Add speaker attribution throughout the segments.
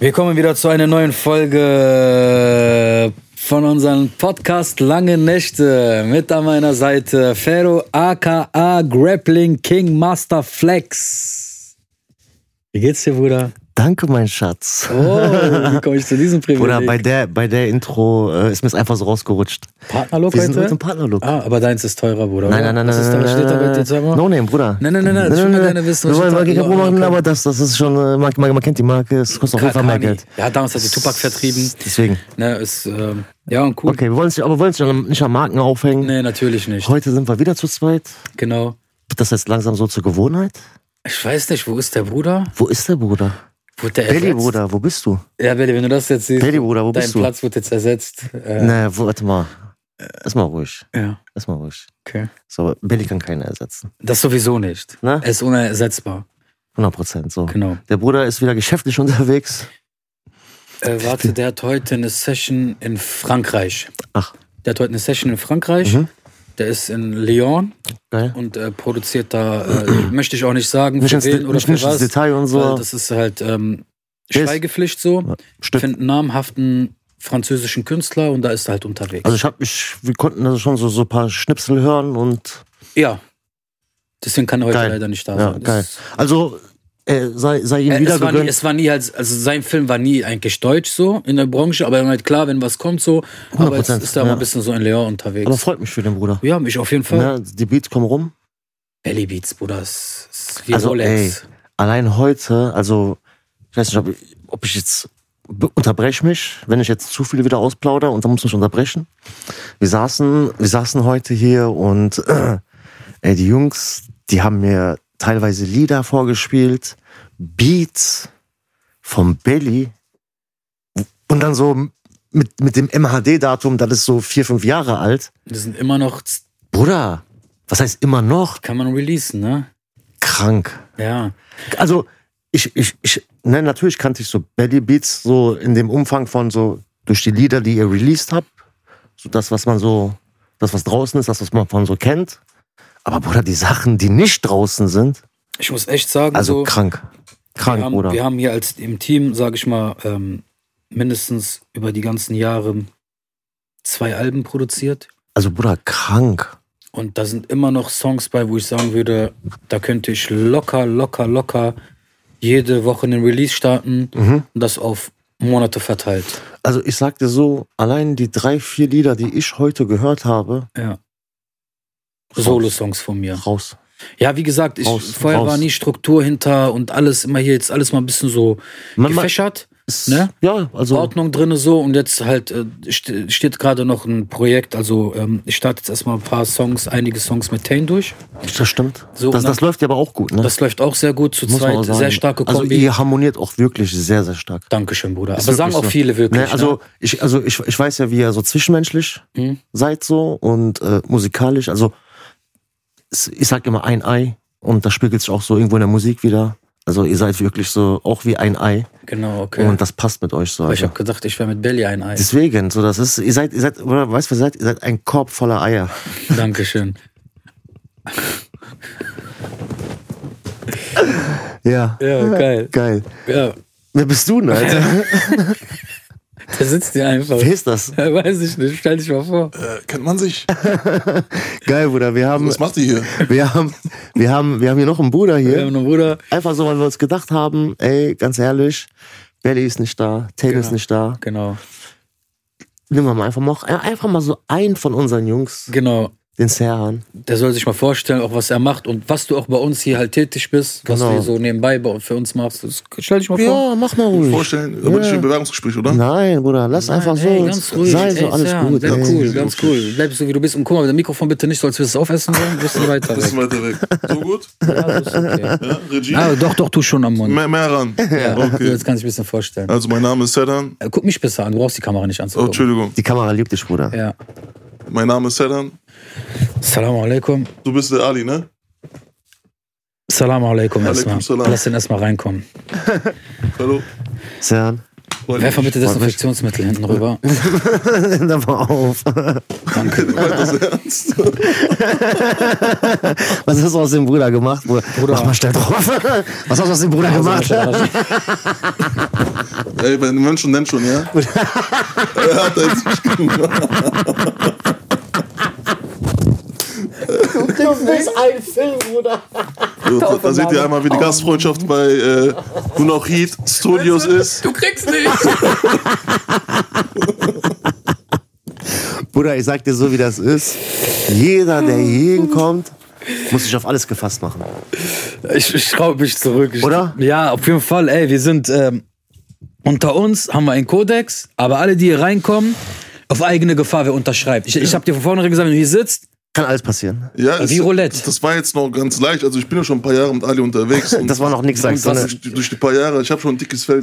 Speaker 1: Wir kommen wieder zu einer neuen Folge von unserem Podcast Lange Nächte. Mit an meiner Seite Fero aka Grappling King Master Flex. Wie geht's dir, Bruder?
Speaker 2: Danke, mein Schatz.
Speaker 1: Oh, wie komme ich zu diesem Privileg?
Speaker 2: Oder bei der, bei der Intro äh, ist mir es einfach so rausgerutscht.
Speaker 1: Partnerlook
Speaker 2: Wir sind
Speaker 1: heute?
Speaker 2: heute im Partnerlook.
Speaker 1: Ah, aber deins ist teurer, Bruder.
Speaker 2: Nein,
Speaker 1: oder?
Speaker 2: nein, nein,
Speaker 1: Was ist
Speaker 2: nein,
Speaker 1: da,
Speaker 2: nein,
Speaker 1: was steht da bei dir
Speaker 2: nein,
Speaker 1: zweimal?
Speaker 2: nein, No Name, Bruder.
Speaker 1: Nein, nein, nein, nein, ich will mal gerne wissen, was
Speaker 2: Wir wollen
Speaker 1: ich da-
Speaker 2: mal
Speaker 1: Oh, okay.
Speaker 2: machen, aber das, das ist schon, äh, man, man, man kennt die Marke, es kostet auf jeden Fall mehr
Speaker 1: Kani.
Speaker 2: Geld.
Speaker 1: Ja, damals hat die Also Tupac vertrieben.
Speaker 2: Deswegen.
Speaker 1: Ne, ist, ähm, ja, und cool.
Speaker 2: Okay, wir wollen es, aber wollen es nicht an Marken aufhängen.
Speaker 1: Nee, natürlich nicht.
Speaker 2: Heute sind wir wieder zu zweit.
Speaker 1: Genau.
Speaker 2: Wird das jetzt langsam so zur Gewohnheit?
Speaker 1: Ich weiß nicht, wo ist der Bruder?
Speaker 2: Wo ist der Bruder?
Speaker 1: Wurde der
Speaker 2: Belly,
Speaker 1: ersetzt?
Speaker 2: Bruder, wo bist du?
Speaker 1: Ja, Belly, wenn du das jetzt siehst,
Speaker 2: Belly, Bruder, wo
Speaker 1: dein
Speaker 2: bist du?
Speaker 1: Platz wird jetzt ersetzt. Äh,
Speaker 2: Nee, warte mal. Erstmal ruhig.
Speaker 1: Ja,
Speaker 2: Erstmal ruhig.
Speaker 1: okay.
Speaker 2: So, Belly kann keinen ersetzen.
Speaker 1: Das sowieso nicht.
Speaker 2: Ne?
Speaker 1: Er ist unersetzbar.
Speaker 2: 100 Prozent, so.
Speaker 1: Genau.
Speaker 2: Der Bruder ist wieder geschäftlich unterwegs.
Speaker 1: Äh, warte, der hat heute eine Session in Frankreich.
Speaker 2: Ach,
Speaker 1: Der hat heute eine Session in Frankreich.
Speaker 2: Mhm.
Speaker 1: Der ist in Lyon
Speaker 2: geil.
Speaker 1: und äh, produziert da, äh, möchte ich auch nicht sagen,
Speaker 2: Mhm. Nicht
Speaker 1: für
Speaker 2: ins,
Speaker 1: wen oder
Speaker 2: nicht,
Speaker 1: für
Speaker 2: nicht ins
Speaker 1: was.
Speaker 2: Detail und
Speaker 1: Weil
Speaker 2: so.
Speaker 1: das ist halt ähm,
Speaker 2: Der ist-
Speaker 1: Schweigepflicht so. Ich
Speaker 2: Stimmt.
Speaker 1: finde einen namhaften französischen Künstler und da ist er halt unterwegs.
Speaker 2: Also ich hab mich, wir konnten also schon so, so ein paar Schnipsel hören und
Speaker 1: ja. Deswegen kann er heute
Speaker 2: Geil.
Speaker 1: leider nicht da
Speaker 2: ja,
Speaker 1: sein.
Speaker 2: geil.
Speaker 1: Es-
Speaker 2: Also äh, sei, sei ihm
Speaker 1: Äh,
Speaker 2: wieder
Speaker 1: es, war nie,
Speaker 2: gegönnt.
Speaker 1: es war nie als, also sein Film war nie eigentlich deutsch so in der Branche, aber halt klar, wenn was kommt so. Aber jetzt
Speaker 2: 100%,
Speaker 1: ist er mal
Speaker 2: ja.
Speaker 1: ein bisschen so in Leon
Speaker 2: Aber
Speaker 1: unterwegs.
Speaker 2: freut mich für den Bruder.
Speaker 1: Ja, mich auf jeden Fall.
Speaker 2: Ne, die Beats kommen rum.
Speaker 1: Belly Beats, Bruder, ist, ist wie
Speaker 2: Also,
Speaker 1: Rolex.
Speaker 2: Allein heute, also ich weiß nicht, ob, ich- ob ich jetzt be- unterbreche mich, wenn ich jetzt zu viel wieder ausplaudere und dann muss ich unterbrechen. Wir saßen, wir saßen heute hier und äh, ey, die Jungs, die haben mir teilweise Lieder vorgespielt, Beats vom Belly und dann so mit, mit dem MHD-Datum, das ist so vier, fünf Jahre alt.
Speaker 1: Die sind immer noch,
Speaker 2: Bruder, was heißt immer noch?
Speaker 1: kann man releasen, ne?
Speaker 2: Krank.
Speaker 1: Ja.
Speaker 2: Also, ich, ich, ich, ne, natürlich kannte ich so Belly Beats so in dem Umfang von so durch die Lieder, die ihr released habt. So das, was man so, das, was draußen ist, das, was man von so kennt. Aber Bruder, die Sachen, die nicht draußen sind,
Speaker 1: Ich muss echt sagen,
Speaker 2: also
Speaker 1: so,
Speaker 2: krank. Krank,
Speaker 1: wir, haben,
Speaker 2: Bruder.
Speaker 1: wir haben hier als im Team, sage ich mal, ähm, mindestens über die ganzen Jahre zwei Alben produziert.
Speaker 2: Also, Bruder, krank.
Speaker 1: Und da sind immer noch Songs bei, wo ich sagen würde, da könnte ich locker, locker, locker jede Woche einen Release starten
Speaker 2: Mhm.
Speaker 1: und das auf Monate verteilt.
Speaker 2: Also, ich sag dir so, allein die drei, vier Lieder, die ich heute gehört habe,
Speaker 1: Ja.
Speaker 2: Raus.
Speaker 1: Solo-Songs von mir.
Speaker 2: raus.
Speaker 1: Ja, wie gesagt, ich,
Speaker 2: Raus,
Speaker 1: vorher
Speaker 2: raus.
Speaker 1: war nie Struktur hinter und alles immer hier jetzt alles mal ein bisschen so
Speaker 2: Man, man,
Speaker 1: gefächert,
Speaker 2: ist,
Speaker 1: ne?
Speaker 2: Ja, also,
Speaker 1: Ordnung drinne so und jetzt halt äh, st steht gerade noch ein Projekt, also ähm, ich starte jetzt erstmal ein paar Songs, einige Songs mit Tane durch.
Speaker 2: das stimmt.
Speaker 1: So,
Speaker 2: das,
Speaker 1: ne?
Speaker 2: das läuft ja aber auch gut, ne?
Speaker 1: Das läuft auch sehr gut zu
Speaker 2: Muss man
Speaker 1: zweit,
Speaker 2: auch sagen.
Speaker 1: sehr starke Kombi.
Speaker 2: Also ihr harmoniert auch wirklich sehr, sehr stark.
Speaker 1: Dankeschön, Bruder.
Speaker 2: Ist
Speaker 1: Aber sagen
Speaker 2: wirklich
Speaker 1: auch
Speaker 2: so.
Speaker 1: viele wirklich.
Speaker 2: Ne, also ich, also ich, ich weiß ja, wie ihr so zwischenmenschlich
Speaker 1: ne? Hm?
Speaker 2: seid so und äh, musikalisch. Also es- ich sag immer ein Ei und das spiegelt sich auch so irgendwo in der Musik wieder. Also ihr seid wirklich so auch wie ein Ei
Speaker 1: Genau, okay.
Speaker 2: und das passt mit euch so.
Speaker 1: Aber ich
Speaker 2: Also.
Speaker 1: habe gedacht, ich wäre mit Belly ein Ei.
Speaker 2: Deswegen, so das ist, ihr seid, ihr seid, oder weißt du, was ihr seid, ihr seid ein Korb voller Eier.
Speaker 1: Dankeschön.
Speaker 2: Ja.
Speaker 1: Ja, geil.
Speaker 2: Geil.
Speaker 1: Ja,
Speaker 2: Wer bist du denn, Alter?
Speaker 1: der sitzt hier einfach.
Speaker 2: Wer ist das?
Speaker 1: Ja, Weiß ich nicht, stell dich mal vor.
Speaker 3: Äh, kennt man sich?
Speaker 2: Geil, Bruder. Wir haben,
Speaker 3: Was macht ihr hier?
Speaker 2: wir haben, wir haben, wir haben hier noch einen Bruder hier.
Speaker 1: Wir haben einen Bruder.
Speaker 2: Einfach so, weil wir uns gedacht haben, ey, ganz ehrlich, Belly ist nicht da, Taylor ist
Speaker 1: Genau.
Speaker 2: nicht da.
Speaker 1: Genau.
Speaker 2: Nehmen wir mal einfach mal, einfach mal so einen von unseren Jungs,
Speaker 1: Genau.
Speaker 2: den Serhan.
Speaker 1: Der soll sich mal vorstellen, auch was er macht und was du auch bei uns hier halt tätig bist, was
Speaker 2: Genau.
Speaker 1: du so nebenbei bei- für uns machst. Das, stell dich mal vor.
Speaker 2: Ja, mach mal ruhig.
Speaker 3: Vorstellen, da bin ich im Bewerbungsgespräch, oder?
Speaker 2: Nein, Bruder, lass einfach so.
Speaker 1: Ey, ganz ruhig.
Speaker 2: Sei so,
Speaker 1: Ey,
Speaker 2: alles
Speaker 1: Sam,
Speaker 2: gut.
Speaker 1: Bleib
Speaker 2: ey.
Speaker 1: cool, ganz cool. Bleib so, wie du bist. Und guck mal, das Mikrofon bitte nicht so, als würdest du es aufessen wollen. Ein bisschen weiter
Speaker 3: Bisschen
Speaker 1: weg.
Speaker 3: weiter weg. So gut?
Speaker 1: Ja, das ist okay.
Speaker 3: Ja, Regie?
Speaker 1: Ah, doch, doch, tu schon am Mund.
Speaker 3: Mehr, mehr ran.
Speaker 1: Ja, so,
Speaker 3: Okay.
Speaker 1: jetzt kann ich ein bisschen vorstellen.
Speaker 3: Also, mein Name ist Sedan.
Speaker 1: Äh, Guck mich besser an, du brauchst die Kamera nicht
Speaker 3: Oh,
Speaker 1: anzugucken.
Speaker 3: Entschuldigung.
Speaker 2: Die Kamera liebt dich, Bruder.
Speaker 1: ja.
Speaker 3: Mein Name ist Sedan.
Speaker 1: Salam alaikum.
Speaker 3: Du bist der Ali, ne?
Speaker 1: Salam alaikum
Speaker 3: Alaikum
Speaker 1: erstmal.
Speaker 3: salam.
Speaker 1: Lass den erstmal reinkommen.
Speaker 3: Hallo.
Speaker 2: Serhan,
Speaker 3: Wollte
Speaker 1: Werfer
Speaker 3: Äh, ich.
Speaker 1: bitte Desinfektionsmittel hinten rüber.
Speaker 2: Dann mal auf.
Speaker 1: Danke.
Speaker 3: Meint das ernst?
Speaker 2: Was hast du aus dem Bruder gemacht? Bruder,
Speaker 1: Bruder.
Speaker 2: Mach mal schnell drauf. Was hast du aus dem Bruder gemacht?
Speaker 1: Also,
Speaker 3: Ey, wenn wenn schon, dann schon, ja? er hat das nicht gemacht.
Speaker 4: Du bist ein Film, Bruder.
Speaker 3: So, da, da seht ihr
Speaker 1: Oh.
Speaker 3: einmal, wie die Gastfreundschaft bei äh, nur noch Heat Studios ist.
Speaker 5: Du kriegst nichts.
Speaker 2: Bruder, ich sag dir so, wie das ist. Jeder, der hier hinkommt, muss sich auf alles gefasst machen.
Speaker 1: Ich, ich schraube mich zurück. Ich,
Speaker 2: Oder?
Speaker 1: Ja, auf jeden Fall. Ey, wir sind ähm, unter uns, haben wir einen Kodex, aber alle, die hier reinkommen, auf eigene Gefahr, wer unterschreibt. Ich, ich habe dir von vornherein gesagt, wenn du hier sitzt,
Speaker 2: Kann alles passieren.
Speaker 3: Ja, es-
Speaker 1: Wie Roulette.
Speaker 3: Das war jetzt noch ganz leicht. Also ich bin ja schon ein paar Jahre mit Ali unterwegs. Und
Speaker 2: Das war noch nichts, sagst du. Ne?
Speaker 3: durch, durch die paar Jahre, ich habe schon ein dickes Fell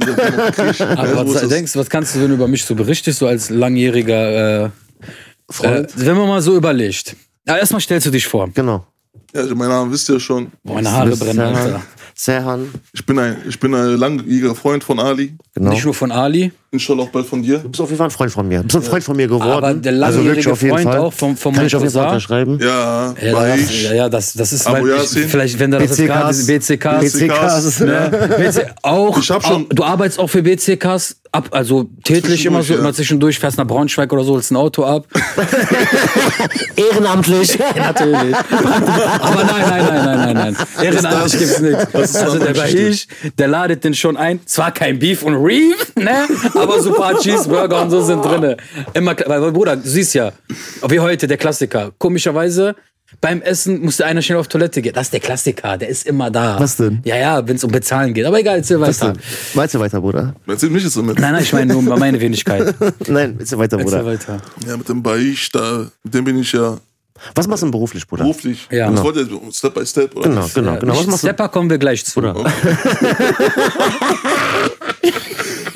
Speaker 3: gekriegt.
Speaker 1: aber
Speaker 3: Ja, so
Speaker 1: was
Speaker 3: ist es.
Speaker 1: denkst was kannst du denn über mich so berichtest, so als langjähriger äh, äh,
Speaker 2: Freund?
Speaker 1: Wenn man mal so überlegt. Ja, erstmal stellst du dich vor.
Speaker 2: Genau.
Speaker 3: Ja, ich- mein Name wisst ihr schon.
Speaker 1: Boah, meine Haare brennen, Alter.
Speaker 2: Serhan.
Speaker 3: Ich bin ein, ich bin ein langjähriger Freund von Ali.
Speaker 2: Genau.
Speaker 1: Nicht
Speaker 2: Du
Speaker 1: nur von Ali,
Speaker 3: Inshallah auch bald von dir.
Speaker 2: bist auf jeden Fall ein Freund von mir. Du bist ein Freund von mir geworden. Also
Speaker 1: Aber der langjährige
Speaker 2: wirklich
Speaker 1: Freund auch vom- vom
Speaker 2: Kann ich auf jeden Fall
Speaker 1: Microsoft.
Speaker 2: unterschreiben.
Speaker 3: Ja,
Speaker 1: Ja,
Speaker 3: war
Speaker 1: das,
Speaker 3: ich.
Speaker 1: ja, ja das, das ist
Speaker 3: Abu
Speaker 1: weil ich,
Speaker 3: Yassin.
Speaker 1: vielleicht, wenn der das jetzt gerade
Speaker 2: BCKs.
Speaker 1: BCKs.
Speaker 2: BCKs.
Speaker 1: Ne? BC, auch,
Speaker 3: Ich hab schon-
Speaker 1: auch, du arbeitest auch für BCKs ab, also täglich immer so,
Speaker 3: Zwischendurch, ja.
Speaker 1: immer zwischendurch, fährst nach Braunschweig oder so, holst ein Auto ab.
Speaker 2: Ehrenamtlich.
Speaker 1: Natürlich. Aber nein, nein, nein, nein, nein, nein. Ehrenamtlich
Speaker 3: das-
Speaker 1: gibt's
Speaker 3: das
Speaker 1: nichts.
Speaker 3: ist
Speaker 1: Also der war
Speaker 3: unbestimmt.
Speaker 1: ich, der ladet den schon ein. Zwar kein Beef und Reef, ne? Aber so ein paar Cheeseburger und so sind drinne. Immer, klar- weil, weil, Bruder, du siehst ja, wie heute, der Klassiker. Komischerweise, beim Essen musste einer schnell auf Toilette gehen. Das ist der Klassiker, der ist immer da.
Speaker 2: Was denn?
Speaker 1: Ja, ja, wenn es um Bezahlen geht. Aber egal, erzähl weiter.
Speaker 2: Meinst du weiter, Bruder?
Speaker 3: Erzähl mich jetzt damit.
Speaker 1: Nein, nein, ich meine nur meine Wenigkeit.
Speaker 2: Nein, erzähl weiter,
Speaker 1: Erzähl
Speaker 2: Bruder.
Speaker 1: weiter.
Speaker 3: Ja, mit dem Baish, da, mit dem bin ich ja
Speaker 2: Was machst du denn beruflich, Bruder?
Speaker 3: beruflich.
Speaker 1: Ja.
Speaker 3: Das
Speaker 1: Genau.
Speaker 3: wollte ich Step by Step, oder?
Speaker 2: Genau, genau, genau. Was machst du?
Speaker 1: Stepper kommen wir gleich zu.
Speaker 2: Bruder.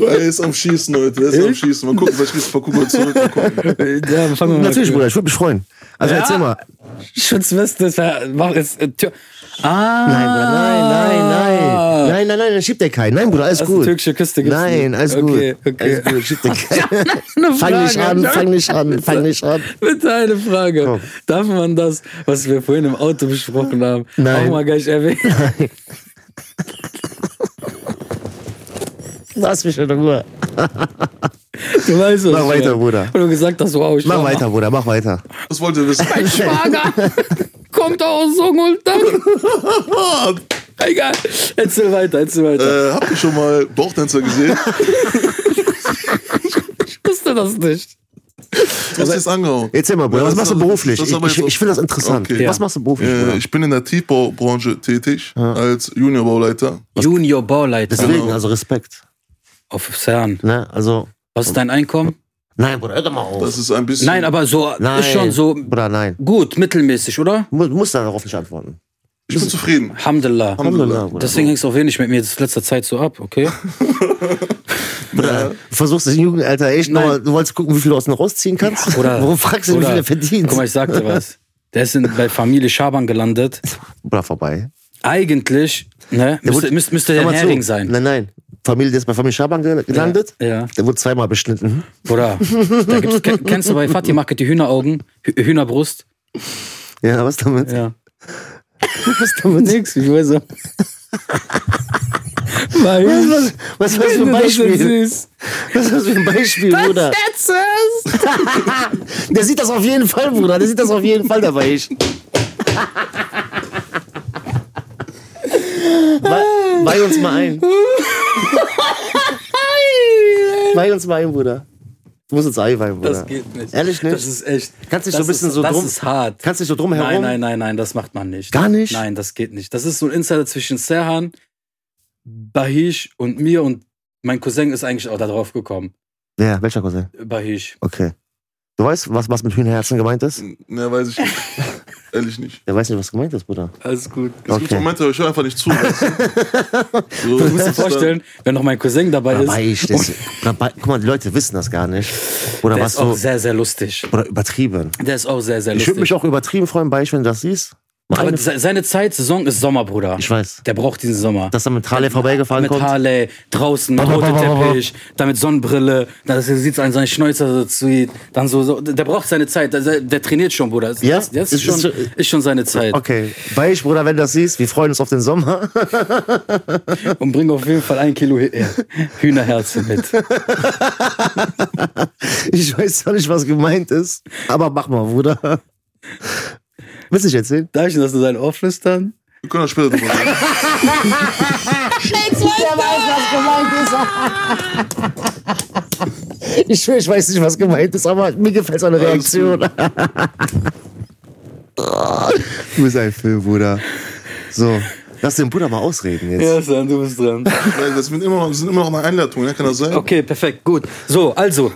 Speaker 3: Er ist am Schießen, Leute. Er ist am Schießen. Mal gucken, vielleicht kriegst du ein paar Kugeln zurück. Mal gucken.
Speaker 1: Äh, Ja, fangen wir mal
Speaker 2: Natürlich, Bruder, ich würde mich freuen. Also
Speaker 1: Ja.
Speaker 2: erzähl mal.
Speaker 1: Schutzweste, das war- mach jetzt äh, Tür. Ah,
Speaker 2: Nein, Bruder, nein, nein, nein. Nein, nein, nein, dann schiebt der keinen. Nein, Bruder, alles
Speaker 1: Aus der
Speaker 2: gut.
Speaker 1: türkischen Küste gibt's
Speaker 2: Nein,
Speaker 1: nicht.
Speaker 2: alles
Speaker 1: Okay,
Speaker 2: gut.
Speaker 1: okay.
Speaker 2: Alles gut, schiebt der keinen.
Speaker 1: Eine
Speaker 2: fang nicht
Speaker 1: Frage.
Speaker 2: an, fang Oh. nicht an, fang nicht an.
Speaker 1: Bitte eine Frage.
Speaker 2: Komm.
Speaker 1: Darf man das, was wir vorhin im Auto besprochen haben,
Speaker 2: Nein.
Speaker 1: auch mal gleich erwähnen?
Speaker 2: Lass mich in Ruhe.
Speaker 1: Du weißt es.
Speaker 2: Mach weiter, Bruder.
Speaker 1: Weil du gesagt hast, wow, ich
Speaker 2: Mach
Speaker 1: war-
Speaker 2: weiter, Bruder, mach weiter.
Speaker 3: Das wollt ihr wissen.
Speaker 5: Mein Schwager kommt aus Songultan.
Speaker 1: Egal. Erzähl weiter, erzähl weiter.
Speaker 3: Äh, habt ihr schon mal Bauchtänzer gesehen?
Speaker 2: Äh.
Speaker 5: Ich wusste das nicht.
Speaker 3: Du hast jetzt angehauen.
Speaker 2: Erzähl mal, Bruder,
Speaker 3: Ja,
Speaker 2: was
Speaker 3: das
Speaker 2: machst du
Speaker 3: ist-
Speaker 2: beruflich?
Speaker 3: das
Speaker 2: Ich,
Speaker 3: ist aber
Speaker 2: ich,
Speaker 3: jetzt-
Speaker 2: ich finde das interessant.
Speaker 3: Okay.
Speaker 2: Was machst du beruflich,
Speaker 3: Äh,
Speaker 2: Bruder?
Speaker 3: ich bin in der Tiefbaubranche tätig, als Juniorbauleiter.
Speaker 1: Junior Bauleiter
Speaker 2: Deswegen, also Respekt.
Speaker 1: auf CERN.
Speaker 2: Ne? Also,
Speaker 1: Was ist dein Einkommen?
Speaker 2: Hm. nein, Bruder, hör doch mal auf.
Speaker 3: Das ist ein bisschen.
Speaker 1: Nein, aber so
Speaker 2: Nein,
Speaker 1: ist schon so
Speaker 2: Bruder, nein.
Speaker 1: gut, mittelmäßig, oder?
Speaker 2: Du mu- du musst darauf nicht antworten.
Speaker 3: ich bin zufrieden.
Speaker 1: Alhamdulillah.
Speaker 3: Alhamdulillah.
Speaker 2: Bruder.
Speaker 1: Deswegen hängst du auch wenig mit mir das letzter Zeit so ab, okay?
Speaker 2: Bruder, Du versuchst das Jugendalter echt
Speaker 1: Nein.
Speaker 2: nochmal, du wolltest gucken, wie viel du aus dem rausziehen kannst?
Speaker 1: Oder,
Speaker 2: Warum fragst du, wie
Speaker 1: oder-
Speaker 2: viel er verdient?
Speaker 1: Guck mal, ich sag dir was. Der ist in, bei Familie Schabern gelandet.
Speaker 2: Bruder, vorbei.
Speaker 1: Eigentlich, ne, müsste,
Speaker 2: wurde-
Speaker 1: müsste, müsste
Speaker 2: Hör
Speaker 1: der
Speaker 2: mal zu.
Speaker 1: Hering sein.
Speaker 2: Nein, nein. Familie, der ist bei Familie Schaban gel- gelandet.
Speaker 1: ja.
Speaker 2: Der wurde zweimal beschnitten.
Speaker 1: Oder? Da gibt's, ken- kennst du bei Fatih Market die Hühneraugen? Hü- Hühnerbrust?
Speaker 2: Ja, was damit?
Speaker 1: Ja.
Speaker 2: Was damit?
Speaker 1: Nix, ich weiß auch. Weil,
Speaker 2: Was, was, was für ein Beispiel?
Speaker 1: süß.
Speaker 2: Was ist das für ein Beispiel, Bruder?
Speaker 5: Jetzt ist.
Speaker 2: Der sieht das auf jeden Fall, Bruder. Der sieht das auf jeden Fall dabei. Ich. Wei- Weih uns mal ein. Weih uns mal ein, Bruder. Du musst uns einweihen, Bruder.
Speaker 1: Das geht nicht.
Speaker 2: Ehrlich nicht?
Speaker 1: Das ist echt.
Speaker 2: Kannst dich
Speaker 1: das
Speaker 2: so ein bisschen
Speaker 1: ist,
Speaker 2: so
Speaker 1: Das
Speaker 2: drum-
Speaker 1: ist hart.
Speaker 2: Kannst dich so drum herum.
Speaker 1: Nein, nein, nein, nein, das macht man nicht.
Speaker 2: Gar nicht?
Speaker 1: Nein, das geht nicht. Das ist so ein Insider zwischen Serhan, Bahish und mir und mein Cousin ist eigentlich auch da drauf gekommen.
Speaker 2: Wer? Welcher Cousin?
Speaker 1: Bahish.
Speaker 2: Okay. Du weißt, was, was mit Hühnerherzen gemeint ist?
Speaker 3: Ne, weiß ich nicht. Ehrlich nicht.
Speaker 2: Der weiß nicht, was gemeint ist, Bruder.
Speaker 1: Alles gut.
Speaker 3: Es gibt
Speaker 2: Okay.
Speaker 3: Momente, aber ich höre einfach nicht zu. weißt du? So,
Speaker 1: Du musst dir vorstellen, wenn noch mein Cousin dabei ist,
Speaker 2: Dabei ist. das- Dabei, guck mal, die Leute wissen das gar nicht. Oder
Speaker 1: der
Speaker 2: was
Speaker 1: ist auch
Speaker 2: so.
Speaker 1: sehr, sehr lustig.
Speaker 2: Oder übertrieben.
Speaker 1: Der ist auch sehr, sehr
Speaker 2: Ich
Speaker 1: lustig.
Speaker 2: würde mich auch übertrieben freuen, bei ich, wenn du das siehst. Mal
Speaker 1: Aber
Speaker 2: eine-
Speaker 1: se- seine Zeitsaison ist Sommer, Bruder.
Speaker 2: Ich weiß.
Speaker 1: Der braucht diesen Sommer.
Speaker 2: Dass er mit Harley vorbeigefahren
Speaker 1: mit
Speaker 2: kommt.
Speaker 1: Harley, draußen, mit
Speaker 2: Ba, ba, ba,
Speaker 1: rotem
Speaker 2: ba, ba.
Speaker 1: Teppich, dann mit Sonnenbrille, dann sieht an seinen Schnäuzer so zieht, dann so, so, der braucht seine Zeit, der, der trainiert schon, Bruder. Das,
Speaker 2: Ja?
Speaker 1: das, das ist,
Speaker 2: Ist-
Speaker 1: schon,
Speaker 2: ist
Speaker 1: ist,
Speaker 2: so-
Speaker 1: schon seine Zeit.
Speaker 2: Okay, Beisch, Bruder, wenn du das siehst, wir freuen uns auf den Sommer.
Speaker 1: Und bring auf jeden Fall ein Kilo Hü- äh, Hühnerherzen mit.
Speaker 2: Ich weiß ja nicht, was gemeint ist, aber mach mal, Bruder. Willst du nicht erzählen?
Speaker 1: Darf ich das in sein Ohr flüstern?
Speaker 3: Wir können das später drüber reden.
Speaker 2: Der weiß, was gemeint ist. Ich schwöre, ich weiß nicht, was gemeint ist, aber mir gefällt seine Reaktion. Du bist ein Film, Bruder. So, lass den Bruder mal ausreden jetzt.
Speaker 1: Ja, Sam, du bist dran.
Speaker 3: Nein, Das sind immer noch, das sind immer noch eine Einleitung, ja, kann das sein?
Speaker 1: Okay, perfekt, gut. So, also,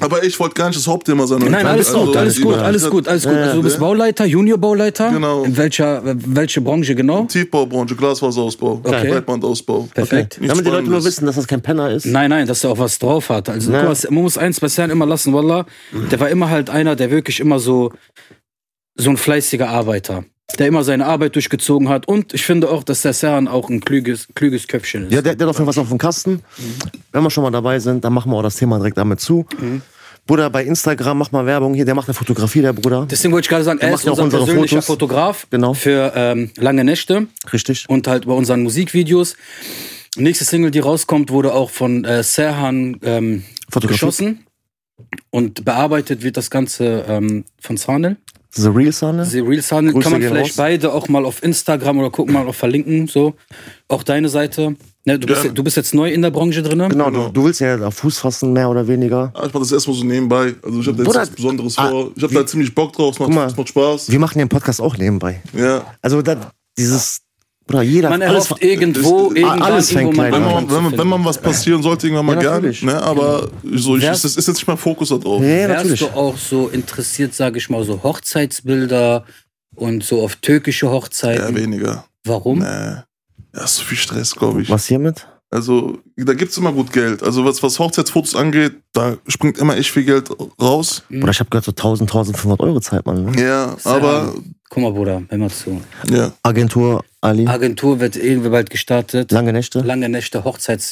Speaker 3: Aber ich wollte gar nicht das Hauptthema sein.
Speaker 1: Nein, alles
Speaker 3: Also,
Speaker 1: gut, alles
Speaker 3: die-
Speaker 1: gut, alles gut, alles gut. Also du bist Bauleiter, Juniorbauleiter.
Speaker 3: Genau.
Speaker 1: In welcher, welche Branche genau?
Speaker 3: Tiefbaubranche, Glasfaserausbau,
Speaker 1: Okay.
Speaker 3: Breitbandausbau.
Speaker 1: Perfekt.
Speaker 3: Nichts
Speaker 2: Damit die Leute nur
Speaker 3: Spannendes.
Speaker 2: wissen, dass das kein Penner ist.
Speaker 1: Nein, nein, dass er auch was drauf hat. Also
Speaker 2: Ja.
Speaker 1: guck mal, man muss eins bei Sern immer lassen, Wallah. Der war immer halt einer, der wirklich immer so, so ein fleißiger Arbeiter. Der immer seine Arbeit durchgezogen hat. Und ich finde auch, dass der Sern auch ein klüges, klüges Köpfchen ist.
Speaker 2: Ja, der, der hat auf jeden Fall was auf dem Kasten. Wenn wir schon mal dabei sind, dann machen wir auch das Thema direkt damit zu. Bruder, bei Instagram mach mal Werbung hier, der macht eine Fotografie, der Bruder.
Speaker 1: Deswegen wollte ich gerade sagen, er
Speaker 2: macht
Speaker 1: ist
Speaker 2: ja auch
Speaker 1: unser
Speaker 2: unsere
Speaker 1: persönlicher
Speaker 2: Fotos.
Speaker 1: Fotograf
Speaker 2: Genau.
Speaker 1: für ähm, lange Nächte.
Speaker 2: Richtig.
Speaker 1: und halt bei unseren Musikvideos. Nächste Single, die rauskommt, wurde auch von äh, Serhan ähm,
Speaker 2: Fotografiert.
Speaker 1: geschossen. Und bearbeitet wird das Ganze ähm, von Sanel.
Speaker 2: The Real Son. ne?
Speaker 1: Die Reels Sanel
Speaker 2: Grüße
Speaker 1: kann man
Speaker 2: gehen
Speaker 1: vielleicht
Speaker 2: raus.
Speaker 1: beide auch mal auf Instagram oder gucken mal auf verlinken. So. Auch deine Seite. Ne, du, bist,
Speaker 3: Ja.
Speaker 1: du bist jetzt neu in der Branche drin.
Speaker 2: Genau, du, du willst ja da Fuß fassen, mehr oder weniger.
Speaker 3: Ah, Ich mach das erstmal so nebenbei. Also ich habe da jetzt
Speaker 2: Bruder,
Speaker 3: nichts Besonderes
Speaker 2: ah,
Speaker 3: vor. Ich habe da ziemlich Bock drauf, es macht,
Speaker 2: mal.
Speaker 3: es macht Spaß.
Speaker 2: Wir machen den Podcast auch nebenbei.
Speaker 3: Ja.
Speaker 2: Also da, dieses, Bruder, jeder,
Speaker 1: Man
Speaker 2: alles,
Speaker 1: erhofft irgendwo,
Speaker 3: ist-
Speaker 1: irgendwann,
Speaker 2: alles fängt
Speaker 1: irgendwo mal
Speaker 2: klein
Speaker 3: Wenn
Speaker 2: an.
Speaker 1: Anfang
Speaker 3: man,
Speaker 1: zu
Speaker 3: wenn, man,
Speaker 1: finden.
Speaker 3: wenn man was passieren sollte, irgendwann mal
Speaker 2: Ja,
Speaker 3: gern.
Speaker 2: natürlich. Genau.
Speaker 3: Ne? Aber so, ich,
Speaker 1: Ja.
Speaker 3: das ist jetzt nicht mein Fokus da drauf.
Speaker 2: nee,
Speaker 1: Wärst
Speaker 2: natürlich.
Speaker 1: du auch so interessiert, sage ich mal, so Hochzeitsbilder und so auf türkische
Speaker 3: Ja,
Speaker 1: Hochzeiten?
Speaker 3: weniger.
Speaker 1: Warum?
Speaker 3: Nee. Ja, ist so viel Stress, glaube ich.
Speaker 2: Was hiermit?
Speaker 3: Also, da gibt's immer gut Geld. Also, was, was Hochzeitsfotos angeht, da springt immer echt viel Geld raus.
Speaker 1: Mhm.
Speaker 2: Bruder, ich habe gehört, so 1000, 1500 Euro zahlt man. Ne?
Speaker 3: Ja,
Speaker 1: Sehr
Speaker 3: aber,
Speaker 1: Guck mal, Bruder, hör mal zu.
Speaker 3: ja.
Speaker 2: Agentur Ali,
Speaker 1: Agentur wird irgendwie bald gestartet.
Speaker 2: lange Nächte,
Speaker 1: Lange Nächte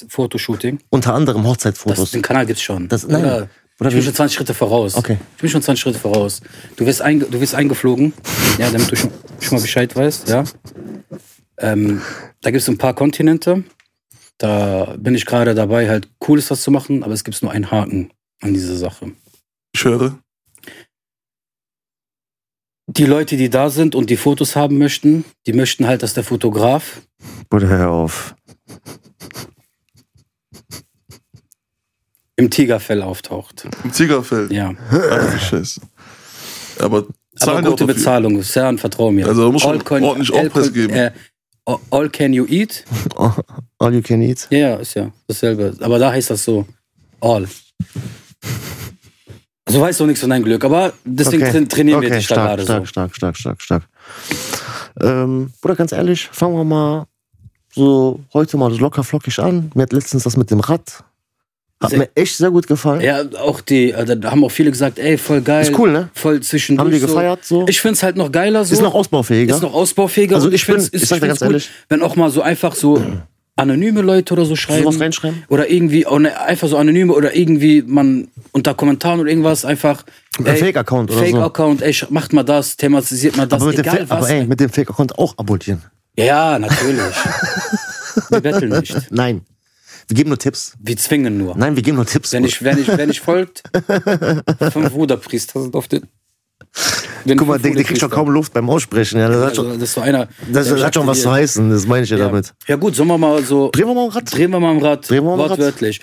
Speaker 1: Hochzeitsfotoshooting.
Speaker 2: unter anderem
Speaker 1: Das,
Speaker 2: Hochzeitsfotos.
Speaker 1: den Kanal gibt's schon.
Speaker 2: Das- nein.
Speaker 1: Oder,
Speaker 2: Oder
Speaker 1: ich bin
Speaker 2: wie-
Speaker 1: schon 20 Schritte voraus.
Speaker 2: Okay.
Speaker 1: Ich bin schon 20 Schritte voraus. Du wirst, einge du wirst eingeflogen, ja, damit du schon, schon mal Bescheid weißt. Ja. Ähm, da gibt's ein paar Kontinente. Da bin ich gerade dabei, halt Cooles was zu machen, aber es gibt nur einen Haken an dieser Sache.
Speaker 3: Ich höre.
Speaker 1: Die Leute, die da sind und die Fotos haben möchten, die möchten halt, dass der Fotograf
Speaker 2: Bruder, hör auf.
Speaker 1: im Tigerfell auftaucht.
Speaker 3: Im Tigerfeld.
Speaker 1: Ja.
Speaker 3: Ach, die Scheiße. Aber
Speaker 1: Aber
Speaker 3: zahlen die auch
Speaker 1: gute
Speaker 3: dafür.
Speaker 1: Bezahlung, Cern, vertrau mir.
Speaker 3: Also, da muss
Speaker 1: All
Speaker 3: schon ordentlich Aufpreis
Speaker 1: all-
Speaker 3: geben.
Speaker 1: Äh, all can you eat?
Speaker 2: All you can eat.
Speaker 1: Ja, ja, ist ja dasselbe. Aber da heißt das so. All. Also weißt du nichts von deinem Glück, aber deswegen tra- trainieren wir
Speaker 2: Okay,
Speaker 1: dich da
Speaker 2: stark,
Speaker 1: gerade
Speaker 2: stark,
Speaker 1: so.
Speaker 2: stark, stark, stark, stark. Ähm, Bruder, ganz ehrlich, fangen wir mal so heute mal so locker flockig an. Mir hat letztens das mit dem Rad. Hat
Speaker 1: Sehr-
Speaker 2: mir echt sehr gut gefallen.
Speaker 1: Ja, auch die, äh, da haben auch viele gesagt, ey, voll geil.
Speaker 2: Ist cool, ne?
Speaker 1: Voll zwischendurch.
Speaker 2: Haben die
Speaker 1: so.
Speaker 2: gefeiert so?
Speaker 1: Ich find's halt noch geiler so.
Speaker 2: ist noch ausbaufähiger.
Speaker 1: Ist noch ausbaufähiger.
Speaker 2: Also
Speaker 1: und
Speaker 2: ich bin-
Speaker 1: find's-
Speaker 2: ich sag dir
Speaker 1: find's
Speaker 2: ganz ehrlich.
Speaker 1: wenn auch mal so einfach so anonyme Leute oder so schreiben.
Speaker 2: Sowas reinschreiben?
Speaker 1: Oder irgendwie, auch ne, einfach so anonyme oder irgendwie man unter Kommentaren oder irgendwas einfach.
Speaker 2: Ein Fake-Account oder so.
Speaker 1: Fake-Account, ey, sch- macht mal das, thematisiert mal das,
Speaker 2: aber, mit dem
Speaker 1: egal
Speaker 2: Fake, aber
Speaker 1: was.
Speaker 2: ey, mit dem Fake-Account auch abonnieren.
Speaker 1: ja, ja, natürlich. wir betteln nicht.
Speaker 2: Nein. Wir geben nur Tipps.
Speaker 1: Wir zwingen nur.
Speaker 2: Nein, wir geben nur Tipps.
Speaker 1: Wenn
Speaker 2: Bruder.
Speaker 1: ich, wenn ich, wenn ich folgt, fünf Ruderpriester sind auf den. den
Speaker 2: Guck mal,
Speaker 1: fünf
Speaker 2: der, der kriegt schon
Speaker 1: Ruderpriester.
Speaker 2: kaum Luft beim Aussprechen. Ja, das hat schon,
Speaker 1: Also, das ist so einer.
Speaker 2: das
Speaker 1: der
Speaker 2: hat schon
Speaker 1: sagt
Speaker 2: was
Speaker 1: dir-
Speaker 2: zu heißen. Das meine ich ja,
Speaker 1: Ja.
Speaker 2: damit.
Speaker 1: Ja gut, sollen wir mal so.
Speaker 2: Drehen wir mal am Rad.
Speaker 1: Drehen wir mal am Rad.
Speaker 2: Drehen wir mal am Rad.
Speaker 1: Wortwörtlich.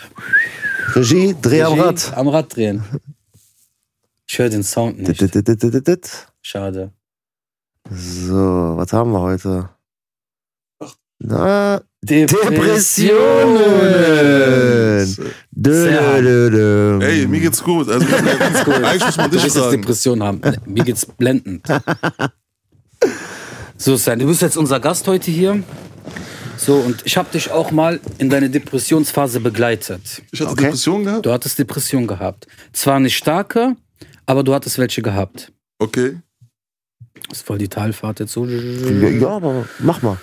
Speaker 2: Regie, dreh am
Speaker 1: Regie,
Speaker 2: Rad.
Speaker 1: Am Rad drehen. Ich höre den Sound nicht.
Speaker 2: Dit, dit, dit, dit, dit, dit.
Speaker 1: Schade.
Speaker 2: So, was haben wir heute? Na, Depressionen. Dö,
Speaker 1: Sehr.
Speaker 2: dö, dö, dö.
Speaker 3: Ey, mir geht's gut. Also, eigentlich muss man
Speaker 1: Du
Speaker 3: dich
Speaker 1: wirst jetzt
Speaker 3: fragen.
Speaker 1: Depression haben. Nee, Mir geht's blendend. So, Sven, du bist jetzt unser Gast heute hier. So, und ich habe dich auch mal in deine Depressionsphase begleitet.
Speaker 3: Ich hatte
Speaker 2: Okay.
Speaker 3: Depressionen gehabt.
Speaker 1: Du hattest Depression gehabt. Zwar nicht starke, aber du hattest welche gehabt.
Speaker 3: Okay.
Speaker 1: Ist voll die Talfahrt jetzt so.
Speaker 2: Ja, ja, aber mach mal.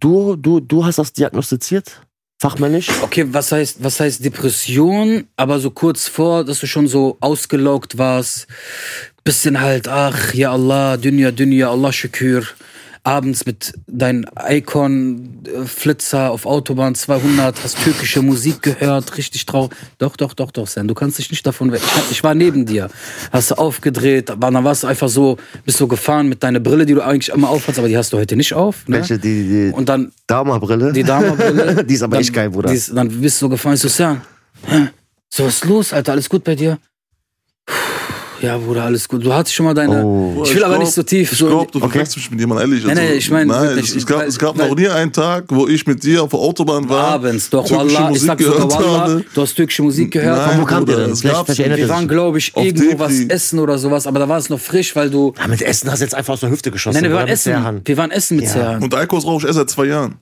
Speaker 2: Du, du, du hast das diagnostiziert? Fachmännisch?
Speaker 1: Okay, was heißt, was heißt Depression? Aber so kurz vor, dass du schon so ausgelaugt warst, bisschen halt, ach, ja Allah, Dünya, Dünya, Allah Shakür. Abends mit deinem Icon-Flitzer auf Autobahn 200, hast türkische Musik gehört, richtig traurig. Doch, doch, doch, doch, Sen, du kannst dich nicht davon weg. Ich, hab- ich war neben dir, hast du aufgedreht, aber dann warst du einfach so, bist so gefahren mit deiner Brille, die du eigentlich immer aufhast, aber die hast du heute nicht auf. Ne?
Speaker 2: Welche, die, die
Speaker 1: Und dann
Speaker 2: Dama-Brille?
Speaker 1: die Damenbrille.
Speaker 2: Die ist aber
Speaker 1: dann,
Speaker 2: echt geil, Bruder.
Speaker 1: die ist- dann bist du so gefallen, so, Sam, hä? so was ist los, Alter, alles gut bei dir? Puh, Ja, Bruder, alles gut. Du hattest schon mal deine.
Speaker 2: Oh.
Speaker 1: Ich will aber nicht so tief.
Speaker 3: Ich
Speaker 1: So
Speaker 3: glaube, du
Speaker 2: Okay.
Speaker 3: verwechselst mich mit jemandem, ehrlich. Also,
Speaker 1: Nein, nein, ich meine
Speaker 3: nein,
Speaker 1: wirklich,
Speaker 3: es, es gab,
Speaker 1: weil-
Speaker 3: es gab
Speaker 1: weil-
Speaker 3: noch nie einen Tag, wo ich mit dir auf der Autobahn war.
Speaker 1: abends, doch,
Speaker 3: türkische
Speaker 1: Wallah, ich
Speaker 3: Musik
Speaker 1: sag sogar
Speaker 3: gehört
Speaker 1: Wallah,
Speaker 3: habe.
Speaker 1: du hast türkische Musik gehört.
Speaker 3: Nein,
Speaker 2: Wo kam
Speaker 3: Bruder,
Speaker 2: ihr denn?
Speaker 3: es
Speaker 2: Vielleicht,
Speaker 3: gab's
Speaker 2: vielleicht
Speaker 3: nicht.
Speaker 2: erinnert
Speaker 1: Wir
Speaker 2: ihr
Speaker 1: waren,
Speaker 2: euch.
Speaker 1: glaube ich,
Speaker 3: Auf
Speaker 1: irgendwo was
Speaker 3: Depri.
Speaker 1: essen oder sowas, aber da war es noch frisch, weil du.
Speaker 2: Ah, mit Essen hast du jetzt einfach aus der Hüfte geschossen.
Speaker 1: Nein, wir
Speaker 2: oder?
Speaker 1: waren
Speaker 2: Mit
Speaker 1: essen.
Speaker 2: Serhan.
Speaker 1: Wir waren essen mit ja.
Speaker 3: Und Alkohol rauche ich erst seit zwei Jahren.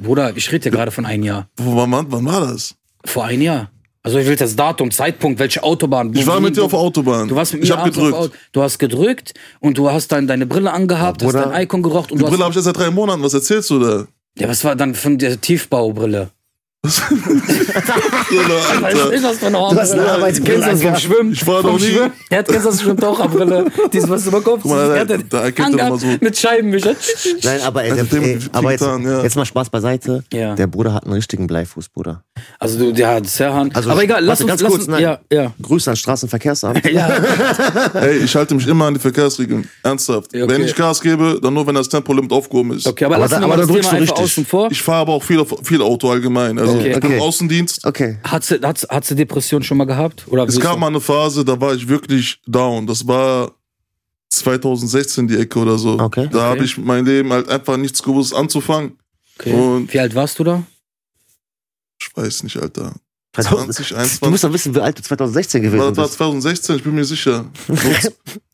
Speaker 1: Bruder, ich rede ja gerade von einem Jahr.
Speaker 3: Wo- Wann, wann, wann war das?
Speaker 1: Vor einem Jahr. Also ich will das Datum, Zeitpunkt, welche Autobahn.
Speaker 3: Ich war mit dir auf der Autobahn.
Speaker 1: Du warst mit
Speaker 3: ich
Speaker 1: mir
Speaker 3: habe
Speaker 1: abends
Speaker 3: gedrückt.
Speaker 1: Auf, Auto- du hast gedrückt und du hast dann deine Brille angehabt, hast
Speaker 2: Bruder,
Speaker 1: dein Icon gerocht und
Speaker 3: Die
Speaker 1: du
Speaker 3: Brille habe
Speaker 1: hast.
Speaker 3: ich erst seit drei Monaten. Was erzählst du da?
Speaker 1: Ja, was war dann von der Tiefbaubrille?
Speaker 3: Alter, Alter.
Speaker 1: das für eine
Speaker 2: Du hast eine Arbeitsbrille,
Speaker 1: Kennst du das vom
Speaker 2: Alter.
Speaker 1: Schwimmen?
Speaker 3: Ich war
Speaker 1: vom
Speaker 3: noch nie-
Speaker 1: Schwimmen. Er hat gestern schon Taucherbrille. Dieses, was du über Kopf
Speaker 3: Guck mal,
Speaker 1: ziehst.
Speaker 3: da-
Speaker 1: Er hat den
Speaker 3: da erkennt er
Speaker 1: angehabt
Speaker 3: noch mal so.
Speaker 1: Mit Scheibenwischer.
Speaker 2: Nein, aber, ey,
Speaker 3: Also
Speaker 2: der,
Speaker 3: dem
Speaker 2: ey,
Speaker 3: fliegt
Speaker 2: aber jetzt,
Speaker 3: an, ja.
Speaker 2: jetzt mal Spaß beiseite.
Speaker 1: Ja.
Speaker 2: Der Bruder hat einen richtigen Bleifuß, Bruder.
Speaker 1: Also, du, ja, Serhan.
Speaker 2: Also,
Speaker 1: Aber egal, lass
Speaker 2: warte,
Speaker 1: uns.
Speaker 2: ganz
Speaker 1: lass
Speaker 2: kurz,
Speaker 1: uns
Speaker 2: nein.
Speaker 1: Ja, ja.
Speaker 2: Grüße an Straßenverkehrsamt.
Speaker 3: Ey, ich halte mich immer an die Verkehrsregeln. Ernsthaft.
Speaker 1: Okay.
Speaker 3: Wenn ich Gas gebe, dann nur, wenn das Tempolimit aufgehoben ist.
Speaker 1: Okay, aber,
Speaker 2: Aber
Speaker 1: lass
Speaker 2: da-
Speaker 1: uns mal
Speaker 2: aber da
Speaker 1: das
Speaker 2: drückst
Speaker 1: Thema
Speaker 2: du
Speaker 1: einfach
Speaker 2: richtig.
Speaker 1: außen vor.
Speaker 3: Ich fahre aber auch viel, viel Auto allgemein. Also
Speaker 1: Okay.
Speaker 3: im
Speaker 2: Okay.
Speaker 3: Außendienst.
Speaker 2: Okay.
Speaker 1: Hat sie, hat, sie, hat sie Depression schon mal gehabt? Oder
Speaker 3: Es
Speaker 1: wie-
Speaker 3: gab mal eine Phase, da war ich wirklich down. Das war 2016 die Ecke oder so.
Speaker 2: Okay.
Speaker 3: Da habe ich mein Leben halt einfach nichts gewusst anzufangen.
Speaker 1: okay.
Speaker 3: und-
Speaker 1: Wie alt warst du da?
Speaker 3: Ich weiß nicht, Alter.
Speaker 2: 20,
Speaker 3: 20,
Speaker 2: du
Speaker 3: 21.
Speaker 2: musst doch wissen, wie alt du 2016
Speaker 3: War
Speaker 2: gewesen
Speaker 3: das war
Speaker 2: bist.
Speaker 3: 2016, ich bin mir sicher. So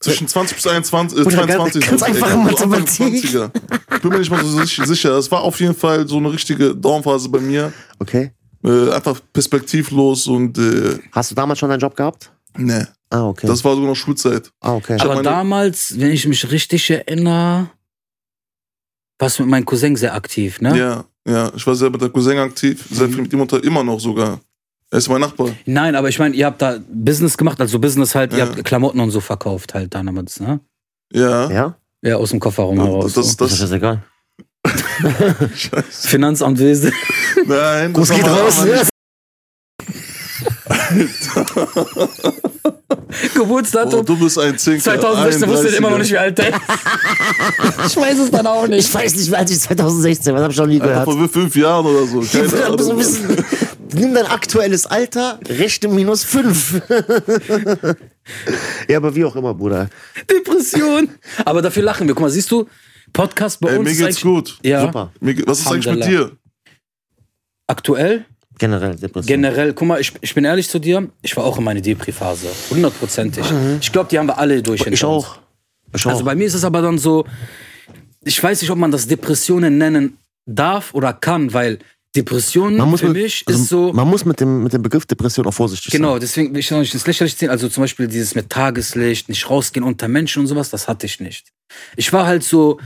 Speaker 3: zwischen 20 bis 21, äh,
Speaker 2: Bruder, ganz-
Speaker 3: 22.
Speaker 2: ganz
Speaker 3: so, ey,
Speaker 2: einfache
Speaker 3: so Anfang
Speaker 2: Mathematik.
Speaker 3: 20er. Ich bin mir nicht mal so sich- sicher. Es war auf jeden Fall so eine richtige Downphase bei mir.
Speaker 2: Okay.
Speaker 3: Äh, einfach perspektivlos und äh,
Speaker 2: Hast du damals schon deinen Job gehabt?
Speaker 3: ne.
Speaker 2: Ah, okay.
Speaker 3: Das war sogar noch Schulzeit.
Speaker 2: ah, okay.
Speaker 3: hab
Speaker 1: Aber
Speaker 3: meine-
Speaker 1: damals, wenn ich mich richtig erinnere, warst du mit meinem Cousin sehr aktiv, ne?
Speaker 3: Ja, ja. Ich war sehr mit der Cousin aktiv, sehr viel mit ihm unter, immer noch sogar. Er ist mein Nachbar.
Speaker 1: Nein, aber ich meine, ihr habt da Business gemacht, also Business halt, ihr
Speaker 3: Ja.
Speaker 1: habt Klamotten und so verkauft halt damals, ne?
Speaker 3: Ja.
Speaker 2: ja?
Speaker 1: Ja, aus dem Kofferraum heraus.
Speaker 3: Das, das,
Speaker 2: Das ist
Speaker 3: das,
Speaker 2: jetzt egal.
Speaker 1: so. Finanzamtwesen.
Speaker 3: nein, das haben wir- haben
Speaker 2: ne?
Speaker 3: wir nicht. Oh,
Speaker 1: Geburtsdatum.
Speaker 3: Oh, du bist ein Zinker.
Speaker 1: 2016 wusste ich immer noch
Speaker 3: 31er.
Speaker 1: nicht, wie alt der ist.
Speaker 6: Ich weiß es dann auch nicht.
Speaker 2: Ich weiß nicht, wie alt ich 2016 Was hab ich noch nie
Speaker 3: Einfach
Speaker 2: gehört.
Speaker 3: Vor fünf Jahren oder so.
Speaker 2: Die
Speaker 3: Keine
Speaker 2: Bruder, du
Speaker 3: Ahnung.
Speaker 2: bist- Nimm dein aktuelles Alter, rechte minus 5. ja, aber wie auch immer, Bruder.
Speaker 1: Depression. Aber dafür lachen wir. Guck mal, siehst du, Podcast bei
Speaker 3: Ey,
Speaker 1: uns
Speaker 3: mir
Speaker 1: ist
Speaker 3: geht's
Speaker 1: eigentlich-
Speaker 3: gut.
Speaker 1: Ja,
Speaker 2: Super.
Speaker 3: Mir ge- Was ist eigentlich mit
Speaker 1: Alhamdulillah.
Speaker 3: dir?
Speaker 1: aktuell.
Speaker 2: Generell Depression.
Speaker 1: Generell, guck mal, ich, ich bin ehrlich zu dir, ich war auch in meine Depri-Phase. Hundertprozentig. Ich glaube, die haben wir alle durch.
Speaker 2: Mhm. ich
Speaker 1: hinter uns.
Speaker 2: auch. Ich auch.
Speaker 1: Also bei mir ist es aber dann so, ich weiß nicht, ob man das Depressionen nennen darf oder kann, weil Depressionen
Speaker 2: man muss
Speaker 1: für
Speaker 2: mit,
Speaker 1: mich
Speaker 2: also
Speaker 1: ist so.
Speaker 2: man muss mit dem, mit dem Begriff Depression auch vorsichtig
Speaker 1: Genau, deswegen will ich noch nicht ins Lächerliche ziehen. Also zum Beispiel dieses mit Tageslicht, nicht rausgehen unter Menschen und sowas, das hatte ich nicht. Ich war halt so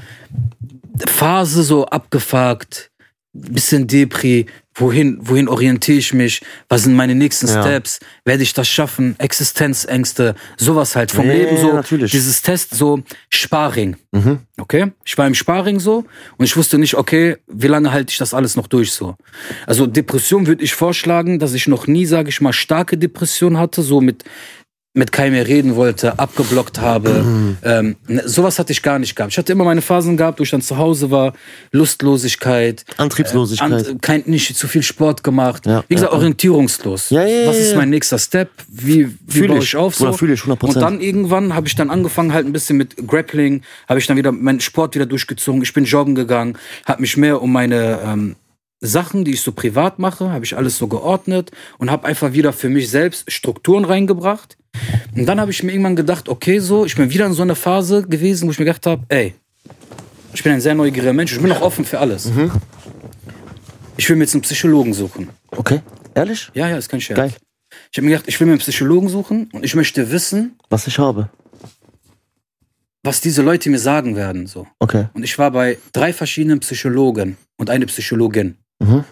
Speaker 1: Phase so abgefuckt, bisschen Depri, wohin, wohin orientiere ich mich, was sind meine nächsten
Speaker 2: Ja.
Speaker 1: Steps, werde ich das schaffen, Existenzängste, sowas halt vom
Speaker 2: Ja,
Speaker 1: Leben so,
Speaker 2: natürlich.
Speaker 1: dieses Test so, Sparring.
Speaker 2: sein. Mhm.
Speaker 1: Okay, ich war im Sparring so und ich wusste nicht, okay, wie lange halte ich das alles noch durch so. Also Depression würde ich vorschlagen, dass ich noch nie, sage ich mal, starke Depression hatte, so mit mit keinem mehr reden wollte, abgeblockt habe.
Speaker 2: Mhm.
Speaker 1: Ähm, ne, sowas hatte ich gar nicht gehabt. Ich hatte immer meine Phasen gehabt, wo ich dann zu Hause war, Lustlosigkeit,
Speaker 2: Antriebslosigkeit.
Speaker 1: an, kein, nicht zu viel Sport gemacht.
Speaker 2: Ja,
Speaker 1: wie gesagt, orientierungslos.
Speaker 2: Ja, ja, ja,
Speaker 1: Was ist
Speaker 2: ja.
Speaker 1: mein nächster Step? Wie, wie
Speaker 2: Fühl
Speaker 1: baue
Speaker 2: ich.
Speaker 1: ich auf? So?
Speaker 2: Bruder, fühl ich, 100%.
Speaker 1: Und dann irgendwann habe ich dann angefangen halt ein bisschen mit Grappling, habe ich dann wieder meinen Sport wieder durchgezogen. Ich bin joggen gegangen, habe mich mehr um meine ähm, Sachen, die ich so privat mache, habe ich alles so geordnet und habe einfach wieder für mich selbst Strukturen reingebracht. Und dann habe ich mir irgendwann gedacht, okay, so, ich bin wieder in so einer Phase gewesen, wo ich mir gedacht habe, ey, ich bin ein sehr neugieriger Mensch, ich bin auch offen für alles.
Speaker 2: Mhm.
Speaker 1: Ich will mir jetzt einen Psychologen suchen.
Speaker 2: okay. Ehrlich?
Speaker 1: Ja, ja, ist kein Scherz.
Speaker 2: Geil.
Speaker 1: Ich habe mir gedacht, ich will mir einen Psychologen suchen und ich möchte wissen,
Speaker 2: Was ich habe.
Speaker 1: was diese Leute mir sagen werden. So.
Speaker 2: Okay.
Speaker 1: Und ich war bei drei verschiedenen Psychologen und eine Psychologin.
Speaker 2: Mhm.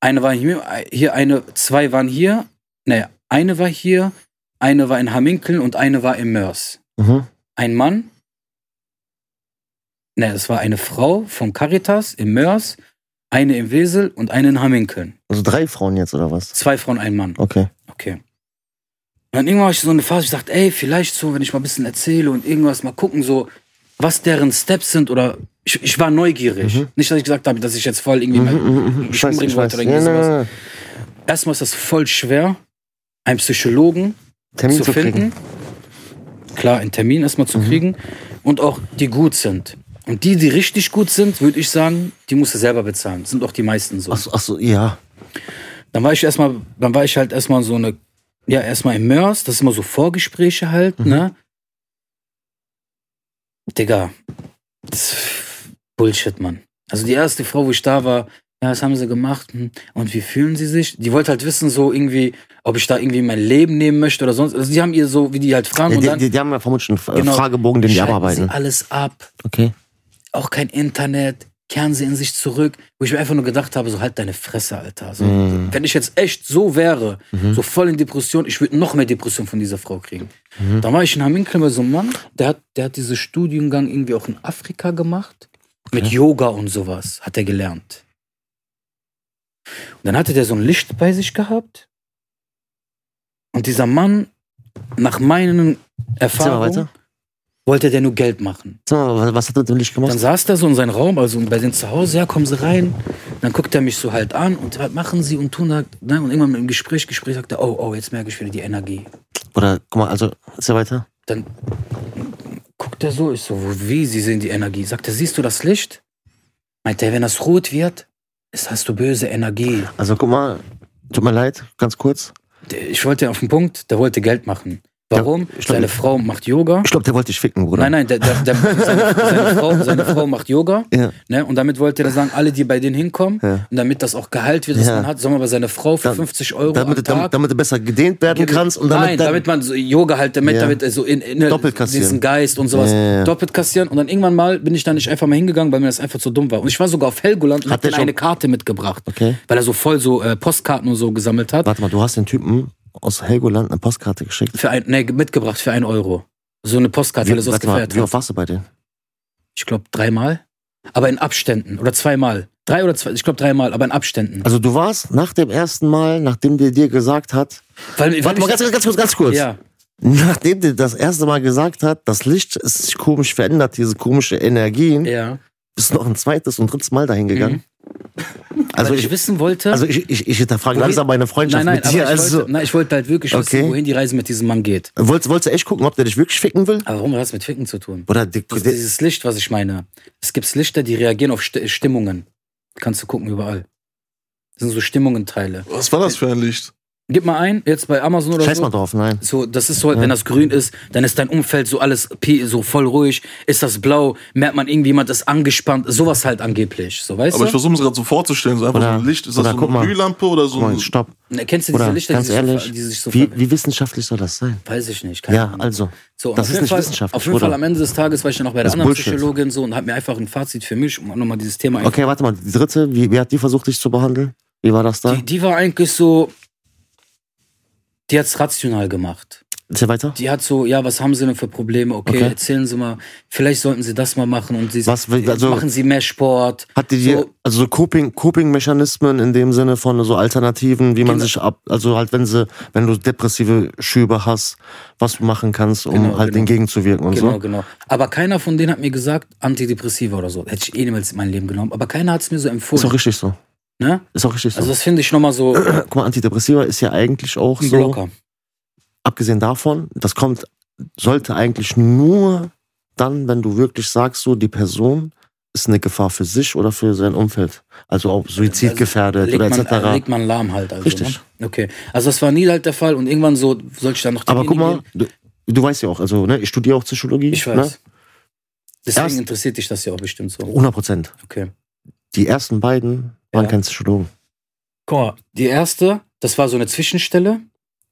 Speaker 1: Eine war hier, hier, eine, zwei waren hier, ne, eine war hier, eine war in Haminkeln und eine war in Mörs.
Speaker 2: Mhm.
Speaker 1: Ein Mann, ne, es war eine Frau von Caritas in Mörs, eine in Wesel und eine in Haminkeln.
Speaker 2: Also drei Frauen jetzt oder was?
Speaker 1: Zwei Frauen, ein Mann.
Speaker 2: Okay.
Speaker 1: Okay. Und dann irgendwann habe ich so eine Phase, ich dachte, ey, vielleicht so, wenn ich mal ein bisschen erzähle und irgendwas mal gucken, so, was deren Steps sind oder ich, ich war neugierig. Nicht, dass ich gesagt habe, dass ich jetzt voll irgendwie
Speaker 2: Mhm, mhm, mhm.
Speaker 1: mein, mich umbringen wollte oder
Speaker 2: Ja,
Speaker 1: irgendwie
Speaker 2: nein,
Speaker 1: sowas.
Speaker 2: nein, nein.
Speaker 1: Erstmal ist das voll schwer, einen Psychologen
Speaker 2: Termin
Speaker 1: zu,
Speaker 2: zu
Speaker 1: finden.
Speaker 2: kriegen. Mhm.
Speaker 1: Klar, einen Termin erstmal zu kriegen und auch die gut sind. Und die, die richtig gut sind, würde ich sagen, die musst du selber bezahlen. Sind auch die meisten so.
Speaker 2: Ach so, ach so, ja.
Speaker 1: Dann war ich erstmal, dann war ich halt erstmal so eine, ja, erstmal im Mörs, das ist immer so Vorgespräche halt,
Speaker 2: Mhm.
Speaker 1: ne? Digga, das ist Bullshit, Mann. Also die erste Frau, wo ich da war, ja, was haben sie gemacht? Hm. Und wie fühlen sie sich? Die wollte halt wissen, so irgendwie, ob ich da irgendwie mein Leben nehmen möchte oder sonst. Also die haben ihr so, wie die halt fragen
Speaker 2: ja
Speaker 1: und
Speaker 2: die,
Speaker 1: dann.
Speaker 2: die, die haben ja vermutlich einen F-
Speaker 1: Genau.
Speaker 2: Fragebogen, den die
Speaker 1: schalten
Speaker 2: abarbeiten.
Speaker 1: Sie alles ab,
Speaker 2: Okay.
Speaker 1: auch kein Internet, kehren sie in sich zurück, wo ich mir einfach nur gedacht habe, so halt deine Fresse, Alter. So,
Speaker 2: Mhm.
Speaker 1: Wenn ich jetzt echt so wäre, so voll in Depression, ich würde noch mehr Depression von dieser Frau kriegen.
Speaker 2: Mhm.
Speaker 1: Da war ich in Haminkel bei so einem Mann, der hat, der hat diesen Studiengang irgendwie auch in Afrika gemacht. Mit Yoga und sowas hat er gelernt. Und dann hatte der so ein Licht bei sich gehabt. Und dieser Mann, nach meinen
Speaker 2: Erzähl mal
Speaker 1: Erfahrungen,
Speaker 2: weiter.
Speaker 1: wollte der nur Geld machen.
Speaker 2: Erzähl mal, was- was hat er mit dem Licht
Speaker 1: Dann
Speaker 2: gemacht?
Speaker 1: saß der so in seinem Raum, also bei den zu Hause, ja, kommen Sie rein. Dann guckt er mich so halt an und was machen Sie und tun halt, ne? Und irgendwann im Gespräch, Gespräch sagt er, oh, oh, jetzt merke ich wieder die Energie.
Speaker 2: Oder, guck mal, also, erzähl weiter.
Speaker 1: Dann guckt er so, ich so, wo- wie, Sie sehen die Energie. Sagt er, siehst du das Licht? Meint er, wenn das rot wird, ist, hast du böse Energie.
Speaker 2: Also, guck mal, tut mir leid, ganz kurz.
Speaker 1: Der- Ich wollte auf den Punkt, der wollte Geld machen. Warum?
Speaker 2: ich glaub-
Speaker 1: Seine Frau macht Yoga.
Speaker 2: Ich glaube, der wollte dich ficken, Bruder.
Speaker 1: Nein, nein, der, der, der, seine, seine, Frau, seine Frau macht Yoga.
Speaker 2: Ja.
Speaker 1: Ne? Und damit wollte er sagen, alle, die bei denen hinkommen,
Speaker 2: Ja.
Speaker 1: und damit das auch Gehalt wird, das
Speaker 2: Ja.
Speaker 1: man hat, soll man bei seiner Frau für
Speaker 2: Dann-
Speaker 1: 50 Euro am
Speaker 2: Damit,
Speaker 1: Tag...
Speaker 2: damit, damit du besser gedehnt werden kannst und damit,
Speaker 1: Nein,
Speaker 2: dann-
Speaker 1: damit man so Yoga halt, damit,
Speaker 2: Ja.
Speaker 1: damit er so in, in
Speaker 2: Doppelt kassieren.
Speaker 1: diesen Geist und sowas
Speaker 2: Ja, ja, ja.
Speaker 1: doppelt kassieren. Und dann irgendwann mal bin ich da nicht einfach mal hingegangen, weil mir das einfach zu dumm war. Und ich war sogar auf Helgoland und
Speaker 2: Hat
Speaker 1: hab
Speaker 2: der
Speaker 1: dann
Speaker 2: schon-
Speaker 1: eine Karte mitgebracht,
Speaker 2: Okay.
Speaker 1: weil er so voll so äh, Postkarten und so gesammelt hat.
Speaker 2: Warte mal, du hast den Typen aus Helgoland eine Postkarte geschickt.
Speaker 1: Für ein, nee, mitgebracht für einen Euro. So eine Postkarte, weil er sowas
Speaker 2: warte mal,
Speaker 1: gefeiert
Speaker 2: wie
Speaker 1: hat.
Speaker 2: oft warst du bei denen?
Speaker 1: Ich glaube dreimal. Aber in Abständen. Oder zweimal. Drei oder zwei. Ich glaube dreimal, aber in Abständen.
Speaker 2: Also du warst nach dem ersten Mal, nachdem der dir gesagt hat,
Speaker 1: Weil, weil
Speaker 2: warte mal,
Speaker 1: ich-
Speaker 2: ganz, ganz, ganz kurz, ganz kurz.
Speaker 1: Ja.
Speaker 2: Nachdem der das erste Mal gesagt hat, das Licht ist sich komisch verändert, diese komische Energien,
Speaker 1: Ja.
Speaker 2: bist du noch ein zweites und drittes Mal dahin gegangen. Also
Speaker 1: weil ich,
Speaker 2: ich,
Speaker 1: wissen wollte.
Speaker 2: also ich, ich, ich hinterfrage
Speaker 1: wohin-
Speaker 2: langsam meine Freundschaft
Speaker 1: Ne? nein, nein,
Speaker 2: mit dir.
Speaker 1: aber ich,
Speaker 2: Also,
Speaker 1: wollte, nein, ich wollte halt wirklich
Speaker 2: Okay.
Speaker 1: wissen, wohin die Reise mit diesem Mann geht.
Speaker 2: wolltest, wolltest du echt gucken, ob der dich wirklich ficken will?
Speaker 1: Aber warum hat das mit Ficken zu tun?
Speaker 2: Oder die,
Speaker 1: Das ist
Speaker 2: die,
Speaker 1: dieses Licht, was ich meine. Es gibt Lichter, die reagieren auf Sti- Stimmungen. Kannst du gucken, überall. Das sind so Stimmungenteile.
Speaker 3: Was war das für ein Licht?
Speaker 1: Gib mal ein, jetzt bei Amazon oder
Speaker 2: scheiß
Speaker 1: so.
Speaker 2: mal drauf, nein.
Speaker 1: So, das ist so, wenn das grün ist, dann ist dein Umfeld so alles pi- so voll ruhig. Ist das blau, merkt man irgendwie, jemand ist angespannt. Sowas halt angeblich, so weißt
Speaker 3: Aber ich
Speaker 1: du?
Speaker 3: versuche mir das gerade so vorzustellen. So einfach
Speaker 2: Oder-
Speaker 3: so ein Licht. Ist das
Speaker 2: oder
Speaker 3: so
Speaker 2: guck mal.
Speaker 3: eine Glühlampe oder so
Speaker 2: Guck mal,
Speaker 3: ein.
Speaker 2: stopp.
Speaker 1: Ne, Kennst du diese
Speaker 2: Oder
Speaker 1: Lichter,
Speaker 2: ganz
Speaker 1: die, sich
Speaker 2: ehrlich,
Speaker 1: so, die sich so
Speaker 2: wie,
Speaker 1: ver-
Speaker 2: wie wissenschaftlich soll das sein?
Speaker 1: Weiß ich nicht. keine
Speaker 2: Ja,
Speaker 1: Ahnung.
Speaker 2: also,
Speaker 1: So, und
Speaker 2: das
Speaker 1: auf
Speaker 2: ist
Speaker 1: jeden
Speaker 2: nicht
Speaker 1: Fall,
Speaker 2: wissenschaftlich,
Speaker 1: Auf jeden
Speaker 2: Bruder.
Speaker 1: Fall am Ende des Tages war ich dann auch bei der
Speaker 2: Das ist
Speaker 1: anderen
Speaker 2: Bullshit.
Speaker 1: Psychologin so und habe mir einfach ein Fazit für mich, um nochmal dieses Thema einfach-
Speaker 2: Okay, warte mal, die dritte, wie, wie hat die versucht, dich zu behandeln? Wie war das da?
Speaker 1: Die, die war eigentlich so. Die hat's rational gemacht.
Speaker 2: Erzähl weiter.
Speaker 1: Die hat so, ja, was haben Sie denn für Probleme? Okay,
Speaker 2: Okay.
Speaker 1: erzählen Sie mal. Vielleicht sollten Sie das mal machen und Sie
Speaker 2: Was will- also-
Speaker 1: machen Sie mehr Sport.
Speaker 2: Hat die dir,
Speaker 1: So.
Speaker 2: also so Coping, Coping-Mechanismen in dem Sinne von so Alternativen, wie man
Speaker 1: Genau.
Speaker 2: sich ab, also halt, wenn sie, wenn du depressive Schübe hast, was du machen kannst, um
Speaker 1: Genau,
Speaker 2: halt
Speaker 1: genau.
Speaker 2: entgegenzuwirken und
Speaker 1: Genau,
Speaker 2: so.
Speaker 1: genau. Aber keiner von denen hat mir gesagt, Antidepressiva oder so. Hätte ich eh niemals in mein Leben genommen. Aber keiner hat's mir so
Speaker 2: Ist
Speaker 1: empfohlen.
Speaker 2: auch richtig so.
Speaker 1: ne?
Speaker 2: Ist auch richtig so.
Speaker 1: Also das finde ich nochmal so ein
Speaker 2: Guck mal, Antidepressiva ist ja eigentlich auch so,
Speaker 1: Blocker.
Speaker 2: abgesehen davon, das kommt, sollte eigentlich nur dann, wenn du wirklich sagst, so, die Person ist eine Gefahr für sich oder für sein Umfeld. Also auch suizidgefährdet
Speaker 1: legt
Speaker 2: oder
Speaker 1: man,
Speaker 2: etc.
Speaker 1: äh, legt man lahm halt. Also,
Speaker 2: Richtig.
Speaker 1: Ne? Okay. Also das war nie halt der Fall und irgendwann so soll ich dann noch
Speaker 2: Aber guck mal,
Speaker 1: denjenigen-
Speaker 2: du, du weißt ja auch, also ne, ich studiere auch Psychologie.
Speaker 1: Ich weiß.
Speaker 2: Ne?
Speaker 1: Deswegen
Speaker 2: Erst- Oh.
Speaker 1: interessiert dich das ja auch bestimmt so.
Speaker 2: 100 Prozent.
Speaker 1: Okay.
Speaker 2: Die ersten beiden waren
Speaker 1: Ja.
Speaker 2: kein Psychologen.
Speaker 1: Guck mal, die erste, das war so eine Zwischenstelle.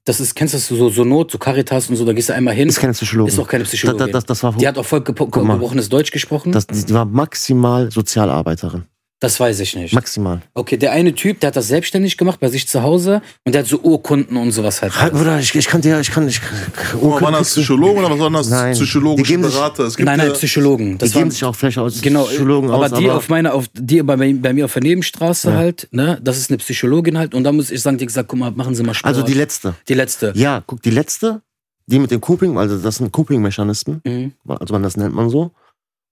Speaker 1: das ist, kennst du das so, so Not, so Caritas und so, da gehst du einmal hin.
Speaker 2: Ist keine Psychologin.
Speaker 1: Ist auch keine Psychologin.
Speaker 2: Das- das- das war-
Speaker 1: die hat auch voll gepo-
Speaker 2: Guck mal.
Speaker 1: gebrochenes Deutsch gesprochen. Das,
Speaker 2: Das, die die war maximal Sozialarbeiterin.
Speaker 1: weiß ich nicht.
Speaker 2: Maximal.
Speaker 1: Okay, der eine Typ, der hat das selbstständig gemacht bei sich zu Hause und der hat so Urkunden und sowas halt.
Speaker 2: Halt, Bruder, ich, ich kann dir, ich kann, ich kann.
Speaker 3: Guck mal, waren das Psychologen oder was waren das?
Speaker 2: Nein. Die
Speaker 3: Psychologische
Speaker 2: geben sich-
Speaker 3: Berater. Es gibt
Speaker 1: nein, nein,
Speaker 3: ja-
Speaker 1: Psychologen.
Speaker 2: Die
Speaker 1: Das
Speaker 2: geben
Speaker 1: waren,
Speaker 2: sich auch vielleicht aus
Speaker 1: genau,
Speaker 2: Psychologen
Speaker 1: aber
Speaker 2: aus.
Speaker 1: die auf meiner, auf die bei, mir- bei mir auf der Nebenstraße halt, ne, das ist eine Psychologin halt und da muss ich sagen, die gesagt, guck mal, machen Sie mal Sport.
Speaker 2: also die letzte.
Speaker 1: Die letzte.
Speaker 2: Ja, guck, die letzte, die mit dem Coping, also das sind Coping-Mechanismen,
Speaker 1: Mhm.
Speaker 2: also man das nennt man so.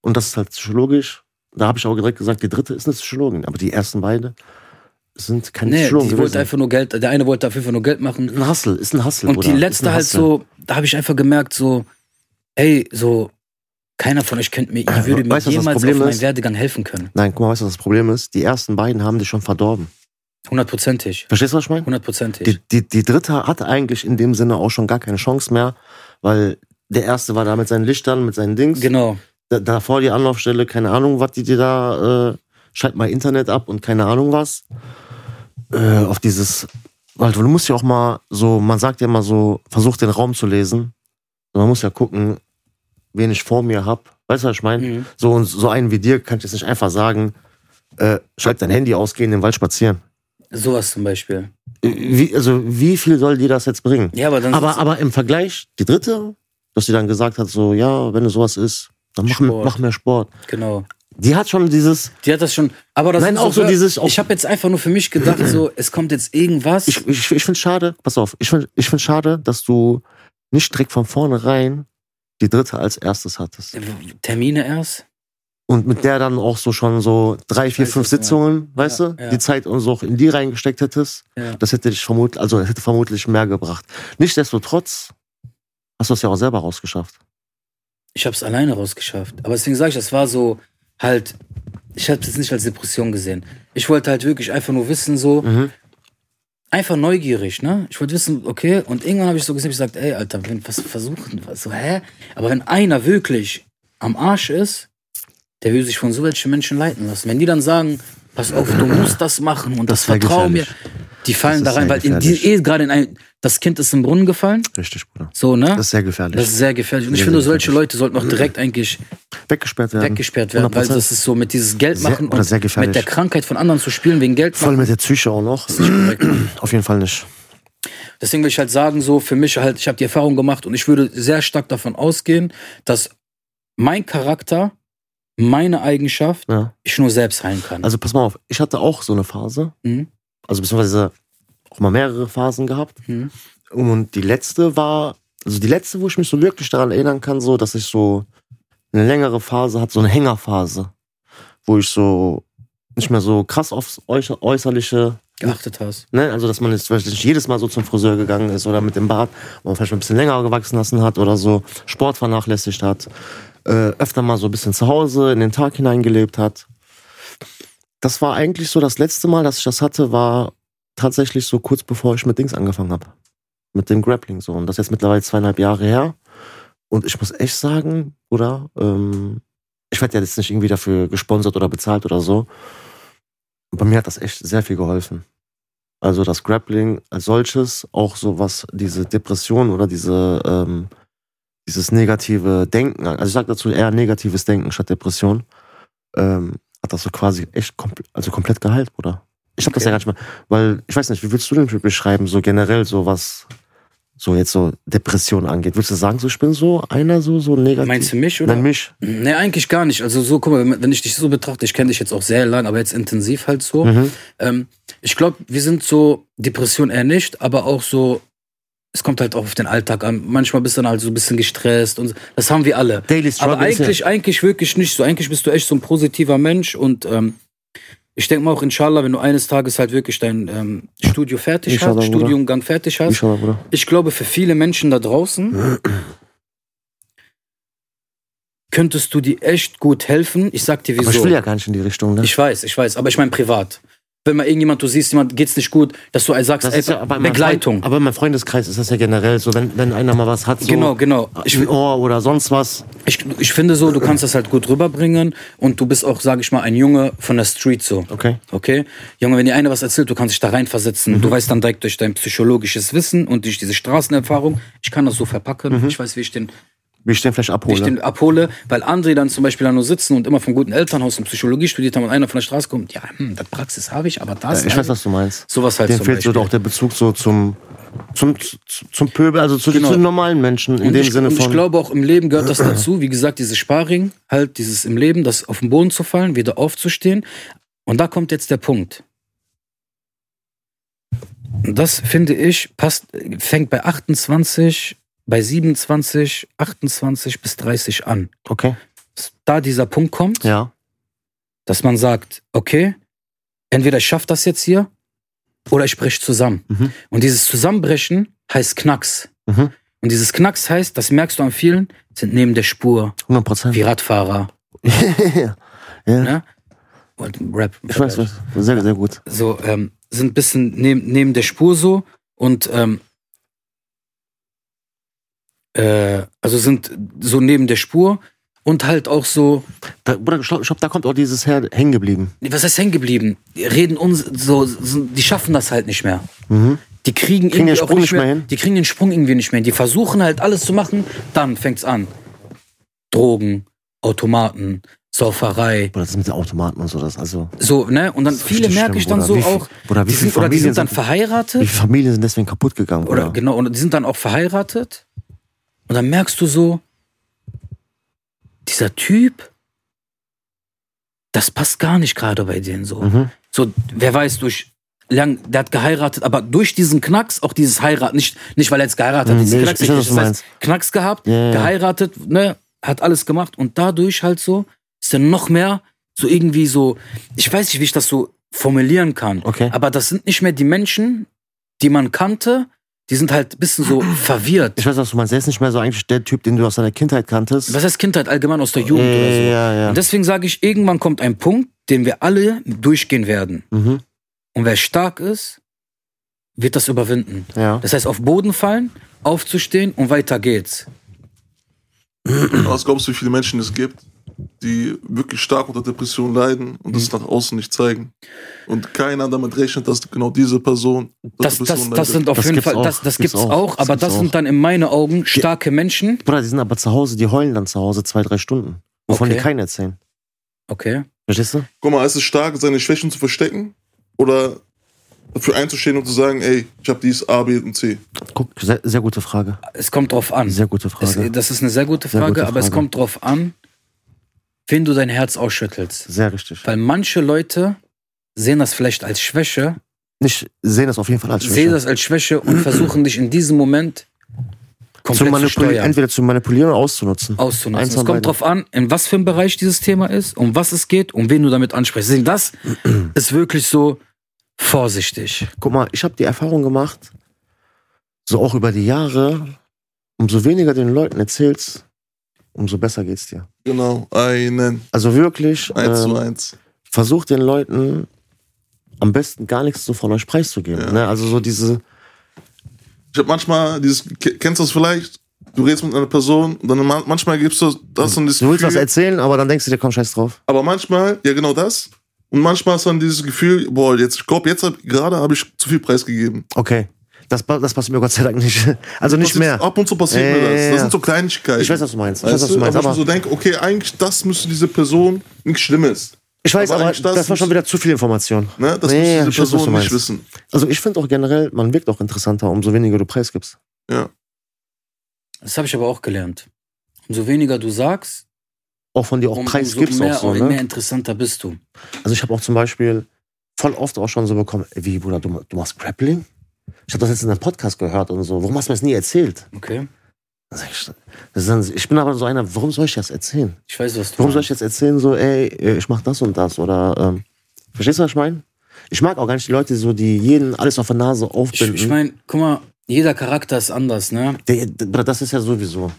Speaker 2: Und das ist halt psychologisch. Da habe ich auch direkt gesagt, die dritte ist eine Psychologin, aber die ersten beiden sind keine
Speaker 1: Nee, die
Speaker 2: Psychologen
Speaker 1: wollte
Speaker 2: gewesen.
Speaker 1: einfach nur Geld, der eine wollte dafür nur Geld machen
Speaker 2: Ein Hustle, ist ein Hustle.
Speaker 1: Und die
Speaker 2: Bruder, ist
Speaker 1: letzte
Speaker 2: ein
Speaker 1: halt
Speaker 2: Hustle.
Speaker 1: so, da habe ich einfach gemerkt, so, ey, so, keiner von euch könnte mir, ich würde mir
Speaker 2: Weißt du, was das
Speaker 1: jemals auf
Speaker 2: Problem
Speaker 1: meinen
Speaker 2: ist?
Speaker 1: Werdegang helfen können.
Speaker 2: Nein, guck mal, weißt du, was das Problem ist? Die ersten beiden haben dich schon verdorben.
Speaker 1: Hundertprozentig.
Speaker 2: Verstehst du, was ich meine?
Speaker 1: Hundertprozentig.
Speaker 2: Die, die, die dritte hat eigentlich in dem Sinne auch schon gar keine Chance mehr, weil der erste war da mit seinen Lichtern, mit seinen Dings.
Speaker 1: Genau.
Speaker 2: da, davor die Anlaufstelle, keine Ahnung, was die dir da, äh, schalt mal Internet ab und keine Ahnung was. Äh, auf dieses, weil du musst ja auch mal so, man sagt ja immer so, versuch den Raum zu lesen. Also Man muss ja gucken, wen ich vor mir hab. Weißt du, was ich meine?
Speaker 1: Mhm.
Speaker 2: So, und so einen wie dir kann ich jetzt nicht einfach sagen, äh, schalt dein Handy aus, geh in den Wald spazieren.
Speaker 1: Sowas zum Beispiel.
Speaker 2: Äh, Wie, also, wie viel soll dir das jetzt bringen?
Speaker 1: Ja, aber dann
Speaker 2: Aber, aber im Vergleich, die dritte, dass sie dann gesagt hat, so, ja, wenn du sowas ist, dann mach,
Speaker 1: Sport.
Speaker 2: mach mehr Sport.
Speaker 1: genau.
Speaker 2: Die hat schon dieses,
Speaker 1: Die hat das schon. Aber das
Speaker 2: Nein,
Speaker 1: sind
Speaker 2: auch so
Speaker 1: Wör-
Speaker 2: dieses- auch-
Speaker 1: ich habe jetzt einfach nur für mich gedacht, so, es kommt jetzt irgendwas.
Speaker 2: ich, ich, ich finde schade, pass auf, ich finde ich find schade, dass du nicht direkt von vornherein die dritte als erstes hattest.
Speaker 1: Termine erst.
Speaker 2: Und mit der dann auch so schon so drei, vier,
Speaker 1: Scheiße,
Speaker 2: fünf
Speaker 1: ja.
Speaker 2: Sitzungen, weißt
Speaker 1: Ja,
Speaker 2: du,
Speaker 1: ja.
Speaker 2: die Zeit und so auch in die reingesteckt hättest,
Speaker 1: Ja.
Speaker 2: das hätte dich vermutlich, also hätte vermutlich mehr gebracht. Nichtsdestotrotz hast du es ja auch selber rausgeschafft.
Speaker 1: Ich habe es alleine rausgeschafft. Aber deswegen sage ich, das war so halt. Ich habe es nicht als Depression gesehen. Ich wollte halt wirklich einfach nur wissen, so,
Speaker 2: Mhm.
Speaker 1: einfach neugierig, ne? Ich wollte wissen, okay, und irgendwann habe ich so gesehen, ich gesagt, ey, Alter, wenn was versuchen, was so, hä? Aber wenn einer wirklich am Arsch ist, der will sich von so welchen Menschen leiten lassen. Wenn die dann sagen, pass auf, du musst das machen und das,
Speaker 2: Das ist sehr
Speaker 1: vertrau mir,
Speaker 2: gefährlich.
Speaker 1: die fallen
Speaker 2: Das
Speaker 1: da
Speaker 2: ist
Speaker 1: rein,
Speaker 2: sehr
Speaker 1: weil in die, eh gerade in ein, das Kind ist im Brunnen gefallen,
Speaker 2: Richtig, Bruder.
Speaker 1: so, ne?
Speaker 2: Das ist sehr gefährlich.
Speaker 1: Das ist sehr gefährlich. Und ich
Speaker 2: Sehr,
Speaker 1: finde,
Speaker 2: sehr
Speaker 1: solche Leute sollten auch direkt eigentlich
Speaker 2: weggesperrt werden.
Speaker 1: weggesperrt werden, weil
Speaker 2: 100%.
Speaker 1: das ist so mit dieses Geld
Speaker 2: Sehr-
Speaker 1: machen
Speaker 2: oder sehr
Speaker 1: und
Speaker 2: gefährlich.
Speaker 1: mit der Krankheit von anderen zu spielen wegen Geld.
Speaker 2: Voll mit der Psyche auch noch. Auf jeden Fall nicht.
Speaker 1: Deswegen will ich halt sagen, so für mich halt, ich habe die Erfahrung gemacht und ich würde sehr stark davon ausgehen, dass mein Charakter, meine Eigenschaft,
Speaker 2: Ja.
Speaker 1: ich nur selbst heilen kann.
Speaker 2: Also pass mal auf, ich hatte auch so eine Phase.
Speaker 1: Mhm.
Speaker 2: Also beziehungsweise auch mal mehrere Phasen gehabt.
Speaker 1: Mhm.
Speaker 2: Und die letzte war, also die letzte, wo ich mich so wirklich daran erinnern kann, so, dass ich so eine längere Phase hatte, so eine Hängerphase, wo ich so nicht mehr so krass aufs Äußer Äußerliche,
Speaker 1: geachtet hast.
Speaker 2: ne, also dass man jetzt vielleicht nicht jedes Mal so zum Friseur gegangen ist oder mit dem Bart, wo man vielleicht mal ein bisschen länger gewachsen lassen hat oder so, Sport vernachlässigt hat, äh, öfter mal so ein bisschen zu Hause in den Tag hineingelebt hat das war eigentlich so das letzte Mal, dass ich das hatte, war tatsächlich so kurz bevor ich mit Dings angefangen habe. Mit dem Grappling so. Und das ist jetzt mittlerweile zweieinhalb Jahre her. Und ich muss echt sagen, oder? Ähm, ich werde ja jetzt nicht irgendwie dafür gesponsert oder bezahlt oder so. Und bei mir hat das echt sehr viel geholfen. Also das Grappling als solches, auch so was diese Depression oder diese ähm, dieses negative Denken, also ich sage dazu eher negatives Denken statt Depression, ähm, hat das so quasi echt komple also komplett geheilt, oder? Ich hab das
Speaker 1: Okay.
Speaker 2: ja gar nicht mehr, weil ich weiß nicht, wie willst du denn beschreiben, so generell so was so jetzt so Depression angeht? Willst du sagen, so ich bin so einer so so negativ?
Speaker 1: Meinst du mich oder? Mhm.
Speaker 2: Nein, mich.
Speaker 1: Nee, eigentlich gar nicht. Also so, guck mal, wenn- wenn ich dich so betrachte, ich kenne dich jetzt auch sehr lang, aber jetzt intensiv halt so.
Speaker 2: Mhm.
Speaker 1: Ähm, ich glaube, wir sind so Depression eher nicht, aber auch so, es kommt halt auch auf den Alltag an. Manchmal bist du dann halt so ein bisschen gestresst und so. das haben wir alle.
Speaker 2: Daily
Speaker 1: Aber
Speaker 2: ist ja-
Speaker 1: eigentlich, eigentlich wirklich nicht so. Eigentlich bist du echt so ein positiver Mensch und ähm, ich denke mal auch, inshallah, wenn du eines Tages halt wirklich dein ähm, Studio fertig
Speaker 2: Inshallah,
Speaker 1: hast,
Speaker 2: Bruder.
Speaker 1: Studiumgang fertig
Speaker 2: Wie
Speaker 1: hast,
Speaker 2: schon mal, Bruder.
Speaker 1: ich glaube, für viele Menschen da draußen könntest du dir echt gut helfen. Ich sag dir,
Speaker 2: Aber ich
Speaker 1: wieso.
Speaker 2: will ja gar nicht in die Richtung, ne?
Speaker 1: Ich weiß, ich weiß, aber ich meine privat. wenn mal irgendjemand, du siehst, jemand geht's nicht gut, dass du halt sagst,
Speaker 2: Das
Speaker 1: ey,
Speaker 2: ist ja bei meinem
Speaker 1: äh, Begleitung.
Speaker 2: Freund, aber in meinem Freundeskreis ist das ja generell so, wenn, wenn einer mal was hat, so
Speaker 1: Genau, genau. Ich-
Speaker 2: ein Ohr oder sonst was.
Speaker 1: Ich, ich finde so, du kannst das halt gut rüberbringen und du bist auch, sage ich mal, ein Junge von der Street so.
Speaker 2: Okay.
Speaker 1: Okay? Junge, wenn dir einer was erzählt, du kannst dich da reinversetzen.
Speaker 2: Mhm.
Speaker 1: Du weißt dann direkt durch dein psychologisches Wissen und durch diese Straßenerfahrung, ich kann das so verpacken,
Speaker 2: Mhm.
Speaker 1: ich weiß, wie ich den
Speaker 2: Wie ich den vielleicht ne? abhole.
Speaker 1: ich den abhole, weil André dann zum Beispiel da nur sitzen und immer vom guten Elternhaus und Psychologie studiert haben und einer von der Straße kommt, ja, hm, das Praxis habe ich, aber das.
Speaker 2: ich weiß, was du meinst.
Speaker 1: Sowas halt
Speaker 2: Dem
Speaker 1: zum
Speaker 2: fehlt so
Speaker 1: Beispiel.
Speaker 2: auch der Bezug so zum, zum, zum, zum Pöbel, also zu,
Speaker 1: Genau.
Speaker 2: zu den normalen Menschen in
Speaker 1: und
Speaker 2: dem
Speaker 1: ich,
Speaker 2: Sinne
Speaker 1: und
Speaker 2: von.
Speaker 1: ich glaube auch im Leben gehört das dazu, wie gesagt, dieses Sparring, halt dieses im Leben, das auf den Boden zu fallen, wieder aufzustehen. Und da kommt jetzt der Punkt. Und das finde ich, passt, fängt bei 28, bei 27, 28 bis 30 an.
Speaker 2: okay.
Speaker 1: Dass Da dieser Punkt kommt,
Speaker 2: Ja.
Speaker 1: dass man sagt, okay, entweder ich schaffe das jetzt hier oder ich breche zusammen.
Speaker 2: Mhm.
Speaker 1: Und dieses Zusammenbrechen heißt Knacks.
Speaker 2: Mhm.
Speaker 1: Und dieses Knacks heißt, das merkst du an vielen, sind neben der Spur,
Speaker 2: 100 Prozent.
Speaker 1: wie Radfahrer,
Speaker 2: ja. ja.
Speaker 1: ne? Und Rap.
Speaker 2: Ich weiß was. Sehr, sehr gut.
Speaker 1: So, ähm, sind ein bisschen neben, neben der Spur so und ähm, äh, also sind so neben der Spur und halt auch so,
Speaker 2: Da, Bruder, ich glaube, da kommt auch dieses her hängen geblieben.
Speaker 1: was heißt hängen geblieben? Die Reden uns so, so, die schaffen das halt nicht mehr.
Speaker 2: Mhm.
Speaker 1: Die kriegen,
Speaker 2: Kriegen den
Speaker 1: irgendwie auch
Speaker 2: Sprung nicht mehr hin?
Speaker 1: Die kriegen den Sprung irgendwie nicht mehr hin. Die versuchen halt alles zu machen, dann fängt's an. Drogen, Automaten, Sauferei,
Speaker 2: Bruder, das ist mit den Automaten und so. Das, also,
Speaker 1: so, ne? Und dann
Speaker 2: ist
Speaker 1: viele
Speaker 2: richtig
Speaker 1: merke ich
Speaker 2: schlimm,
Speaker 1: dann so
Speaker 2: Bruder. Wie viel-
Speaker 1: auch,
Speaker 2: Bruder, wie
Speaker 1: die
Speaker 2: viele
Speaker 1: sind, oder die
Speaker 2: Familien
Speaker 1: sind dann
Speaker 2: sind-
Speaker 1: verheiratet
Speaker 2: die Familien sind deswegen kaputt gegangen.
Speaker 1: oder
Speaker 2: Bruder.
Speaker 1: genau, und die sind dann auch verheiratet. Und dann merkst du so, dieser Typ, das passt gar nicht gerade bei denen so.
Speaker 2: Mhm.
Speaker 1: So, wer weiß, durch lang, der hat geheiratet, aber durch diesen Knacks, auch dieses Heirat, nicht, nicht weil er jetzt geheiratet hat,
Speaker 2: Mhm,
Speaker 1: diesen
Speaker 2: nee, ich-
Speaker 1: Knacks,
Speaker 2: ich weiß, was du
Speaker 1: das
Speaker 2: meinst.
Speaker 1: heißt, Knacks gehabt,
Speaker 2: Ja, ja, ja.
Speaker 1: geheiratet, ne, hat alles gemacht und dadurch halt so, ist er noch mehr so irgendwie so, ich weiß nicht, wie ich das so formulieren kann,
Speaker 2: Okay.
Speaker 1: aber das sind nicht mehr die Menschen, die man kannte, die sind halt ein bisschen so verwirrt.
Speaker 2: Ich weiß, was du meinst. Der ist nicht mehr so eigentlich der Typ, den du aus deiner Kindheit kanntest.
Speaker 1: Was heißt Kindheit allgemein aus der
Speaker 2: ja,
Speaker 1: Jugend oder so?
Speaker 2: ja, ja.
Speaker 1: Und deswegen sage ich, irgendwann kommt ein Punkt, den wir alle durchgehen werden.
Speaker 2: Mhm.
Speaker 1: Und wer stark ist, wird das überwinden.
Speaker 2: ja.
Speaker 1: Das heißt, auf Boden fallen, aufzustehen und weiter geht's.
Speaker 3: Was glaubst du, wie viele Menschen es gibt, die wirklich stark unter Depression leiden und das nach außen nicht zeigen? Und keiner damit rechnet, dass genau diese Person unter
Speaker 1: Das, das, das sind auf
Speaker 2: Das
Speaker 1: jeden
Speaker 2: gibt's
Speaker 1: Fall,
Speaker 2: auch.
Speaker 1: das, das
Speaker 2: Gibt's
Speaker 1: gibt's auch,
Speaker 2: auch.
Speaker 1: aber
Speaker 2: Gibt's
Speaker 1: das sind
Speaker 2: auch.
Speaker 1: dann in meinen Augen starke Menschen.
Speaker 2: Bruder, die sind aber zu Hause, die heulen dann zu Hause zwei, drei Stunden. Wovon
Speaker 1: Okay.
Speaker 2: die keinen erzählen.
Speaker 1: Okay.
Speaker 2: Verstehst du?
Speaker 3: Guck mal, ist es stark, seine Schwächen zu verstecken oder dafür einzustehen und zu sagen, ey, ich habe dies A, B und C?
Speaker 2: Guck, sehr, sehr gute Frage.
Speaker 1: Es kommt drauf an.
Speaker 2: Sehr gute
Speaker 1: es,
Speaker 2: Frage.
Speaker 1: das ist eine sehr gute
Speaker 2: Sehr
Speaker 1: Frage,
Speaker 2: gute
Speaker 1: aber es
Speaker 2: Frage.
Speaker 1: kommt drauf an, wen du dein Herz ausschüttelst.
Speaker 2: Sehr richtig.
Speaker 1: Weil manche Leute sehen das vielleicht als Schwäche,
Speaker 2: Ich sehe das auf jeden Fall als
Speaker 1: sehen
Speaker 2: Schwäche.
Speaker 1: das als Schwäche und versuchen dich in diesem Moment
Speaker 2: Zu
Speaker 1: komplett zu,
Speaker 2: manipulieren,
Speaker 1: steuern,
Speaker 2: entweder zu manipulieren oder auszunutzen.
Speaker 1: auszunutzen.
Speaker 2: Eins
Speaker 1: Es
Speaker 2: von
Speaker 1: kommt
Speaker 2: beiden.
Speaker 1: drauf an, in was für einem Bereich dieses Thema ist, um was es geht, um wen du damit ansprichst. Deswegen, das ist wirklich so vorsichtig.
Speaker 2: Guck mal, ich habe die Erfahrung gemacht, so auch über die Jahre, umso weniger den Leuten erzählst, umso besser geht's dir.
Speaker 3: Genau, einen,
Speaker 2: Also wirklich,
Speaker 3: eins zu
Speaker 2: ähm,
Speaker 3: eins.
Speaker 2: versucht den Leuten am besten gar nichts so von euch preiszugeben. Ne? Also so diese,
Speaker 3: Ich habe manchmal dieses, ke- kennst du das vielleicht? Du redest mit einer Person und dann man- manchmal gibst du das und das
Speaker 2: du willst was
Speaker 3: Gefühl,
Speaker 2: erzählen, aber dann denkst du dir, komm, scheiß drauf.
Speaker 3: Aber manchmal, ja genau das. Und manchmal hast du dann dieses Gefühl, boah, jetzt, ich glaube, jetzt hab, gerade habe ich zu viel preisgegeben.
Speaker 2: Okay. Das, pa- das passt mir Gott sei Dank nicht. Also nicht
Speaker 3: Das
Speaker 2: mehr.
Speaker 3: Ist, ab und zu passiert
Speaker 2: Ja,
Speaker 3: mir
Speaker 2: ja,
Speaker 3: das.
Speaker 2: ja,
Speaker 3: Das
Speaker 2: ja.
Speaker 3: sind so Kleinigkeiten.
Speaker 2: Ich weiß, was du meinst. Ich
Speaker 3: Weißt
Speaker 2: weiß, was du meinst.
Speaker 3: Aber ich
Speaker 2: Aber
Speaker 3: so denke, okay, eigentlich das müsste diese Person nichts Schlimmes.
Speaker 2: ich weiß,
Speaker 3: aber
Speaker 2: aber
Speaker 3: eigentlich das
Speaker 2: das war schon
Speaker 3: nicht-
Speaker 2: wieder zu viel Information.
Speaker 3: Ne? Das
Speaker 2: Ja,
Speaker 3: müsste
Speaker 2: ja,
Speaker 3: diese
Speaker 2: ich weiß, was du
Speaker 3: Person nicht
Speaker 2: meinst.
Speaker 3: wissen.
Speaker 2: Also ich finde auch generell, man wirkt auch interessanter, umso weniger du preisgibst.
Speaker 1: Das habe ich aber auch gelernt. Umso weniger du sagst,
Speaker 2: Auch von dir auch
Speaker 1: um,
Speaker 2: preisgibst
Speaker 1: umso mehr,
Speaker 2: auch so,
Speaker 1: mehr
Speaker 2: ne?
Speaker 1: interessanter bist du.
Speaker 2: Also ich habe auch zum Beispiel voll oft auch schon so bekommen, ey, wie, Bruder, du, du machst Grappling? Ich habe das jetzt in einem Podcast gehört und so. Warum hast du mir das nie erzählt?
Speaker 1: Okay?
Speaker 2: Dann sag ich, das ist dann, ich bin aber so einer, warum soll ich das erzählen?
Speaker 1: Ich weiß, was du
Speaker 2: Warum soll ich
Speaker 1: meinst.
Speaker 2: jetzt erzählen, so, ey, äh, ich mach das und das? Oder, ähm, verstehst du, was ich meine? Ich mag auch gar nicht die Leute, so, die jeden alles auf der Nase aufbinden.
Speaker 1: ich, ich meine, guck mal, jeder Charakter ist anders, ne?
Speaker 2: Der, der, Bruder, das ist ja sowieso.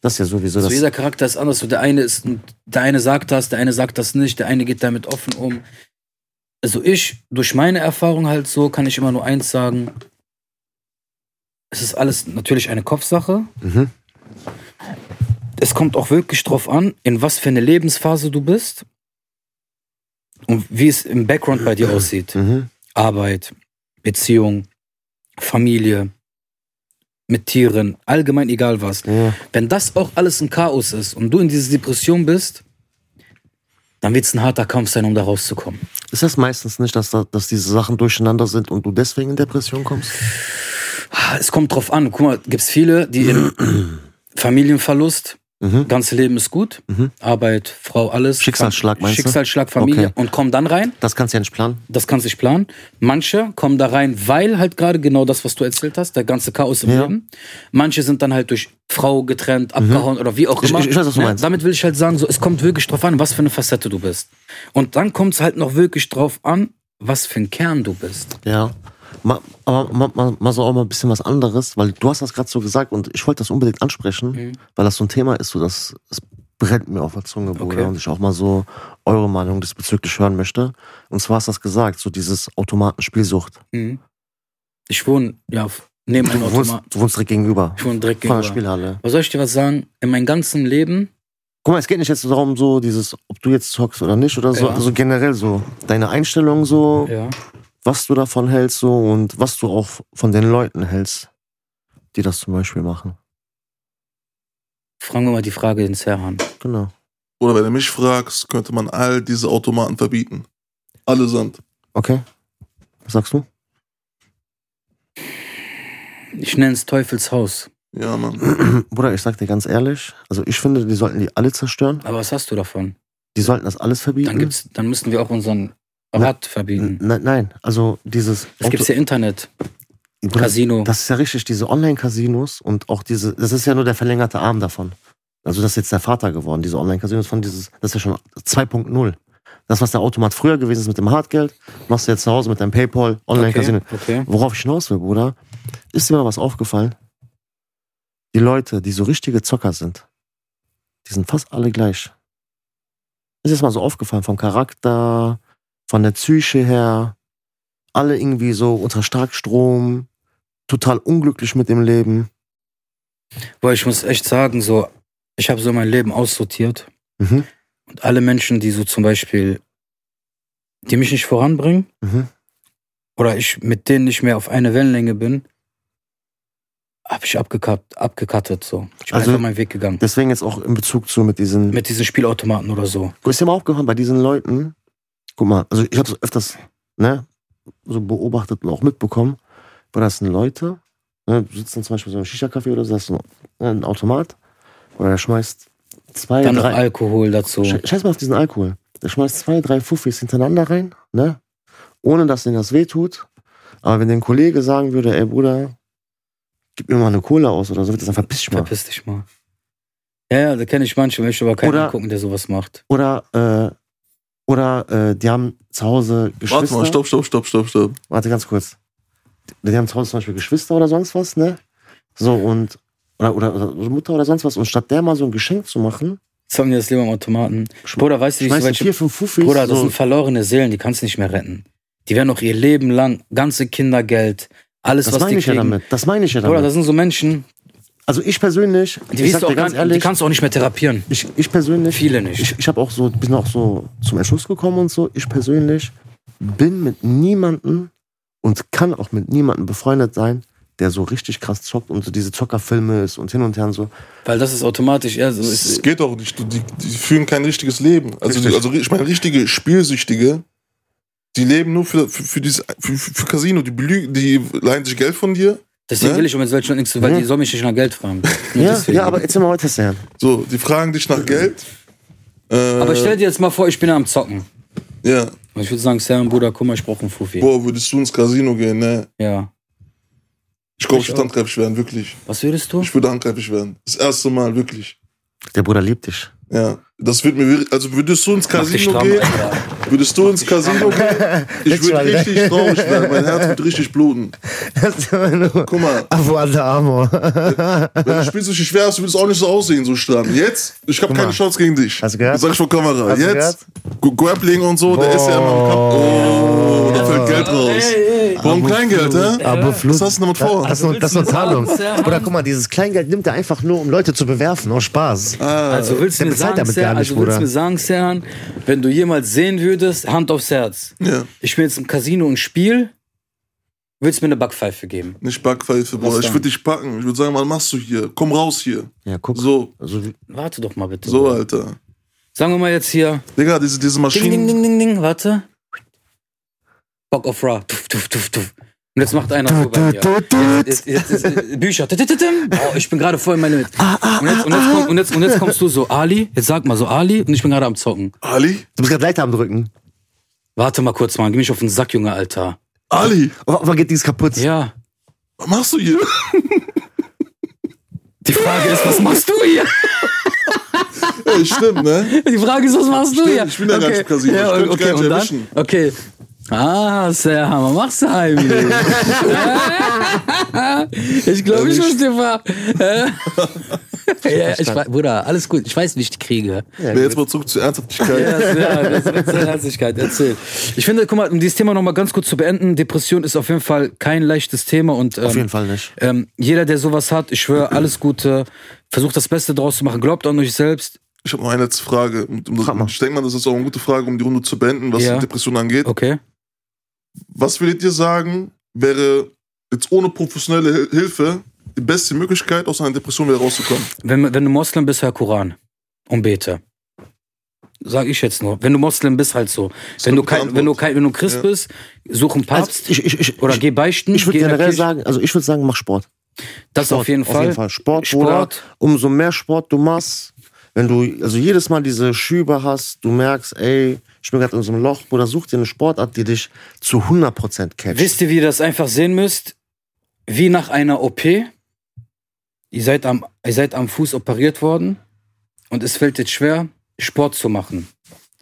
Speaker 2: Das ist ja sowieso.
Speaker 1: So
Speaker 2: Das,
Speaker 1: jeder Charakter ist anders. So der eine ist, der eine sagt das, der eine sagt das nicht, der eine geht damit offen um. also ich, durch meine Erfahrung halt so, kann ich immer nur eins sagen. Es ist alles natürlich eine Kopfsache.
Speaker 2: Mhm.
Speaker 1: Es kommt auch wirklich drauf an, in was für eine Lebensphase du bist und wie es im Background bei dir aussieht.
Speaker 2: Mhm.
Speaker 1: Arbeit, Beziehung, Familie, mit Tieren, allgemein egal was.
Speaker 2: Ja.
Speaker 1: Wenn das auch alles ein Chaos ist und du in dieser Depression bist, dann wird es ein harter Kampf sein, um da rauszukommen.
Speaker 2: Ist das meistens nicht, dass, da, dass diese Sachen durcheinander sind und du deswegen in Depression kommst?
Speaker 1: Ah, Es kommt drauf an. Guck mal, gibt es viele, die in Familienverlust,
Speaker 2: Mhm.
Speaker 1: ganze Leben ist gut,
Speaker 2: Mhm.
Speaker 1: Arbeit, Frau, alles.
Speaker 2: Schicksalsschlag, meinst du?
Speaker 1: Schicksalsschlag, Familie
Speaker 2: Okay.
Speaker 1: und kommen dann rein.
Speaker 2: Das kannst du ja nicht planen.
Speaker 1: Das kann sich planen. Manche kommen da rein, weil halt gerade genau das, was du erzählt hast, der ganze Chaos im
Speaker 2: Ja. Mhm.
Speaker 1: Leben. Manche sind dann halt durch Frau getrennt, abgehauen oder wie auch
Speaker 2: Ich-
Speaker 1: immer.
Speaker 2: ich- ich weiß, was du
Speaker 1: Ne?
Speaker 2: meinst.
Speaker 1: Damit will ich halt sagen, so, es kommt wirklich drauf an, was für eine Facette du bist. Und dann kommt es halt noch wirklich drauf an, was für ein Kern du bist.
Speaker 2: Ja. Ma- Aber mal ma, ma so auch mal ein bisschen was anderes, weil du hast das gerade so gesagt und ich wollte das unbedingt ansprechen,
Speaker 1: Mhm.
Speaker 2: weil das so ein Thema ist, so dass es brennt mir auf der Zunge, Bruder,
Speaker 1: Okay.
Speaker 2: und ich auch mal so eure Meinung diesbezüglich hören möchte. Und zwar hast du das gesagt, so dieses Automatenspielsucht.
Speaker 1: Mhm. Ich wohne, ja, f- neben einem
Speaker 2: Du wohnst,
Speaker 1: Automaten.
Speaker 2: du wohnst direkt gegenüber.
Speaker 1: Ich wohne direkt
Speaker 2: Von der
Speaker 1: gegenüber.
Speaker 2: Spielhalle.
Speaker 1: Was soll ich dir was sagen? In meinem ganzen Leben,
Speaker 2: Guck mal, es geht nicht jetzt darum, so dieses, ob du jetzt zockst oder nicht oder so,
Speaker 1: Ja.
Speaker 2: also generell so deine Einstellung so,
Speaker 1: ja,
Speaker 2: was du davon hältst so und was du auch von den Leuten hältst, die das zum Beispiel machen.
Speaker 1: fragen wir mal die Frage ins Herrn.
Speaker 2: Genau.
Speaker 3: Oder wenn du mich fragst, könnte man all diese Automaten verbieten. Allesamt.
Speaker 2: Okay. Was sagst du?
Speaker 1: Ich nenne es Teufelshaus.
Speaker 3: Ja, Mann.
Speaker 2: Hm, Bruder, ich sag dir ganz ehrlich, also ich finde, die sollten die alle zerstören.
Speaker 1: Aber was hast du davon?
Speaker 2: Die sollten das alles verbieten.
Speaker 1: Dann, gibt's, dann müssten wir auch unseren Rad verbieten.
Speaker 2: Nein, nein, also dieses.
Speaker 1: Es gibt ja Internet,
Speaker 2: Bruder,
Speaker 1: Casino.
Speaker 2: Das ist ja richtig, diese Online-Casinos und auch diese, das ist ja nur der verlängerte Arm davon. Also das ist jetzt der Vater geworden, diese Online-Casinos von dieses, das ist ja schon 2.0. Das, was der Automat früher gewesen ist mit dem Hartgeld, machst du jetzt zu Hause mit deinem Paypal, Online-Casino.
Speaker 1: Okay, okay.
Speaker 2: Worauf ich hinaus will, Bruder, ist dir mal was aufgefallen? Die Leute, die so richtige Zocker sind, die sind fast alle gleich. Ist jetzt mal so aufgefallen, vom Charakter, von der Psyche her, alle irgendwie so unter Starkstrom, total unglücklich mit dem Leben.
Speaker 1: Boah, ich muss echt sagen, so, ich habe so mein Leben aussortiert.
Speaker 2: Mhm.
Speaker 1: Und alle Menschen, die so zum Beispiel, die mich nicht voranbringen,
Speaker 2: Mhm.
Speaker 1: oder ich mit denen nicht mehr auf eine Wellenlänge bin, habe ich abgekappt, abgekattet. So. Ich bin
Speaker 2: Also-
Speaker 1: einfach meinen Weg gegangen.
Speaker 2: Deswegen jetzt auch in Bezug zu mit diesen
Speaker 1: Mit diesen Spielautomaten oder so.
Speaker 2: Ist dir mal aufgefallen, bei diesen Leuten, guck mal, also ich habe es öfters ne, so beobachtet und auch mitbekommen, weil das sind Leute, ne, du sitzt dann zum Beispiel so im Shisha-Café oder so, hast so einen Automat oder der schmeißt zwei,
Speaker 1: Dann noch
Speaker 2: drei,
Speaker 1: Alkohol dazu.
Speaker 2: Sche- scheiß mal auf diesen Alkohol, der schmeißt zwei, drei Fuffis hintereinander rein, ne, ohne dass denen das wehtut, aber wenn der Kollege sagen würde, ey Bruder, gib mir mal eine Cola aus oder so, wird das dann verpiss dich mal.
Speaker 1: Verpiss dich mal. Ja, ja, da kenne ich manche, möchte aber keinen
Speaker 2: Oder-
Speaker 1: angucken, der sowas macht.
Speaker 2: Oder, äh, oder äh, die haben zu Hause Geschwister.
Speaker 3: Warte mal, stopp, stopp, stopp, stopp, stopp.
Speaker 2: warte ganz kurz. Die, die haben zu Hause zum Beispiel Geschwister oder sonst was, ne? So und oder, oder, oder Mutter oder sonst was. Und statt der mal so ein Geschenk zu machen,
Speaker 1: Zocken dir das Leben am Automaten. Bruder, weißt du, wie ich so
Speaker 2: schmeißt
Speaker 1: welche
Speaker 2: du vier, fünf Fuffis.
Speaker 1: Bruder, das
Speaker 2: so.
Speaker 1: sind verlorene Seelen, die kannst du nicht mehr retten. Die werden auch ihr Leben lang, ganze Kindergeld, alles,
Speaker 2: das
Speaker 1: was die
Speaker 2: meine ich ja
Speaker 1: kriegen.
Speaker 2: damit. Das meine ich ja damit.
Speaker 1: Bruder, das sind so Menschen,
Speaker 2: also ich persönlich,
Speaker 1: die,
Speaker 2: ich
Speaker 1: wirst
Speaker 2: sag
Speaker 1: du
Speaker 2: dir
Speaker 1: auch
Speaker 2: ganz
Speaker 1: gar, die
Speaker 2: ehrlich,
Speaker 1: kannst du auch nicht mehr therapieren.
Speaker 2: ich, ich persönlich,
Speaker 1: Viele nicht.
Speaker 2: Ich, ich habe auch so, bin auch so zum Entschluss gekommen und so. Ich persönlich bin mit niemanden und kann auch mit niemanden befreundet sein, der so richtig krass zockt und so diese Zockerfilme ist und hin und her und so.
Speaker 1: Weil das ist automatisch, ja, so
Speaker 3: Es
Speaker 2: Äh,
Speaker 1: ist,
Speaker 3: geht auch nicht. Du- Die, die führen kein richtiges Leben. Also,
Speaker 2: Richtig.
Speaker 3: die, also ich meine, richtige Spielsüchtige, die leben nur für, für, für, dieses, für, für für Casino. Die, belügen, die leihen sich Geld von dir.
Speaker 1: deswegen
Speaker 3: ne?
Speaker 1: will ich um mit solchen nichts, zu- weil die sollen mich nicht nach Geld fragen. Nur
Speaker 2: Ja,
Speaker 1: deswegen.
Speaker 2: ja, aber erzähl mal weiter, Sam.
Speaker 3: So, die fragen dich nach Geld. Äh,
Speaker 1: aber stell dir jetzt mal vor, ich bin am Zocken.
Speaker 3: ja,
Speaker 1: Und ich würde sagen, Sam, Bruder, guck mal, ich brauche einen Fuffi.
Speaker 3: boah, würdest du ins Casino gehen, ne?
Speaker 1: Ja.
Speaker 3: Ich glaube,
Speaker 1: Ich
Speaker 3: ich würde
Speaker 1: auch.
Speaker 3: handgreiflich werden, wirklich.
Speaker 1: Was würdest du?
Speaker 3: Ich würde handgreiflich werden. Das erste Mal, wirklich.
Speaker 2: Der Bruder liebt dich.
Speaker 3: Ja. Das wird mir, wirklich- also würdest du ins
Speaker 1: Mach dich
Speaker 3: Casino
Speaker 1: stramm,
Speaker 3: gehen?
Speaker 1: Alter.
Speaker 3: Würdest du ins Casino gehen? Ich
Speaker 2: Jetzt
Speaker 3: würde
Speaker 2: mal, ne?
Speaker 3: richtig traurig werden. Mein Herz wird richtig bluten.
Speaker 2: Das ist immer nur
Speaker 3: Guck mal,
Speaker 2: Avante Amor.
Speaker 3: wenn du spielst nicht schwer hast, du würdest auch nicht so aussehen, so stramm. Jetzt, ich habe keine
Speaker 2: mal.
Speaker 3: Chance gegen dich.
Speaker 2: Hast du gehört?
Speaker 3: Das sag ich vor Kamera.
Speaker 2: Hast du
Speaker 3: Jetzt, Gu- Grappling und so, der ist ja immer am Kopf. Oh, da fällt
Speaker 2: Halt
Speaker 3: Geld raus. Warum Kleingeld, hä?
Speaker 2: Aber Flut.
Speaker 3: Was hast du damit
Speaker 1: Also
Speaker 3: vor?
Speaker 2: Das ist nur, das ist nur Zahlung. Oder guck mal, dieses Kleingeld nimmt er einfach nur, um Leute zu bewerfen, aus Spaß.
Speaker 3: Ah,
Speaker 1: Also willst du
Speaker 2: Der
Speaker 1: mir
Speaker 2: bezahlt
Speaker 1: sagen,
Speaker 2: damit
Speaker 1: Ser,
Speaker 2: gar nicht,
Speaker 1: also willst
Speaker 2: Bruder.
Speaker 1: du mir sagen, Serhan, wenn du jemals sehen würdest, Hand aufs Herz,
Speaker 3: Ja.
Speaker 1: ich bin jetzt im Casino und spiel, willst du mir eine Backpfeife geben?
Speaker 3: Nicht Backpfeife, Bruder. Ich
Speaker 1: dann?
Speaker 3: würde dich packen. Ich würde sagen, was machst du hier? Komm raus hier.
Speaker 2: Ja, guck.
Speaker 3: So,
Speaker 2: Also, wie-
Speaker 1: Warte doch mal bitte.
Speaker 3: so, Alter.
Speaker 1: Sagen wir mal jetzt hier,
Speaker 3: Digga, diese,
Speaker 1: ding,
Speaker 3: diese
Speaker 1: ding,
Speaker 3: Maschinen.
Speaker 1: ding, ding, ding, warte. Bock of Ra, tuff, tuff, tuff, tuff. Und jetzt macht einer so bei mir. Jetzt, jetzt, jetzt, jetzt, Bücher. Tütütütüm. Oh, ich bin gerade voll in meinem Limit.
Speaker 2: Ah,
Speaker 1: Und jetzt, und, jetzt, komm- und, jetzt, und jetzt kommst du so, Ali, jetzt sag mal so, Ali, und ich bin gerade am Zocken.
Speaker 3: Ali?
Speaker 2: Du bist gerade Leiter am Drücken.
Speaker 1: Warte mal kurz, Mann, geh mich auf den Sack, Junge, Alter.
Speaker 3: Ali?
Speaker 2: Aber aber Oh, geht dieses kaputt?
Speaker 1: Ja.
Speaker 3: Was machst du hier?
Speaker 1: Die Frage ist, was machst du hier?
Speaker 3: Ey, stimmt, ne?
Speaker 1: Die Frage ist, was machst du
Speaker 3: Stimmt,
Speaker 1: hier?
Speaker 3: ich bin ja gar nicht im Casino. Ich könnte
Speaker 1: okay,
Speaker 3: gar nicht
Speaker 1: und dann?
Speaker 3: erwischen.
Speaker 1: Okay. Ah, Serhan, was machst du heimlich? ich glaube, ich wusste war. ja, ich, wei- Bruder, alles gut. Ich weiß, wie ich die kriege.
Speaker 3: Aber jetzt mal zurück zur Ernsthaftigkeit.
Speaker 1: Das, ja, das ist mit Herzlichkeit. Erzähl. Ich finde, guck mal, um dieses Thema nochmal ganz kurz zu beenden, Depression ist auf jeden Fall kein leichtes Thema und ähm,
Speaker 2: Auf jeden Fall nicht.
Speaker 1: Ähm, jeder, der sowas hat, ich schwöre, alles Gute. Versucht das Beste draus zu machen. Glaubt an euch selbst.
Speaker 3: Ich habe noch eine letzte Frage. Und um das,
Speaker 2: Frag mal.
Speaker 3: ich denke mal, das ist auch eine gute Frage, um die Runde zu beenden, was
Speaker 1: Ja.
Speaker 3: die Depression angeht.
Speaker 1: Okay.
Speaker 3: Was würdet ihr sagen, wäre jetzt ohne professionelle Hil- Hilfe die beste Möglichkeit, aus einer Depression wieder rauszukommen?
Speaker 1: Wenn, wenn du Moslem bist, hör Koran und bete. Sag ich jetzt nur. Wenn du Moslem bist, halt so. Wenn
Speaker 3: eine
Speaker 1: du,
Speaker 3: gute
Speaker 1: kein, wenn, du
Speaker 3: Antwort.
Speaker 1: kein, wenn du Christ bist, such einen Papst
Speaker 2: Also, ich- ich- ich-
Speaker 1: oder
Speaker 2: ich-
Speaker 1: geh beichten.
Speaker 2: Ich würde
Speaker 1: geh in der
Speaker 2: generell
Speaker 1: Kirche.
Speaker 2: sagen, also ich würde sagen, mach Sport.
Speaker 1: das
Speaker 2: Sport,
Speaker 1: auf jeden Fall.
Speaker 2: Auf jeden Fall. Sport,
Speaker 1: Sport.
Speaker 2: Bruder. Umso mehr Sport du machst, wenn du also jedes Mal diese Schübe hast, du merkst, ey, ich bin gerade in so einem Loch, Bruder, such dir eine Sportart, die dich zu 100% catcht.
Speaker 1: Wisst ihr, wie ihr das einfach sehen müsst? Wie nach einer OP. Ihr seid am, ihr seid am Fuß operiert worden und es fällt jetzt schwer, Sport zu machen.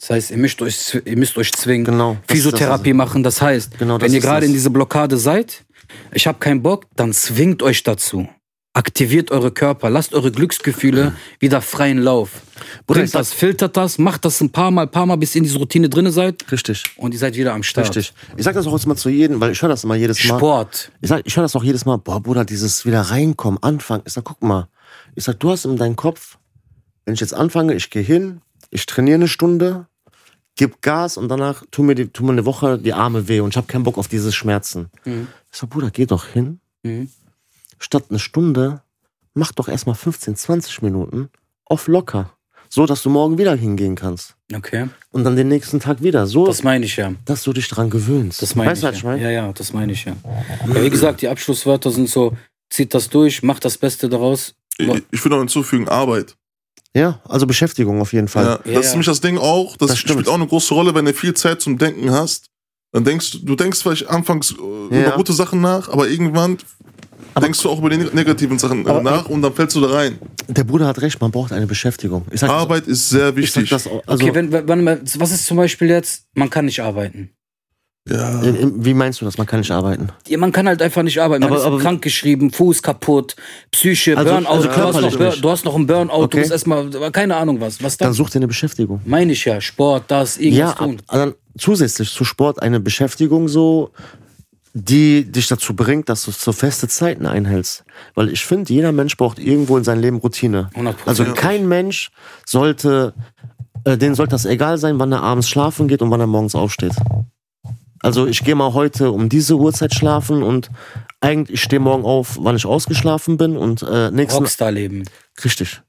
Speaker 1: Das heißt, ihr müsst euch, zw- ihr müsst euch zwingen,
Speaker 2: Genau, das ist das
Speaker 1: Physiotherapie machen. Das heißt,
Speaker 2: Genau, das
Speaker 1: wenn ihr
Speaker 2: ist
Speaker 1: gerade
Speaker 2: das.
Speaker 1: in diese Blockade seid, ich habe keinen Bock, dann zwingt euch dazu. Aktiviert eure Körper, lasst eure Glücksgefühle wieder freien Lauf. Bringt das, filtert das, macht das ein paar Mal, paar Mal, bis ihr in diese Routine drinne seid
Speaker 2: Richtig.
Speaker 1: und ihr seid wieder am Start.
Speaker 2: Richtig. Ich sag das auch jetzt mal zu jedem, weil ich höre das immer jedes Mal.
Speaker 1: Sport.
Speaker 2: Ich, sag- ich höre das auch jedes Mal, boah, Bruder, dieses wieder reinkommen, anfangen. Ich sag, guck mal. Ich sag, du hast in deinem Kopf, wenn ich jetzt anfange, ich gehe hin, ich trainiere eine Stunde, gib Gas und danach tu mir, die, tu mir eine Woche die Arme weh und ich habe keinen Bock auf diese Schmerzen. Ich sag, Bruder, geh doch hin.
Speaker 1: Mhm.
Speaker 2: Statt eine Stunde, mach doch erstmal 15, 20 Minuten auf locker. So, dass du morgen wieder hingehen kannst.
Speaker 1: Okay.
Speaker 2: Und dann den nächsten Tag wieder. So,
Speaker 1: Das meine ich ja.
Speaker 2: dass du dich dran gewöhnst.
Speaker 1: Das meine ich.
Speaker 2: weißt du, was ich
Speaker 1: ja.
Speaker 2: meine?
Speaker 1: ja, ja, das meine ich ja. ja. Wie gesagt, die Abschlusswörter sind so, zieht das durch, macht das Beste daraus.
Speaker 3: Ich,
Speaker 1: Wo-
Speaker 3: ich würde noch hinzufügen, Arbeit.
Speaker 2: Ja, also Beschäftigung auf jeden Fall.
Speaker 3: Ja, das
Speaker 1: Ja,
Speaker 3: ist
Speaker 1: ja.
Speaker 3: nämlich das Ding auch, das,
Speaker 2: Das stimmt.
Speaker 3: spielt auch eine große Rolle, wenn du viel Zeit zum Denken hast. Dann denkst du, du denkst vielleicht anfangs äh,
Speaker 2: Ja.
Speaker 3: über gute Sachen nach, aber irgendwann denkst du auch über die neg- negativen Sachen äh, nach und dann fällst du da rein.
Speaker 2: Der Bruder hat recht, man braucht eine Beschäftigung. Ich sag,
Speaker 3: Arbeit ist sehr
Speaker 2: ich sag
Speaker 3: wichtig.
Speaker 2: das auch. Also,
Speaker 1: Okay, wenn, wenn, warte mal, was ist zum Beispiel jetzt, man kann nicht arbeiten.
Speaker 3: ja.
Speaker 2: äh, äh, wie meinst du das? Man kann nicht arbeiten.
Speaker 1: Ja, man kann halt einfach nicht arbeiten. Man
Speaker 2: Aber-
Speaker 1: ist
Speaker 2: aber-
Speaker 1: krank geschrieben, Fuß kaputt, Psyche,
Speaker 2: Also-
Speaker 1: Burnout.
Speaker 2: also
Speaker 1: du, hast
Speaker 2: körperlich
Speaker 1: noch, Bur-
Speaker 2: nicht.
Speaker 1: du hast noch einen Burnout,
Speaker 2: Okay.
Speaker 1: du bist erstmal, keine Ahnung was. Was
Speaker 2: Dann
Speaker 1: dann?
Speaker 2: such dir eine Beschäftigung.
Speaker 1: Meine ich ja, Sport, das,
Speaker 2: Ja,
Speaker 1: irgendwas
Speaker 2: ab-
Speaker 1: tun.
Speaker 2: dann zusätzlich zu Sport eine Beschäftigung so, die dich dazu bringt, dass du so feste Zeiten einhältst. Weil ich finde, jeder Mensch braucht irgendwo in seinem Leben Routine.
Speaker 1: 100%.
Speaker 2: Also kein Mensch sollte, äh, denen sollte das egal sein, wann er abends schlafen geht und wann er morgens aufsteht. Also ich gehe mal heute um diese Uhrzeit schlafen und eigentlich ich stehe morgen auf, wann ich ausgeschlafen bin und äh, nächsten
Speaker 1: Rockstar-Leben.
Speaker 2: richtig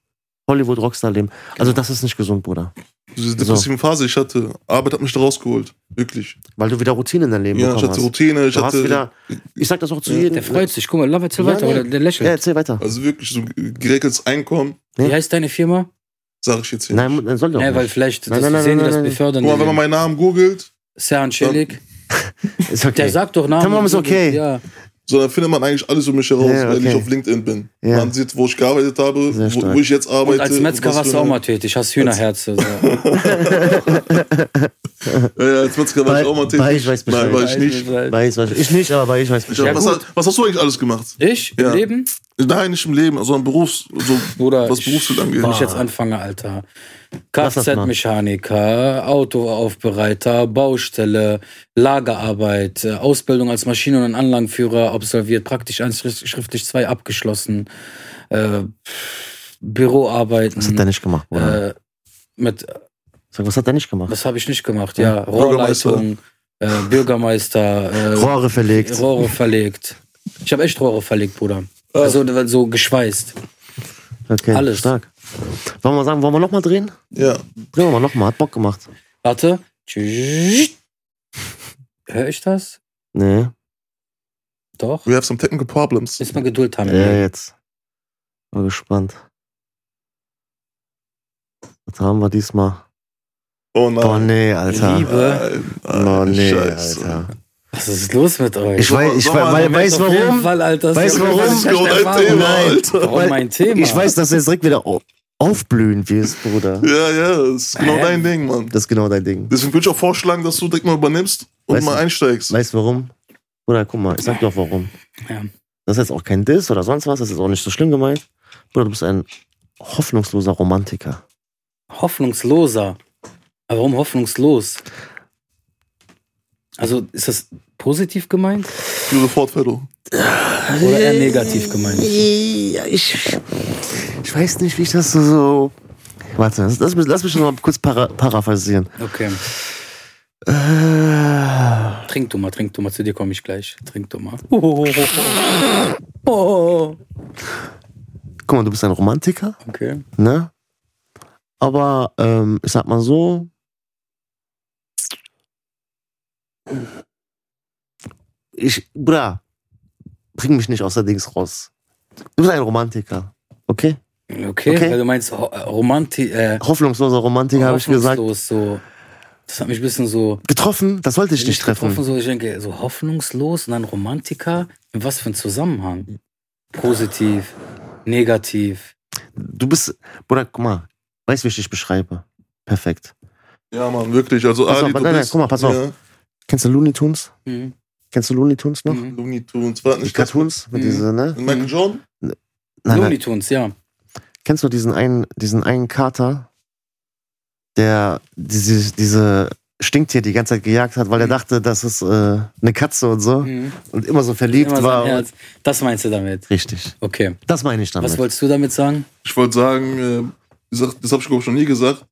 Speaker 2: Hollywood Rockstar leben. Also das ist nicht gesund, Bruder,
Speaker 3: Diese depressive Phase, ich hatte, Arbeit hat mich da rausgeholt. Wirklich.
Speaker 2: weil du wieder Routine in dein Leben
Speaker 3: Ja, ich
Speaker 2: bekommen
Speaker 3: hatte
Speaker 2: hast.
Speaker 3: Routine, ich
Speaker 2: Du hast
Speaker 3: hatte.
Speaker 2: wieder, äh, ich sag das auch zu
Speaker 3: Ja,
Speaker 2: jedem.
Speaker 1: Der freut sich. Guck mal, Love, erzähl
Speaker 2: Ja,
Speaker 1: weiter,
Speaker 2: nee.
Speaker 1: oder der
Speaker 2: Ja,
Speaker 1: lächelt.
Speaker 2: erzähl weiter.
Speaker 3: Also wirklich so geregeltes Einkommen,
Speaker 1: Wie heißt deine Firma?
Speaker 3: sage ich jetzt hier.
Speaker 2: Nein, dann soll doch.
Speaker 1: Nee, weil
Speaker 2: nicht.
Speaker 1: vielleicht,
Speaker 2: Nein,
Speaker 1: dass
Speaker 2: nein,
Speaker 1: die
Speaker 2: nein,
Speaker 1: sehen, die
Speaker 2: nein,
Speaker 1: das
Speaker 2: nein, nein.
Speaker 1: befördern.
Speaker 3: Guck mal, wenn man
Speaker 1: die.
Speaker 3: meinen Namen googelt,
Speaker 1: Serhan Celik.
Speaker 2: Ist okay.
Speaker 1: Der sagt doch Namen.
Speaker 2: Tamam ist
Speaker 1: und so.
Speaker 2: okay.
Speaker 1: Ja.
Speaker 3: sondern findet man eigentlich alles um mich heraus,
Speaker 2: Ja,
Speaker 3: weil ich
Speaker 2: okay.
Speaker 3: auf LinkedIn bin.
Speaker 2: Ja.
Speaker 3: Man sieht, wo ich gearbeitet habe,
Speaker 2: Sehr
Speaker 3: wo,
Speaker 2: stark.
Speaker 3: wo ich jetzt arbeite.
Speaker 1: Und als Metzger
Speaker 3: was für
Speaker 1: warst du auch
Speaker 3: eine-
Speaker 1: mal tätig, hast also. Hühnerherze. So.
Speaker 3: Ja, ja, als Metzger war ich
Speaker 2: Bei-
Speaker 3: auch mal
Speaker 2: bei
Speaker 3: tätig.
Speaker 2: ich weiß
Speaker 3: Nein,
Speaker 2: Bescheid.
Speaker 3: war ich nicht.
Speaker 1: also,
Speaker 2: Weiß, weiß, ich nicht, aber ich weiß
Speaker 3: Ich
Speaker 2: Bescheid.
Speaker 3: hab- was, hast- was hast du eigentlich alles gemacht?
Speaker 1: Ich?
Speaker 3: Ja.
Speaker 1: Im Leben?
Speaker 3: Nein, nicht im Leben, sondern Berufs, so,
Speaker 1: Bruder,
Speaker 3: was Berufsbild angeht.
Speaker 1: Wenn ich jetzt anfange, Alter.
Speaker 2: Lass das mal.
Speaker 1: Kfz-Mechaniker, Autoaufbereiter, Baustelle, Lagerarbeit, äh, Ausbildung als Maschinen- und Anlagenführer absolviert, praktisch 1, schriftlich 2 abgeschlossen, äh, Büroarbeiten.
Speaker 2: Was hat der nicht gemacht, Bruder?
Speaker 1: äh, mit,
Speaker 2: Sag, was hat der nicht gemacht?
Speaker 1: was habe ich nicht gemacht? Ja,
Speaker 3: Hm. Bürgermeister.
Speaker 1: Rohrleitung, äh, Bürgermeister, äh,
Speaker 2: Rohre verlegt.
Speaker 1: Rohre verlegt. Ich habe echt Rohre verlegt, Bruder. Also so geschweißt.
Speaker 2: Okay,
Speaker 1: Alles.
Speaker 2: stark. Wollen wir sagen, wollen wir nochmal drehen?
Speaker 3: Ja,
Speaker 2: Drehen wir mal nochmal, hat Bock gemacht.
Speaker 1: Warte. Hör ich das?
Speaker 2: Nee,
Speaker 1: Doch.
Speaker 3: we have some technical problems.
Speaker 1: Müssen wir Geduld haben.
Speaker 2: ja, jetzt. Mal gespannt. Was haben wir diesmal?
Speaker 3: Oh
Speaker 2: Oh
Speaker 3: nein.
Speaker 2: nee, Alter.
Speaker 1: Liebe.
Speaker 3: nein, nein,
Speaker 2: Oh nee,
Speaker 3: Scheiße.
Speaker 2: Alter.
Speaker 1: Was ist los mit euch?
Speaker 2: Ich weiß, ich weiß,
Speaker 3: Sommer-
Speaker 2: weil-
Speaker 3: Sommer-
Speaker 2: weiß
Speaker 1: Auf jeden
Speaker 2: warum.
Speaker 1: Fall, Alter.
Speaker 2: Weißt
Speaker 1: ist
Speaker 2: du,
Speaker 1: ja-
Speaker 2: warum?
Speaker 3: Das ist genau dein
Speaker 1: Erfahrung.
Speaker 3: Thema,
Speaker 2: Nein.
Speaker 3: Alter.
Speaker 1: Warum mein Thema?
Speaker 2: Ich weiß, dass du jetzt direkt wieder au- aufblühen wirst, Bruder.
Speaker 3: Ja, ja, das ist genau
Speaker 1: Hä?
Speaker 3: dein Ding, Mann.
Speaker 2: Das ist genau dein Ding.
Speaker 3: Deswegen würde ich auch vorschlagen, dass du direkt mal übernimmst und
Speaker 2: Weißt
Speaker 3: mal
Speaker 2: du-
Speaker 3: einsteigst.
Speaker 2: Weißt du warum? Bruder, guck mal, ich sag doch warum.
Speaker 1: Ja.
Speaker 2: Das ist jetzt auch kein Diss oder sonst was, das ist auch nicht so schlimm gemeint. Bruder, du bist ein hoffnungsloser Romantiker.
Speaker 1: Hoffnungsloser. Aber warum hoffnungslos? Also ist das positiv gemeint
Speaker 3: Du sofort, Fellow.
Speaker 1: oder eher negativ gemeint?
Speaker 2: Ja, ich, ich weiß nicht, wie ich das so. so Warte, lass, lass mich, lass mich noch mal kurz para, paraphrasieren.
Speaker 1: Okay.
Speaker 2: Äh,
Speaker 1: Trink du mal, trink du mal. Zu dir komme ich gleich. Trink du
Speaker 2: Oh,
Speaker 1: mal. Hohohoho. Oh.
Speaker 2: guck mal, du bist ein Romantiker,
Speaker 1: Okay.
Speaker 2: ne? Aber ähm, ich sag mal so. Ich, Bruder, bring mich nicht außer Dings raus. Du bist ein Romantiker, okay?
Speaker 1: Okay,
Speaker 2: Okay.
Speaker 1: weil du meinst ho Romanti äh,
Speaker 2: Hoffnungsloser Romantiker, habe ich gesagt.
Speaker 1: hoffnungslos, So. Das hat mich ein bisschen so.
Speaker 2: Getroffen, das wollte ich nicht treffen.
Speaker 1: getroffen, so, ich denke, so hoffnungslos und dann Romantiker. In was für ein Zusammenhang? Positiv, negativ.
Speaker 2: Du bist, Bruder, guck mal, weißt du, wie ich dich beschreibe? Perfekt.
Speaker 3: Ja, Mann, wirklich. Also,
Speaker 2: Pass
Speaker 3: Ali,
Speaker 2: auf, nein,
Speaker 3: du
Speaker 2: nein,
Speaker 3: bist,
Speaker 2: guck mal, pass auf.
Speaker 3: Ja,
Speaker 2: Kennst du Looney Tunes?
Speaker 1: Mhm.
Speaker 2: Kennst du Looney Tunes noch?
Speaker 1: Mhm.
Speaker 3: Looney Tunes, warte
Speaker 2: Die
Speaker 3: nicht. das-
Speaker 2: Cartoons mit
Speaker 1: Mhm.
Speaker 2: diese, ne?
Speaker 3: Und Michael Jordan?
Speaker 2: Nein,
Speaker 1: Looney
Speaker 2: nein.
Speaker 1: Tunes, ja.
Speaker 2: Kennst du diesen einen, diesen einen Kater, der diese, diese Stinktier die ganze Zeit gejagt hat, weil er
Speaker 1: Mhm.
Speaker 2: dachte, das ist äh, eine Katze und so
Speaker 1: Mhm.
Speaker 2: und immer so verliebt
Speaker 1: Immer
Speaker 2: war.
Speaker 1: sein Herz. Das meinst du damit?
Speaker 2: Richtig.
Speaker 1: Okay.
Speaker 2: Das meine ich damit.
Speaker 1: Was wolltest du damit sagen?
Speaker 3: Ich wollte sagen, äh, wie gesagt, das habe ich, glaube ich, schon nie gesagt.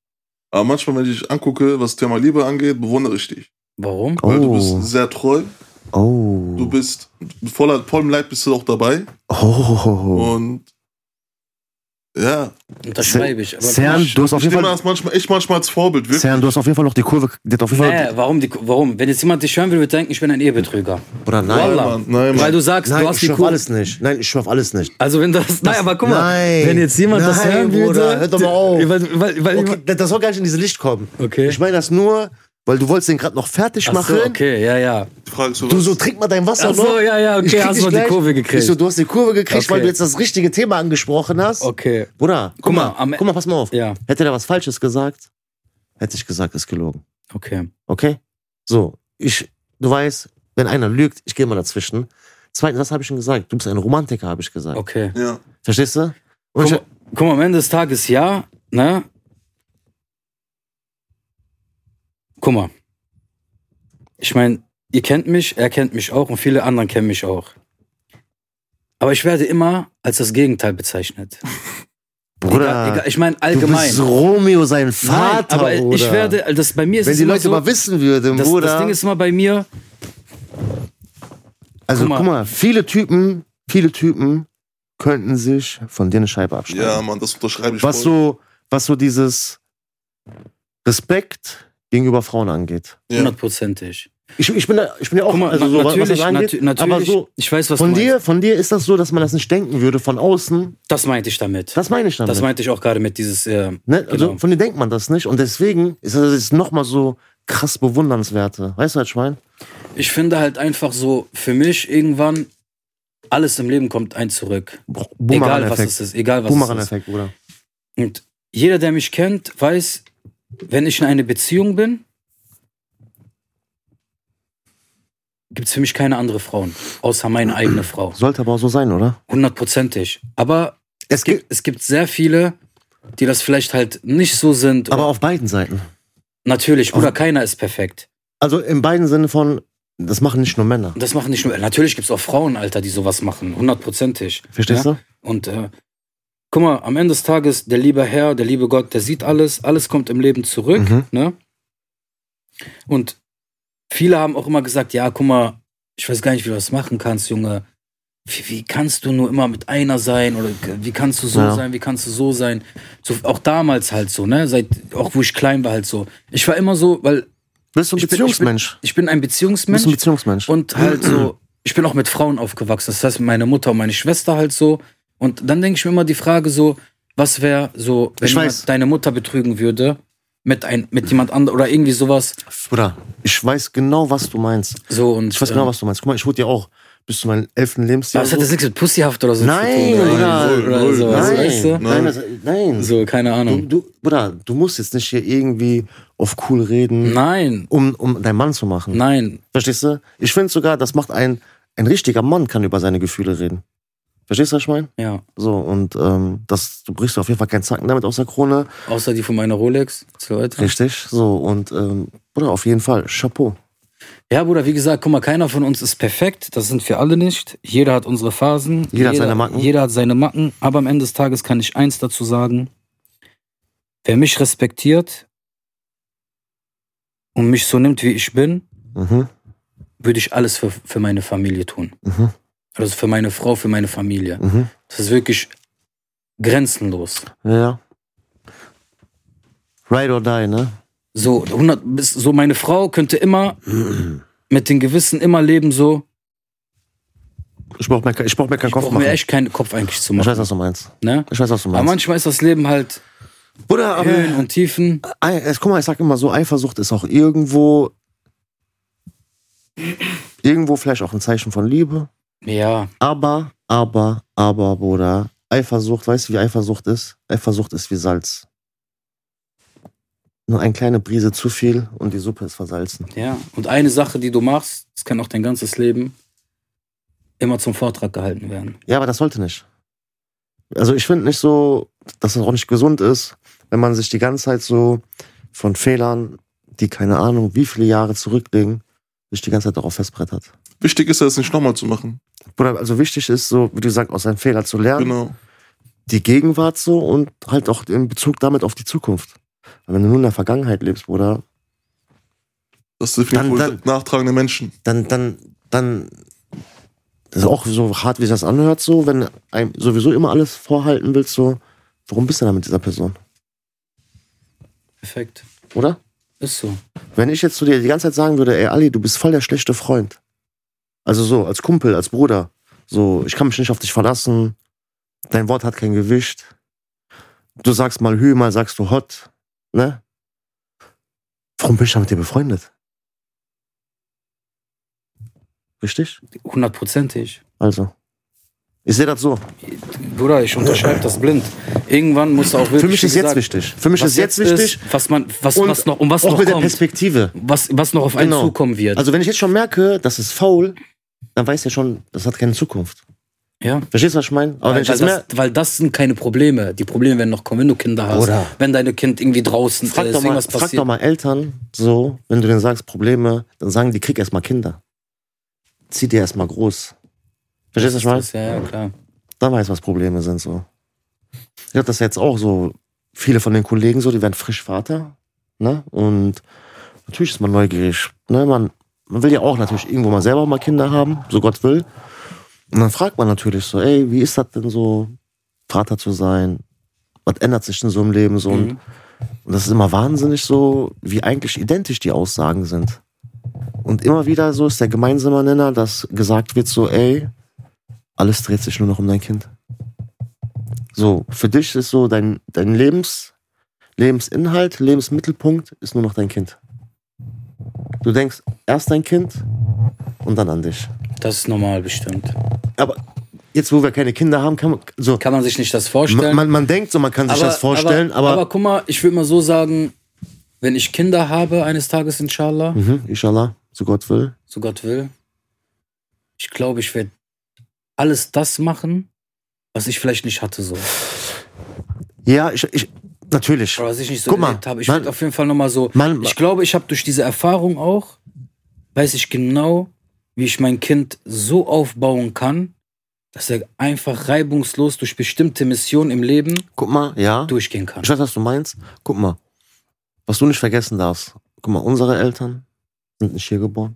Speaker 3: Aber manchmal, wenn ich dich angucke, was Thema Liebe angeht, bewundere ich dich.
Speaker 1: Warum?
Speaker 2: oh.
Speaker 3: Weil du bist sehr treu,
Speaker 2: oh.
Speaker 3: du bist voller vollem Leid bist du auch dabei.
Speaker 2: oh.
Speaker 3: Und ja,
Speaker 1: Unterschreibe ich. Aber
Speaker 2: Cern, du hast auf
Speaker 3: ich
Speaker 2: jeden
Speaker 3: nehme
Speaker 2: Fall.
Speaker 3: das manchmal echt manchmal als Vorbild. Wirklich.
Speaker 2: Cern, du hast auf jeden Fall noch die Kurve. Der hat auf jeden Fall.
Speaker 1: Nee, warum, die, warum? Wenn jetzt jemand dich hören will, wird denken, ich bin ein Ehebetrüger.
Speaker 2: Oder nein.
Speaker 3: Nein,
Speaker 1: Wallah.
Speaker 3: Mann, nein,
Speaker 1: Weil
Speaker 3: Mann.
Speaker 1: du sagst,
Speaker 2: Nein,
Speaker 1: du hast
Speaker 2: ich
Speaker 1: die
Speaker 2: schwör auf
Speaker 1: Kur
Speaker 2: alles nicht. Nein, ich schwör auf alles nicht.
Speaker 1: Also wenn das, nein, aber guck mal,
Speaker 2: Nein.
Speaker 1: wenn jetzt jemand das
Speaker 2: Nein,
Speaker 1: hören würde,
Speaker 2: Bruder, hör doch mal auf.
Speaker 1: Weil, weil, weil,
Speaker 2: Okay, das das soll gar nicht in diese Licht kommen.
Speaker 1: Okay.
Speaker 2: Ich meine das nur, weil du wolltest den gerade noch fertig
Speaker 1: Ach
Speaker 2: machen.
Speaker 1: so, okay, ja, ja.
Speaker 3: Die Frage ist,
Speaker 2: Du so, trink mal dein Wasser
Speaker 1: Ach so,
Speaker 2: noch.
Speaker 1: ja, ja, okay,
Speaker 2: Ich krieg
Speaker 1: hast
Speaker 2: dich
Speaker 1: mal die
Speaker 2: gleich.
Speaker 1: Kurve gekriegt.
Speaker 2: Ich so, du hast die Kurve gekriegt,
Speaker 1: Okay.
Speaker 2: weil du jetzt das richtige Thema angesprochen hast.
Speaker 1: Okay.
Speaker 2: Bruder, guck,
Speaker 1: mal,
Speaker 2: mal,
Speaker 1: am- E-
Speaker 2: guck mal, pass mal auf.
Speaker 1: Ja,
Speaker 2: Hätte der was Falsches gesagt, hätte ich gesagt, ist gelogen.
Speaker 1: okay.
Speaker 2: Okay? So, ich, du weißt, wenn einer lügt, ich gehe mal dazwischen. Zweitens, das habe ich schon gesagt. Du bist ein Romantiker, habe ich gesagt.
Speaker 1: Okay.
Speaker 3: ja.
Speaker 2: Verstehst du? Und
Speaker 1: Guck
Speaker 2: ich,
Speaker 1: mal, guck mal, am Ende des Tages ja, ne? Guck mal. Ich meine, ihr kennt mich, er kennt mich auch und viele anderen kennen mich auch. Aber ich werde immer als das Gegenteil bezeichnet.
Speaker 2: Bruder,
Speaker 1: Egal, egal, ich meine
Speaker 2: du
Speaker 1: allgemein.
Speaker 2: bist Romeo, sein
Speaker 1: Nein,
Speaker 2: Vater,
Speaker 1: aber
Speaker 2: Bruder.
Speaker 1: ich werde, das bei mir ist
Speaker 2: Wenn
Speaker 1: es
Speaker 2: die
Speaker 1: immer
Speaker 2: Leute
Speaker 1: so,
Speaker 2: mal wissen würden,
Speaker 1: das,
Speaker 2: Bruder.
Speaker 1: das Ding ist immer bei mir,
Speaker 2: also
Speaker 1: guck
Speaker 2: guck
Speaker 1: mal.
Speaker 2: mal. viele Typen, viele Typen könnten sich von dir eine Scheibe abschneiden.
Speaker 3: ja, Mann, das unterschreibe ich
Speaker 2: was
Speaker 3: voll.
Speaker 2: so, was so dieses Respekt gegenüber Frauen angeht.
Speaker 3: ja.
Speaker 1: hundertprozentig.
Speaker 2: Ich, ich bin da, ich bin ja auch,
Speaker 1: Guck mal,
Speaker 2: also so, was-
Speaker 1: natürlich,
Speaker 2: was das angeht,
Speaker 1: natu- natürlich,
Speaker 2: aber so
Speaker 1: ich weiß, was
Speaker 2: von
Speaker 1: du meinst.
Speaker 2: dir, von dir ist das so, dass man das nicht denken würde von außen.
Speaker 1: Das meinte ich damit.
Speaker 2: Das meine ich damit.
Speaker 1: Das meinte ich auch gerade mit dieses, äh,
Speaker 2: ne? Also
Speaker 1: genau.
Speaker 2: von dir denkt man das nicht und deswegen ist das jetzt noch mal so krass bewundernswerte. Weißt du, was ich meine?
Speaker 1: ich finde halt einfach so, für mich irgendwann, Alles im Leben kommt ein zurück. Egal was es
Speaker 2: Boomerang-Effekt.
Speaker 1: ist, egal was es ist.
Speaker 2: Boomerang-Effekt, Bruder.
Speaker 1: Und jeder, der mich kennt, weiß, wenn ich in einer Beziehung bin, gibt es für mich keine andere Frauen, außer meine eigene Frau.
Speaker 2: Sollte aber auch so sein, oder?
Speaker 1: Hundertprozentig. Aber
Speaker 2: Es gibt,
Speaker 1: es gibt sehr viele, die das vielleicht halt nicht so sind.
Speaker 2: aber auf beiden Seiten.
Speaker 1: Natürlich, Bruder, keiner ist perfekt.
Speaker 2: Also in beiden Sinne von, das machen nicht nur Männer.
Speaker 1: Und das machen nicht nur. Natürlich gibt es auch Frauen, Alter, die sowas machen. Hundertprozentig.
Speaker 2: Verstehst
Speaker 1: Ja?
Speaker 2: du?
Speaker 1: Und äh, guck mal, am Ende des Tages, der liebe Herr, der liebe Gott, der sieht alles, alles kommt im Leben zurück.
Speaker 2: Mhm.
Speaker 1: Ne? Und viele haben auch immer gesagt, ja, guck mal, ich weiß gar nicht, wie du das machen kannst, Junge. Wie, wie kannst du nur immer mit einer sein? Oder wie kannst du so
Speaker 2: Ja.
Speaker 1: sein? Wie kannst du so sein? So, auch damals halt so, ne? Seit, auch wo ich klein war halt so. Ich war immer so, weil
Speaker 2: Bist du ein
Speaker 1: Ich bin- ich bin-
Speaker 2: Beziehungsmensch?
Speaker 1: ich bin ein
Speaker 2: Bist
Speaker 1: Beziehungsmensch.
Speaker 2: du ein Beziehungsmensch?
Speaker 1: Und halt so, ich bin auch mit Frauen aufgewachsen. Das heißt, meine Mutter und meine Schwester halt so. Und dann denke ich mir immer die Frage so, was wäre so, wenn
Speaker 2: Ich
Speaker 1: jemand
Speaker 2: weiß.
Speaker 1: deine Mutter betrügen würde mit, ein, mit jemand anderem oder irgendwie sowas.
Speaker 2: Bruder, ich weiß genau, was du meinst.
Speaker 1: So und,
Speaker 2: Ich weiß genau,
Speaker 1: äh,
Speaker 2: was du meinst. Guck mal, ich wurde ja auch bis zu meinem elften Lebensjahr.
Speaker 1: Aber es hat jetzt nichts mit Pussyhaft oder so
Speaker 2: Nein,
Speaker 1: zu tun.
Speaker 2: Bruder.
Speaker 1: Oder, oder,
Speaker 3: Null,
Speaker 1: so, also,
Speaker 3: null.
Speaker 2: nein,
Speaker 1: Weißt du?
Speaker 2: nein, das, nein.
Speaker 1: So, keine
Speaker 2: du,
Speaker 1: Ahnung.
Speaker 2: du, Bruder, du musst jetzt nicht hier irgendwie auf cool reden,
Speaker 1: Nein,
Speaker 2: um, um deinen Mann zu machen.
Speaker 1: nein.
Speaker 2: Verstehst du? Ich finde sogar, das macht ein, ein richtiger Mann kann über seine Gefühle reden. Verstehst du, was ich meine?
Speaker 1: Ja,
Speaker 2: So, und ähm, das, du brichst auf jeden Fall keinen Zacken damit aus der Krone.
Speaker 1: außer die von meiner Rolex. Zwei Leute.
Speaker 2: Richtig. So, und ähm, Bruder, auf jeden Fall, Chapeau.
Speaker 1: Ja, Bruder, wie gesagt, guck mal, keiner von uns ist perfekt. Das sind wir alle nicht. Jeder hat unsere Phasen.
Speaker 2: Jeder hat seine Macken.
Speaker 1: Jeder hat seine Macken. Aber am Ende des Tages kann ich eins dazu sagen. Wer mich respektiert und mich so nimmt, wie ich bin,
Speaker 2: Mhm.
Speaker 1: würde ich alles für, für meine Familie tun.
Speaker 2: Mhm.
Speaker 1: Also für meine Frau, für meine Familie.
Speaker 2: Mhm.
Speaker 1: Das ist wirklich grenzenlos.
Speaker 2: Ja. Ride or die, ne?
Speaker 1: So, 100, bis, so meine Frau könnte immer mit den Gewissen immer leben, so.
Speaker 2: Ich brauch mir, ke- ich brauch mir keinen
Speaker 1: Ich
Speaker 2: Kopf
Speaker 1: brauche
Speaker 2: machen.
Speaker 1: mir echt keinen Kopf eigentlich zu
Speaker 2: ich
Speaker 1: machen.
Speaker 2: weiß, was du meinst.
Speaker 1: Ne?
Speaker 2: Ich weiß, was du
Speaker 1: Aber
Speaker 2: meinst.
Speaker 1: manchmal ist das Leben halt
Speaker 2: Bruder, aber
Speaker 1: Höhen und Tiefen.
Speaker 2: Ei- es, guck mal, ich sag immer so, Eifersucht ist auch irgendwo irgendwo vielleicht auch ein Zeichen von Liebe.
Speaker 1: Ja,
Speaker 2: Aber, aber, aber, Bruder, Eifersucht, weißt du, wie Eifersucht ist? Eifersucht ist wie Salz. Nur eine kleine Brise zu viel und die Suppe ist versalzen.
Speaker 1: ja. Und eine Sache, die du machst, das kann auch dein ganzes Leben immer zum Vortrag gehalten werden.
Speaker 2: Ja, aber das sollte nicht. Also ich finde nicht so, dass es auch nicht gesund ist, wenn man sich die ganze Zeit so von Fehlern, die keine Ahnung wie viele Jahre zurücklegen, sich die ganze Zeit darauf festbrettert.
Speaker 3: Wichtig ist ja, es nicht nochmal zu machen.
Speaker 2: Bruder, also wichtig ist so, wie du sagst, aus seinen Fehlern zu lernen,
Speaker 3: Genau.
Speaker 2: die Gegenwart so und halt auch in Bezug damit auf die Zukunft. Weil wenn du nur in der Vergangenheit lebst, Bruder,
Speaker 3: Das definiert
Speaker 2: Dann-
Speaker 3: wohl
Speaker 2: dann-
Speaker 3: nachtragende Menschen.
Speaker 2: dann, dann, dann, das ist auch so hart, wie sich das anhört, so, wenn einem sowieso immer alles vorhalten willst, so, warum bist du dann mit dieser Person,
Speaker 1: Perfekt.
Speaker 2: oder?
Speaker 1: Ist so.
Speaker 2: Wenn ich jetzt zu dir die ganze Zeit sagen würde, ey Ali, du bist voll der schlechte Freund. Also so, als Kumpel, als Bruder. So, ich kann mich nicht auf dich verlassen. Dein Wort hat kein Gewicht. Du sagst mal Hü, mal sagst du Hot. Ne? Warum bin ich da mit dir befreundet? Richtig?
Speaker 1: Hundertprozentig.
Speaker 2: Also. Ich sehe das so.
Speaker 1: Bruder, ich unterschreibe das blind. Irgendwann muss auch wirklich.
Speaker 2: Für mich
Speaker 1: wie
Speaker 2: ist jetzt
Speaker 1: gesagt,
Speaker 2: wichtig. Für mich
Speaker 1: was
Speaker 2: ist jetzt
Speaker 1: ist,
Speaker 2: wichtig.
Speaker 1: was man, was,
Speaker 2: Und
Speaker 1: was noch, um was
Speaker 2: auch
Speaker 1: noch
Speaker 2: mit der
Speaker 1: kommt,
Speaker 2: Perspektive.
Speaker 1: was, was noch auf einen
Speaker 2: Genau.
Speaker 1: zukommen wird.
Speaker 2: Also wenn ich jetzt schon merke, das ist faul, dann weiß ich ja schon, das hat keine Zukunft.
Speaker 1: ja.
Speaker 2: Verstehst du, was ich meine? Aber wenn
Speaker 1: Weil,
Speaker 2: ich jetzt
Speaker 1: weil,
Speaker 2: mehr.
Speaker 1: das, weil das sind keine Probleme. Die Probleme werden noch kommen, wenn du Kinder hast.
Speaker 2: Oder-
Speaker 1: Wenn deine Kind irgendwie draußen
Speaker 2: Frag
Speaker 1: ist,
Speaker 2: doch, mal,
Speaker 1: irgendwas
Speaker 2: frag
Speaker 1: passiert.
Speaker 2: doch mal Eltern, so, wenn du denen sagst Probleme, dann sagen die, krieg erst mal Kinder. Zieh dir erst mal groß. Verstehst du, was ich meine?
Speaker 1: Das- ja, ja, klar.
Speaker 2: Dann weiß, was Probleme sind, so. Ich glaube, das ist jetzt auch so. Viele von den Kollegen so, die werden frisch Vater, ne? Und natürlich ist man neugierig, ne? Man, man will ja auch natürlich irgendwo mal selber mal Kinder haben, so Gott will. Und dann fragt man natürlich so, ey, wie ist das denn so, Vater zu sein? Was ändert sich denn so im Leben so? Und, und das ist immer wahnsinnig so, wie eigentlich identisch die Aussagen sind. Und immer wieder so ist der gemeinsame Nenner, dass gesagt wird so, ey, alles dreht sich nur noch um dein Kind. So, für dich ist so dein, dein Lebens, Lebensinhalt, Lebensmittelpunkt ist nur noch dein Kind. Du denkst erst dein Kind und dann an dich.
Speaker 1: Das ist normal bestimmt.
Speaker 2: Aber jetzt, wo wir keine Kinder haben, kann man, so,
Speaker 1: Kann man sich nicht das
Speaker 2: man,
Speaker 1: vorstellen.
Speaker 2: man, man denkt so, man kann sich das vorstellen, aber,
Speaker 1: aber guck mal, ich würde mal so sagen, wenn ich Kinder habe eines Tages, inshallah,
Speaker 2: mhm, inshallah, so Gott will.
Speaker 1: so Gott will, ich glaube, ich werde alles das machen, was ich vielleicht nicht hatte so.
Speaker 2: Ja, ich, ich natürlich.
Speaker 1: Oder was ich nicht so
Speaker 2: Guck mal,
Speaker 1: erlebt habe. Ich
Speaker 2: man-
Speaker 1: würde auf jeden Fall nochmal so.
Speaker 2: Man-
Speaker 1: ich glaube, ich habe durch diese Erfahrung auch, weiß ich genau, wie ich mein Kind so aufbauen kann, dass er einfach reibungslos durch bestimmte Missionen im Leben
Speaker 2: Guck mal, ja.
Speaker 1: durchgehen kann.
Speaker 2: Ich weiß, was du meinst. Guck mal, was du nicht vergessen darfst. Guck mal, unsere Eltern sind nicht hier geboren.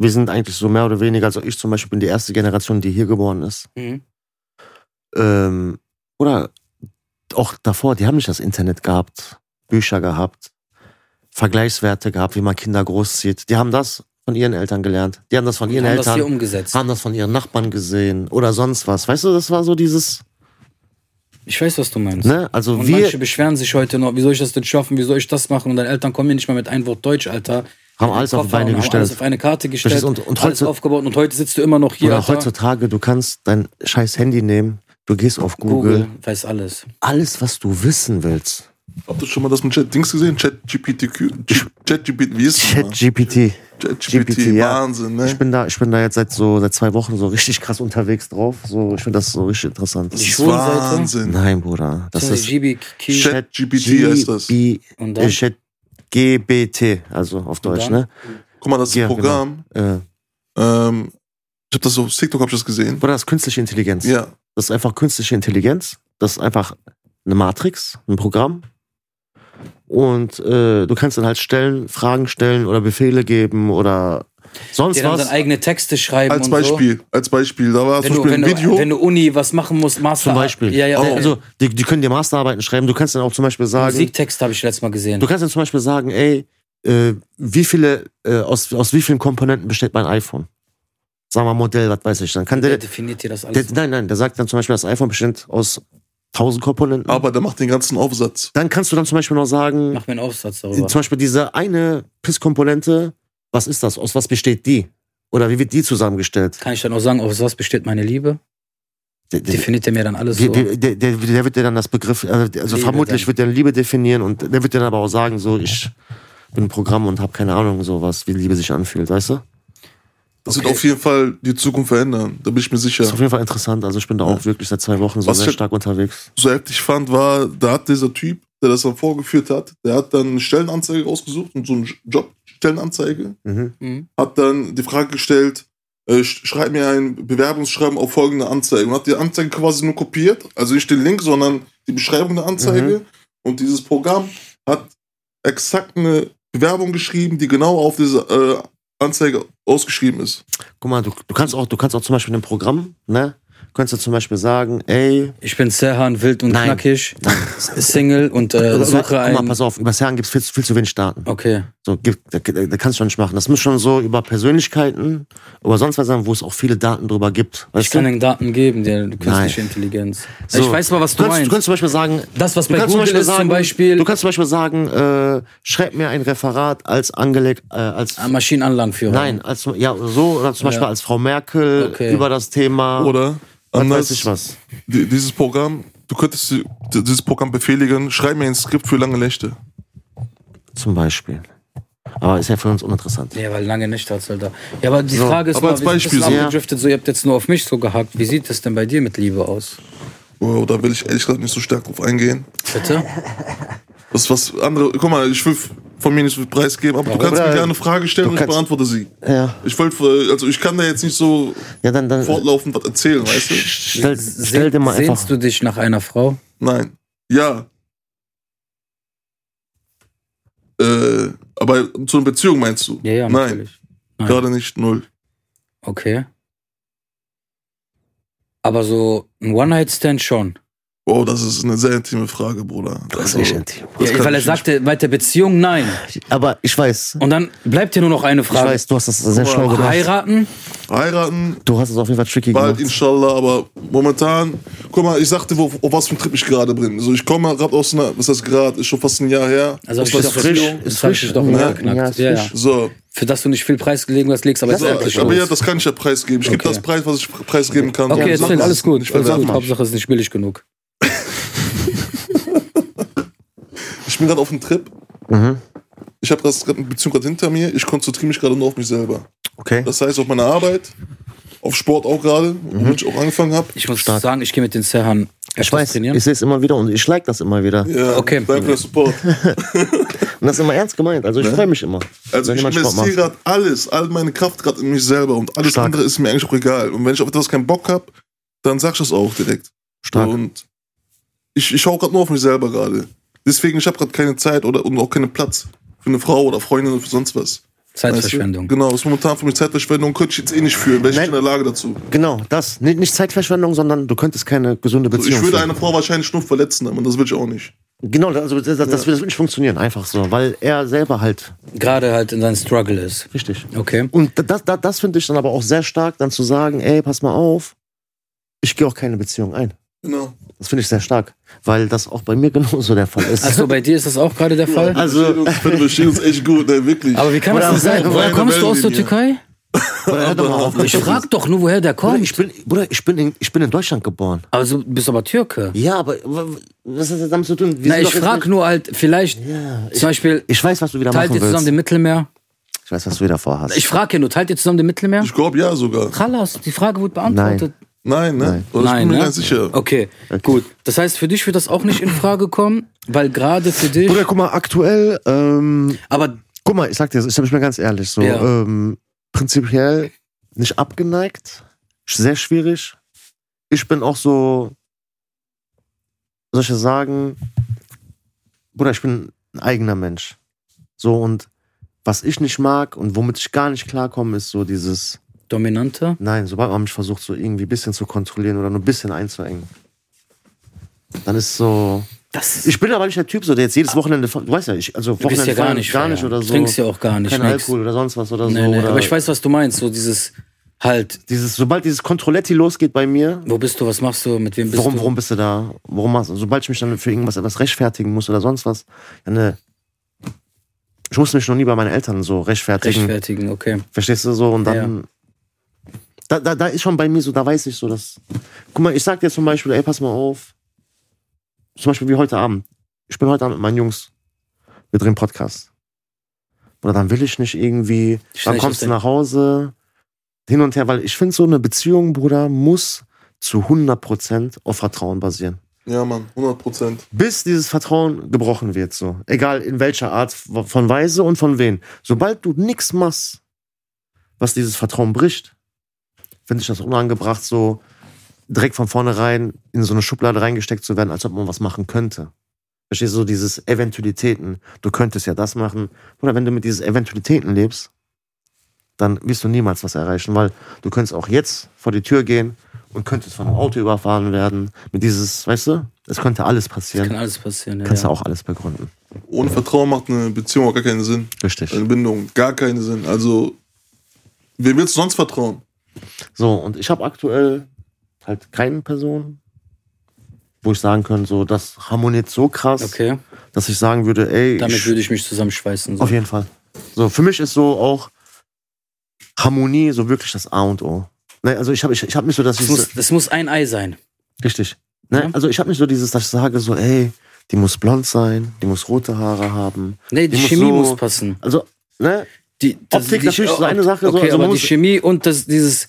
Speaker 2: Wir sind eigentlich so mehr oder weniger, also ich zum Beispiel bin die erste Generation, die hier geboren ist.
Speaker 1: Mhm.
Speaker 2: ähm, oder auch davor, die haben nicht das Internet gehabt, Bücher gehabt, Vergleichswerte gehabt, wie man Kinder großzieht. Die haben das von ihren Eltern gelernt. Die haben das von ihren
Speaker 1: haben das hier um-
Speaker 2: Eltern,
Speaker 1: umgesetzt.
Speaker 2: haben das von ihren Nachbarn gesehen oder sonst was. Weißt du, das war so dieses,
Speaker 1: Ich weiß, was du meinst.
Speaker 2: ne? Also
Speaker 1: Und
Speaker 2: wir
Speaker 1: manche beschweren sich heute noch, wie soll ich das denn schaffen, wie soll ich das machen? Und deine Eltern kommen mir nicht mal mit einem Wort Deutsch, Alter.
Speaker 2: haben alles auf
Speaker 1: Koffer
Speaker 2: die
Speaker 1: und
Speaker 2: Beine
Speaker 1: haben Alles
Speaker 2: gestellt.
Speaker 1: auf eine Karte gestellt,
Speaker 2: Verstehst du? Und- und
Speaker 1: alles
Speaker 2: heute-
Speaker 1: aufgebaut und heute sitzt du immer noch hier.
Speaker 2: Oder
Speaker 1: Alter.
Speaker 2: heutzutage, du kannst dein scheiß Handy nehmen, du gehst auf Google,
Speaker 1: Google weiß alles.
Speaker 2: alles, was du wissen willst.
Speaker 3: Habt ihr schon mal das mit Chat Dings gesehen? Chat GPTQ? Chat GPT, wie ist das?
Speaker 2: ChatGPT.
Speaker 3: Chat
Speaker 2: GPT,
Speaker 3: GPT,
Speaker 2: ja.
Speaker 3: Wahnsinn, ne?
Speaker 2: Ich bin da, ich bin da jetzt seit so seit zwei Wochen so richtig krass unterwegs drauf. So, ich finde das so richtig interessant.
Speaker 3: Das ist
Speaker 1: Schwulenseite?
Speaker 3: Wahnsinn.
Speaker 2: Nein, Bruder. Das
Speaker 1: So,
Speaker 2: ist
Speaker 1: GBQ.
Speaker 3: Shit. ChatGPT heißt das.
Speaker 2: GB
Speaker 1: Und dann?
Speaker 2: äh, Chat GBT, also auf Deutsch,
Speaker 1: dann?
Speaker 2: ne?
Speaker 3: Guck mal, das
Speaker 2: Ja,
Speaker 3: Programm,
Speaker 2: Äh,
Speaker 1: genau.
Speaker 3: ähm, ich habe das auf TikTok hab ich das gesehen.
Speaker 2: Bruder, das ist künstliche Intelligenz.
Speaker 3: Ja,
Speaker 2: Das ist einfach künstliche Intelligenz. Das ist einfach eine Matrix, ein Programm. Und äh, du kannst dann halt stellen, Fragen stellen oder Befehle geben oder sonst
Speaker 1: Die dann
Speaker 2: was.
Speaker 1: seine eigene Texte schreiben
Speaker 3: als
Speaker 1: und
Speaker 3: Beispiel, als Beispiel, da war
Speaker 1: so.
Speaker 3: zum
Speaker 1: Wenn du, wenn,
Speaker 3: Beispiel ein
Speaker 1: du,
Speaker 3: Video.
Speaker 1: wenn du Uni was machen musst, Master.
Speaker 2: Zum Beispiel.
Speaker 1: Ja, ja,
Speaker 3: Oh.
Speaker 1: ja.
Speaker 2: Also, die, die können dir Masterarbeiten schreiben. Du kannst dann auch zum Beispiel sagen,
Speaker 1: Musiktext habe ich letztes Mal gesehen.
Speaker 2: Du kannst dann zum Beispiel sagen, ey, äh, wie viele, äh, aus, aus wie vielen Komponenten besteht mein iPhone? Sag mal Modell, was weiß ich. Dann kann
Speaker 1: der
Speaker 2: der,
Speaker 1: definiert dir das
Speaker 2: der,
Speaker 1: alles.
Speaker 2: nein, nein, der sagt dann zum Beispiel, das iPhone besteht aus 1000 Komponenten.
Speaker 3: aber der macht den ganzen Aufsatz.
Speaker 2: dann kannst du dann zum Beispiel noch sagen, äh,
Speaker 1: Mach mir einen Aufsatz darüber.
Speaker 2: zum Beispiel diese eine PIS-Komponente, was ist das? Aus was besteht die? Oder wie wird die zusammengestellt?
Speaker 1: Kann ich dann auch sagen, aus was besteht meine Liebe?
Speaker 2: Der, der,
Speaker 1: Definiert er mir dann alles
Speaker 2: der,
Speaker 1: so.
Speaker 2: der, der, der, der wird dir dann das Begriff, also, also
Speaker 1: Liebe
Speaker 2: vermutlich
Speaker 1: dann.
Speaker 2: wird der Liebe definieren und der wird dir dann aber auch sagen, so, ich bin ein Programm und habe keine Ahnung, so was, wie Liebe sich anfühlt, weißt du?
Speaker 3: Das wird auf jeden Fall die Zukunft verändern, da bin ich mir sicher.
Speaker 2: Ist auf jeden Fall interessant. Also ich bin da auch wirklich seit zwei Wochen so
Speaker 3: Was
Speaker 2: sehr
Speaker 3: für-
Speaker 2: stark unterwegs.
Speaker 3: so heftig fand, war, da hat dieser Typ, der das dann vorgeführt hat, der hat dann eine Stellenanzeige rausgesucht und so einen Job, Stellenanzeige,
Speaker 1: Mhm.
Speaker 3: hat dann die Frage gestellt, äh, sch- schreib mir ein Bewerbungsschreiben auf folgende Anzeige und hat die Anzeige quasi nur kopiert, also nicht den Link, sondern die Beschreibung der
Speaker 2: Mhm.
Speaker 3: Anzeige und dieses Programm hat exakt eine Bewerbung geschrieben, die genau auf diese äh, Anzeige ausgeschrieben ist.
Speaker 2: Guck mal, du, du kannst auch, du kannst auch zum Beispiel in einem Programm, ne? Könntest du zum Beispiel sagen, ey,
Speaker 1: Ich bin Serhan, wild und
Speaker 2: Nein.
Speaker 1: knackig, Single und äh, suche
Speaker 2: guck mal,
Speaker 1: einen.
Speaker 2: pass auf, über Serien gibt es viel, viel zu wenig Daten.
Speaker 1: Okay.
Speaker 2: So, gibt, da, da da kannst du schon nicht machen. Das muss schon so über Persönlichkeiten oder sonst was sein, wo es auch viele Daten drüber gibt. Weißt
Speaker 1: Ich kann
Speaker 2: du?
Speaker 1: den Daten geben, der künstliche Intelligenz.
Speaker 2: So.
Speaker 1: Ich weiß mal, was du,
Speaker 2: kannst,
Speaker 1: meinst.
Speaker 2: Du kannst zum Beispiel sagen,
Speaker 1: Das, was
Speaker 2: du
Speaker 1: bei
Speaker 2: kannst
Speaker 1: Google ist zum Beispiel-
Speaker 2: Du kannst zum Beispiel sagen, äh, schreib mir ein Referat als angelegt, äh, als
Speaker 1: Ah, Maschinenanlagenführer.
Speaker 2: Nein, als ja so oder zum Beispiel als Frau Merkel
Speaker 1: Okay.
Speaker 2: über das Thema
Speaker 3: Oder
Speaker 2: was
Speaker 3: anders-
Speaker 2: weiß ich was.
Speaker 3: Die- Dieses Programm, du könntest die- dieses Programm befehligen, schreib mir ein Skript für lange Nächte.
Speaker 2: Zum Beispiel. Aber ist ja für uns uninteressant.
Speaker 1: Ja, weil lange nicht hat's halt da. Ja, aber die Frage ist,
Speaker 3: aber
Speaker 1: mal,
Speaker 3: als
Speaker 1: wir sind ein
Speaker 3: Beispiel
Speaker 1: bisschen
Speaker 2: so.
Speaker 1: abgedriftet, so, ihr habt jetzt nur auf mich so gehackt. Wie sieht es denn bei dir mit Liebe aus?
Speaker 3: Oh, da will ich ehrlich gesagt nicht so stark drauf eingehen.
Speaker 1: Bitte?
Speaker 3: Das ist was andere. Guck mal, ich will von mir nicht so viel preisgeben, aber du kannst mir
Speaker 2: Oder-
Speaker 3: gerne eine Frage stellen
Speaker 2: du
Speaker 3: und ich
Speaker 2: kannst-
Speaker 3: beantworte sie.
Speaker 2: Ja.
Speaker 3: Ich wollte, also ich kann da jetzt nicht so
Speaker 2: Ja, dann, dann
Speaker 3: fortlaufend was erzählen, weißt du?
Speaker 2: stell,
Speaker 1: Seh-
Speaker 2: stell dir mal einfach.
Speaker 1: Sehnst du dich nach einer Frau?
Speaker 3: Nein. Ja. Äh, aber zu einer Beziehung meinst du?
Speaker 1: Ja, ja,
Speaker 3: Nein,
Speaker 1: natürlich. Nein.
Speaker 3: gerade nicht, null.
Speaker 1: Okay. Aber so ein One-Night-Stand schon.
Speaker 3: Wow, das ist eine sehr intime Frage, Bruder.
Speaker 2: Das ist
Speaker 3: Also,
Speaker 2: nicht intim.
Speaker 3: das
Speaker 1: Ja,
Speaker 3: kann
Speaker 1: weil er
Speaker 3: ich nicht-
Speaker 1: sagte, bei der Beziehung nein.
Speaker 2: Aber ich weiß,
Speaker 1: Und dann bleibt dir nur noch eine
Speaker 2: ich
Speaker 1: Frage.
Speaker 2: weiß, du hast das sehr
Speaker 3: Guck mal,
Speaker 2: schlau
Speaker 1: Oh,
Speaker 2: gemacht.
Speaker 1: Heiraten?
Speaker 3: Heiraten,
Speaker 2: Du hast es auf jeden Fall tricky
Speaker 3: Bald,
Speaker 2: gemacht.
Speaker 3: inshallah, aber momentan, guck mal, ich sagte, wo, auf was für einen Trip ich gerade bin. Also ich komme gerade aus einer, was heißt gerade, ist schon fast ein Jahr her.
Speaker 1: Also
Speaker 3: aus
Speaker 1: hab ich
Speaker 3: einer
Speaker 1: das
Speaker 2: frisch?
Speaker 3: Beziehung.
Speaker 2: Ist
Speaker 1: Das hab ich
Speaker 2: frisch,
Speaker 1: doch
Speaker 2: ne?
Speaker 1: mal geknackt.
Speaker 2: Ja, ist
Speaker 1: Ja, ja.
Speaker 2: frisch.
Speaker 3: So,
Speaker 1: für das du nicht viel preisgelegen hast, legst, aber es
Speaker 2: Das
Speaker 1: ist
Speaker 2: ist
Speaker 3: Ja,
Speaker 1: endlich
Speaker 3: aber
Speaker 1: los.
Speaker 3: ja, das kann ich ja preisgeben. Ich
Speaker 1: Okay.
Speaker 3: gebe das Preis, was ich preisgeben kann.
Speaker 1: okay,
Speaker 3: Sag
Speaker 1: jetzt ist
Speaker 3: mal.
Speaker 1: alles gut.
Speaker 2: Äh,
Speaker 3: Ich
Speaker 1: Alles
Speaker 3: versag
Speaker 1: gut.
Speaker 3: mal.
Speaker 1: Hauptsache es ist nicht billig genug.
Speaker 3: Ich bin gerade auf einem Trip.
Speaker 2: Mhm.
Speaker 3: Ich habe das grad- Beziehung gerade hinter mir. Ich konzentriere mich gerade nur auf mich selber.
Speaker 2: Okay.
Speaker 3: Das heißt, auf meine Arbeit, auf Sport auch gerade, womit ich auch angefangen habe.
Speaker 1: Ich muss sagen, ich gehe mit den Serhan
Speaker 2: Ich weiß, ich sehe es immer wieder und ich like das immer wieder.
Speaker 3: Ja,
Speaker 1: Okay.
Speaker 3: Danke für den Support.
Speaker 2: Und das ist immer ernst gemeint. Also ich
Speaker 1: Ne?
Speaker 2: freue mich immer.
Speaker 3: Also ich
Speaker 2: jemand Sport
Speaker 3: investiere
Speaker 2: macht.
Speaker 3: gerade alles, all meine Kraft gerade in mich selber und alles
Speaker 2: Stark.
Speaker 3: andere ist mir eigentlich auch egal. Und wenn ich auf etwas keinen Bock habe, dann sag ich das auch direkt.
Speaker 2: Stark.
Speaker 3: Und ich, ich schaue gerade nur auf mich selber gerade. Deswegen, ich habe gerade keine Zeit oder und auch keinen Platz für eine Frau oder Freundin oder für sonst was.
Speaker 1: Zeitverschwendung.
Speaker 3: Weißt du? Genau, das ist momentan für mich Zeitverschwendung, könnte ich jetzt eh nicht führen, wäre ich nicht in der Lage dazu.
Speaker 2: Genau, das. Nicht, nicht Zeitverschwendung, sondern du könntest keine gesunde
Speaker 1: Also
Speaker 3: So,
Speaker 2: Beziehung
Speaker 3: ich würde
Speaker 2: führen.
Speaker 3: eine Frau wahrscheinlich nur verletzen, aber das will ich auch nicht.
Speaker 2: Genau, das- also das, das, das würde nicht funktionieren, einfach so, weil er selber halt,
Speaker 1: Gerade halt in seinem Struggle ist.
Speaker 2: richtig.
Speaker 1: Okay.
Speaker 2: Und das, das, das finde ich dann aber auch sehr stark, dann zu sagen, ey, pass mal auf, ich gehe auch keine Beziehung ein.
Speaker 3: Genau.
Speaker 2: Das finde ich sehr stark, weil das auch bei mir genauso der Fall ist.
Speaker 1: Also bei dir ist das auch gerade der Fall.
Speaker 2: Also-
Speaker 3: Also, wir verstehen uns echt gut, ne, wirklich.
Speaker 1: Aber wie kann das
Speaker 2: Oder-
Speaker 1: denn sein? Woher
Speaker 3: Meine
Speaker 1: kommst du aus der
Speaker 3: Wellenlinie.
Speaker 1: Türkei?
Speaker 2: Bruder, hör doch mal auf.
Speaker 1: Ich frag doch nur, woher der
Speaker 2: Bruder, ich
Speaker 1: kommt.
Speaker 2: bin, Bruder, ich bin, in, ich bin in Deutschland geboren.
Speaker 1: Also du bist aber Türke.
Speaker 2: Ja, aber w- w- was hat das damit zu tun? Wir
Speaker 1: Na,
Speaker 2: sind
Speaker 1: ich
Speaker 2: doch jetzt
Speaker 1: frag
Speaker 2: nicht-
Speaker 1: nur halt, vielleicht,
Speaker 2: Ja, ich,
Speaker 1: zum Beispiel,
Speaker 2: ich weiß, was du wieder
Speaker 1: teilt
Speaker 2: machen
Speaker 1: ihr zusammen
Speaker 2: willst.
Speaker 1: den Mittelmeer?
Speaker 2: Ich weiß, was du wieder vorhast.
Speaker 1: Ich frage ja nur, teilt ihr zusammen den Mittelmeer?
Speaker 3: ich glaube ja sogar.
Speaker 1: Chalas, die Frage wurde beantwortet.
Speaker 3: Nein, ne?
Speaker 2: Nein.
Speaker 3: Oder ich bin mir
Speaker 1: ne?
Speaker 3: ganz sicher.
Speaker 1: Okay, gut. Das heißt, für dich wird das auch nicht in Frage kommen, weil gerade für dich.
Speaker 2: Bruder, guck mal, aktuell, ähm,
Speaker 1: Aber
Speaker 2: Guck mal, ich sag dir, das, ich bin mal ganz ehrlich, so
Speaker 1: Ja.
Speaker 2: ähm, prinzipiell nicht abgeneigt, sch- sehr schwierig. Ich bin auch so, soll ich das sagen, Bruder, ich bin ein eigener Mensch. So und was ich nicht mag und womit ich gar nicht klarkomme, ist so dieses,
Speaker 1: dominanter?
Speaker 2: nein, sobald man mich versucht, so irgendwie ein bisschen zu kontrollieren oder nur ein bisschen einzuengen, dann ist so.
Speaker 1: Das
Speaker 2: Ich bin aber nicht der Typ, so, der jetzt jedes Wochenende, von- du weißt ja, ich, also
Speaker 1: du bist
Speaker 2: Wochenende
Speaker 1: ja gar
Speaker 2: feiern,
Speaker 1: nicht.
Speaker 2: gar nicht
Speaker 1: feiern.
Speaker 2: oder so.
Speaker 1: Trinkst ja auch gar nicht.
Speaker 2: Kein
Speaker 1: nix.
Speaker 2: Alkohol oder sonst was oder
Speaker 1: Nee,
Speaker 2: so.
Speaker 1: nee.
Speaker 2: Oder
Speaker 1: Aber ich weiß, was du meinst. So dieses halt,
Speaker 2: dieses, sobald dieses Kontrolletti losgeht bei mir,
Speaker 1: wo bist du, was machst du, mit wem bist
Speaker 2: warum,
Speaker 1: du?
Speaker 2: warum bist du da? Warum machst du? Sobald ich mich dann für irgendwas etwas rechtfertigen muss oder sonst was, ja, ne. Ich musste mich noch nie bei meinen Eltern so rechtfertigen.
Speaker 1: Rechtfertigen, okay.
Speaker 2: Verstehst du so? Und dann. Da, da, da ist schon bei mir so, da weiß ich so, dass. Guck mal, ich sag dir zum Beispiel, ey, pass mal auf. Zum Beispiel wie heute Abend. Ich bin heute Abend mit meinen Jungs. Wir drehen Podcast. Oder dann will ich nicht irgendwie.
Speaker 1: Schnell,
Speaker 2: Dann kommst du
Speaker 1: schnell.
Speaker 2: nach Hause. Hin und her, weil ich finde, so eine Beziehung, Bruder, muss zu 100% auf Vertrauen basieren.
Speaker 3: Ja, Mann, 100 Prozent.
Speaker 2: Bis dieses Vertrauen gebrochen wird, so. Egal in welcher Art von Weise und von wen. Sobald du nichts machst, was dieses Vertrauen bricht, finde ich das unangebracht, so direkt von vornherein in so eine Schublade reingesteckt zu werden, als ob man was machen könnte. Verstehst du, so dieses Eventualitäten. Du könntest ja das machen. Oder wenn du mit diesen Eventualitäten lebst, dann wirst du niemals was erreichen, weil du könntest auch jetzt vor die Tür gehen und könntest von einem Auto überfahren werden. Mit dieses, weißt du, es könnte alles
Speaker 1: Kann
Speaker 2: passieren.
Speaker 1: alles passieren. Ja,
Speaker 2: Kannst du
Speaker 1: ja.
Speaker 2: auch alles begründen.
Speaker 3: Ohne Vertrauen macht eine Beziehung auch gar keinen Sinn.
Speaker 2: Richtig.
Speaker 3: Eine Bindung, gar keinen Sinn. Also, wem willst du sonst vertrauen?
Speaker 2: So, und ich habe aktuell halt keine Person, wo ich sagen könnte, so, das harmoniert so krass,
Speaker 1: Okay,
Speaker 2: dass ich sagen würde, ey,
Speaker 1: damit
Speaker 2: ich,
Speaker 1: würde ich mich zusammenschweißen. So.
Speaker 2: auf jeden Fall. So, für mich ist so auch Harmonie so wirklich das A und O. Ne, also ich habe ich, ich hab nicht so, dass ich
Speaker 1: Es muss, es muss ein Ei sein.
Speaker 2: richtig. Ne,
Speaker 1: Ja.
Speaker 2: Also ich habe nicht so dieses, dass ich sage so, ey, die muss blond sein, die muss rote Haare haben.
Speaker 1: Nee, die,
Speaker 2: Die muss
Speaker 1: Chemie
Speaker 2: so-
Speaker 1: muss passen.
Speaker 2: Also, ne?
Speaker 1: Die,
Speaker 2: Optik
Speaker 1: die-
Speaker 2: natürlich ist eine Sache, so,
Speaker 1: Okay,
Speaker 2: also man
Speaker 1: aber die
Speaker 2: muss-
Speaker 1: Chemie und das, dieses,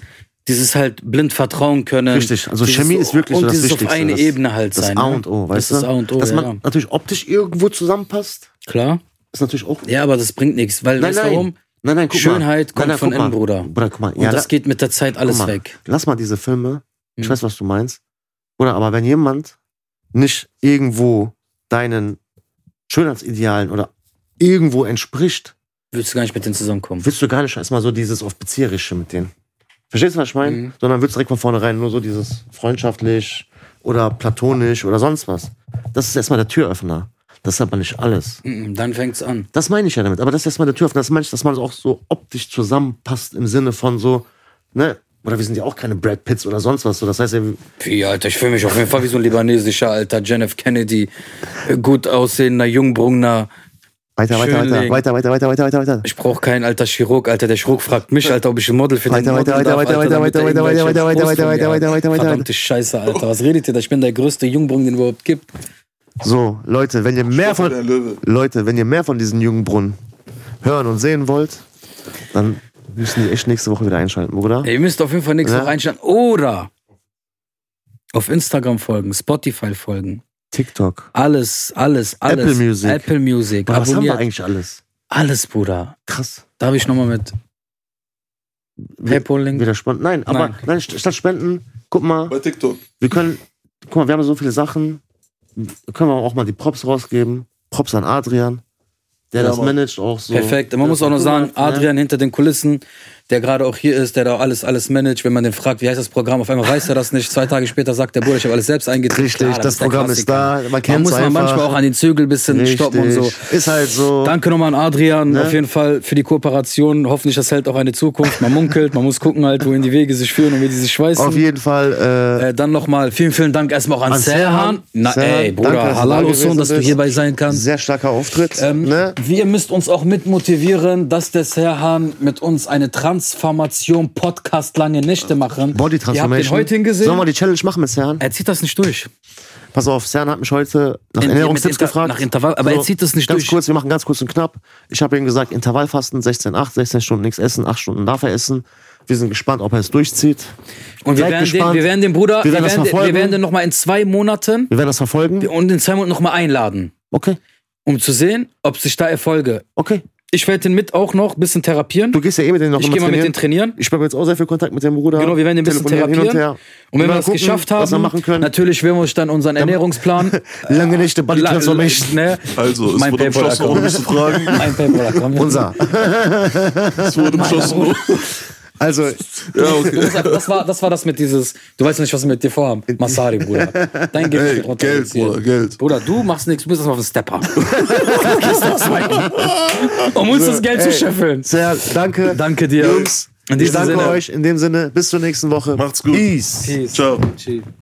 Speaker 1: dieses halt blind vertrauen können.
Speaker 2: Richtig, also
Speaker 1: Ähm, dieses,
Speaker 2: Chemie ist wirklich
Speaker 1: und
Speaker 2: so das
Speaker 1: dieses auf
Speaker 2: Wichtigste,
Speaker 1: eine
Speaker 2: das-
Speaker 1: Ebene halt
Speaker 2: Das
Speaker 1: sein.
Speaker 2: A
Speaker 1: ne?
Speaker 2: und O, weißt
Speaker 1: das
Speaker 2: du?
Speaker 1: Das A und O,
Speaker 2: dass man
Speaker 1: ja.
Speaker 2: natürlich optisch irgendwo zusammenpasst,
Speaker 1: Klar.
Speaker 2: ist natürlich auch
Speaker 1: Ja, aber das bringt nichts, weil
Speaker 2: Nein,
Speaker 1: weißt du
Speaker 2: nein.
Speaker 1: warum?
Speaker 2: Nein, nein, guck mal.
Speaker 1: Schönheit kommt
Speaker 2: nein, nein,
Speaker 1: von
Speaker 2: guck mal.
Speaker 1: innen, Bruder.
Speaker 2: Bruder, guck mal.
Speaker 1: Und
Speaker 2: Ja,
Speaker 1: das
Speaker 2: la-
Speaker 1: geht mit der Zeit alles
Speaker 2: guck mal.
Speaker 1: weg.
Speaker 2: Lass mal diese Filme. Ich
Speaker 1: Mhm.
Speaker 2: weiß, was du meinst. Bruder, aber wenn jemand nicht irgendwo deinen Schönheitsidealen oder irgendwo entspricht,
Speaker 1: Würdest du gar nicht mit denen zusammenkommen.
Speaker 2: willst du gar nicht erstmal so dieses auf Bezieherische mit denen. Verstehst du, was ich meine?
Speaker 1: Mhm.
Speaker 2: Sondern willst direkt von vornherein nur so dieses freundschaftlich oder platonisch oder sonst was. Das ist erstmal der Türöffner. Das ist aber nicht alles.
Speaker 1: Mhm, Dann fängt's an.
Speaker 2: Das meine ich ja damit. Aber das ist erstmal der Tür offen. Das meine ich, dass man auch so optisch zusammenpasst im Sinne von so, ne? Oder wir sind ja auch keine Brad Pitts oder sonst was. So, das heißt, ja,
Speaker 1: Wie, Alter, ich fühle mich auf jeden Fall wie so ein libanesischer, alter John F. Kennedy. äh, Gut aussehender, jungbrungener
Speaker 2: Weiter, weiter,
Speaker 1: Schön
Speaker 2: weiter,
Speaker 1: legen.
Speaker 2: weiter, weiter, weiter, weiter, weiter, weiter.
Speaker 1: Ich brauche keinen alter Chirurg, Alter. Der Chirurg fragt mich, Alter, ob ich ein Model für den
Speaker 2: Weiter,
Speaker 1: Model
Speaker 2: weiter, weiter,
Speaker 1: darf,
Speaker 2: weiter,
Speaker 1: Alter, damit
Speaker 2: weiter,
Speaker 1: der
Speaker 2: weiter,
Speaker 1: irgendwelche Brust
Speaker 2: weiter, weiter,
Speaker 1: von
Speaker 2: weiter,
Speaker 1: mir
Speaker 2: weiter,
Speaker 1: hat.
Speaker 2: weiter, weiter,
Speaker 1: Verdammte Scheiße, Alter. Was redet ihr da? Ich bin der größte Jungbrunnen, den überhaupt gibt.
Speaker 2: So, Leute, wenn ihr mehr
Speaker 3: Stefan
Speaker 2: von
Speaker 3: der Löwe.
Speaker 2: Leute, wenn ihr mehr von diesen jungen Brunnen hören und sehen wollt, dann müssen die echt nächste Woche wieder einschalten, oder?
Speaker 1: Ihr müsst auf jeden Fall nächste
Speaker 2: Ja.
Speaker 1: Woche einstellen. Oder auf Instagram folgen, Spotify folgen.
Speaker 2: TikTok.
Speaker 1: Alles, alles, alles.
Speaker 2: Apple Music.
Speaker 1: Apple Music.
Speaker 2: Boah, was haben wir
Speaker 1: Abonniert.
Speaker 2: eigentlich alles?
Speaker 1: Alles, Bruder.
Speaker 2: Krass.
Speaker 1: Darf ich nochmal mit PayPal-Link?
Speaker 2: Wieder spannend. Nein, aber nein.
Speaker 1: Nein.
Speaker 2: st- statt Spenden, guck mal,
Speaker 3: Bei TikTok.
Speaker 2: wir können, guck mal, wir haben so viele Sachen. Können wir auch mal die Props rausgeben? Props an Adrian, der
Speaker 3: Ja,
Speaker 2: das
Speaker 3: Mann.
Speaker 2: managt auch so.
Speaker 1: Perfekt. Man
Speaker 2: Der
Speaker 1: muss
Speaker 2: ist
Speaker 1: auch noch
Speaker 2: cool,
Speaker 1: sagen,
Speaker 2: ne?
Speaker 1: Adrian hinter den Kulissen, der gerade auch hier ist, der da alles, alles managt. Wenn man den fragt, wie heißt das Programm, auf einmal weiß er das nicht. Zwei Tage später sagt der Bruder, ich habe alles selbst eingetragen.
Speaker 2: Richtig, das Programm ist da. Man
Speaker 1: Man
Speaker 2: kennt's
Speaker 1: muss man manchmal
Speaker 2: einfach.
Speaker 1: auch an den Zügel ein bisschen
Speaker 2: Richtig.
Speaker 1: stoppen und so.
Speaker 2: Ist halt so.
Speaker 1: Danke nochmal an Adrian,
Speaker 2: Ne?
Speaker 1: auf jeden Fall für die Kooperation. Hoffentlich, das hält auch eine Zukunft. Man munkelt, man muss gucken halt, wohin die Wege sich führen und wie die sich schweißen.
Speaker 2: Auf jeden Fall. Äh,
Speaker 1: äh, dann nochmal vielen, vielen Dank erstmal auch an,
Speaker 2: An Serhan.
Speaker 1: Serhan. Na
Speaker 2: Serhan,
Speaker 1: ey, Bruder,
Speaker 2: danke, dass du da
Speaker 1: halal
Speaker 2: gewesen
Speaker 1: Osun, dass du
Speaker 2: bist.
Speaker 1: hierbei sein kannst.
Speaker 2: sehr starker Auftritt.
Speaker 1: Ähm,
Speaker 2: ne?
Speaker 1: Wir müsst uns auch mit motivieren, dass der Serhan mit uns eine Transformation Podcast lange Nächte machen.
Speaker 2: Body
Speaker 1: Ihr habt den
Speaker 2: Transformation.
Speaker 1: heute
Speaker 2: Sollen wir
Speaker 1: hingesehen. Äh,
Speaker 2: die Challenge machen mit Serhan?
Speaker 1: Er zieht das nicht durch.
Speaker 2: Pass auf, Serhan hat mich heute nach
Speaker 1: In-
Speaker 2: Ernährungstipps
Speaker 1: Äh, mit Inter-
Speaker 2: gefragt.
Speaker 1: nach Intervall- aber er zieht das nicht
Speaker 2: ganz
Speaker 1: durch.
Speaker 2: Kurz, wir machen ganz kurz und knapp. Ich habe ihm gesagt, Intervallfasten 16, 8, 16 Stunden nichts essen, 8 Stunden darf er essen. Wir sind gespannt, ob er es durchzieht.
Speaker 1: Und wir
Speaker 2: Seid
Speaker 1: werden, den,
Speaker 2: gespannt.
Speaker 1: wir werden den Bruder,
Speaker 2: Wir werden das
Speaker 1: den, wir
Speaker 2: verfolgen.
Speaker 1: werden den nochmal in zwei Monaten
Speaker 2: Wir werden das verfolgen.
Speaker 1: und in zwei Monaten nochmal einladen,
Speaker 2: Okay,
Speaker 1: um zu sehen, ob sich da Erfolge.
Speaker 2: okay.
Speaker 1: Ich werde den mit auch noch ein bisschen therapieren.
Speaker 2: Du gehst ja eh mit denen noch
Speaker 1: ich
Speaker 2: immer
Speaker 1: gehe mal mit
Speaker 2: trainieren.
Speaker 1: den trainieren.
Speaker 2: Ich habe jetzt auch sehr viel Kontakt mit dem Bruder.
Speaker 1: Genau, wir werden den ein bisschen
Speaker 2: Telefonieren hin
Speaker 1: therapieren.
Speaker 2: und her.
Speaker 1: Und wenn wir
Speaker 2: mal
Speaker 1: das
Speaker 2: gucken,
Speaker 1: geschafft
Speaker 2: was wir
Speaker 1: haben,
Speaker 2: machen können.
Speaker 1: natürlich werden wir euch dann unseren Ernährungsplan.
Speaker 2: Lange Nächte, Body
Speaker 1: La-
Speaker 2: Transformation.
Speaker 1: ne?
Speaker 3: Also, es
Speaker 1: Mein
Speaker 3: wurde
Speaker 1: Paypal
Speaker 3: beschlossen, ohne mich zu fragen.
Speaker 1: Mein Paypal-Account.
Speaker 2: Unser.
Speaker 3: Es wurde beschlossen. ohne-
Speaker 2: Also,
Speaker 3: Ja, okay.
Speaker 1: Das, das, war, das war das mit dieses, du weißt nicht, was wir mit dir vorhaben. Masari, Bruder. Dein Gewicht wird
Speaker 3: Ey, Geld,
Speaker 1: runterreduziert.
Speaker 3: Bruder, Geld.
Speaker 1: Bruder, du machst nichts, du bist erstmal auf den Stepper. Du gehst auf zwei. um uns das Geld zu
Speaker 2: äh, ey.
Speaker 1: scheffeln.
Speaker 2: sehr danke.
Speaker 1: Danke dir.
Speaker 2: Jungs.
Speaker 1: In
Speaker 2: Ich
Speaker 1: diesem
Speaker 2: danke
Speaker 1: Sinne.
Speaker 2: euch. In dem Sinne, bis zur nächsten Woche.
Speaker 3: Macht's gut.
Speaker 2: Peace.
Speaker 1: Peace.
Speaker 3: Ciao.
Speaker 1: Tschüss.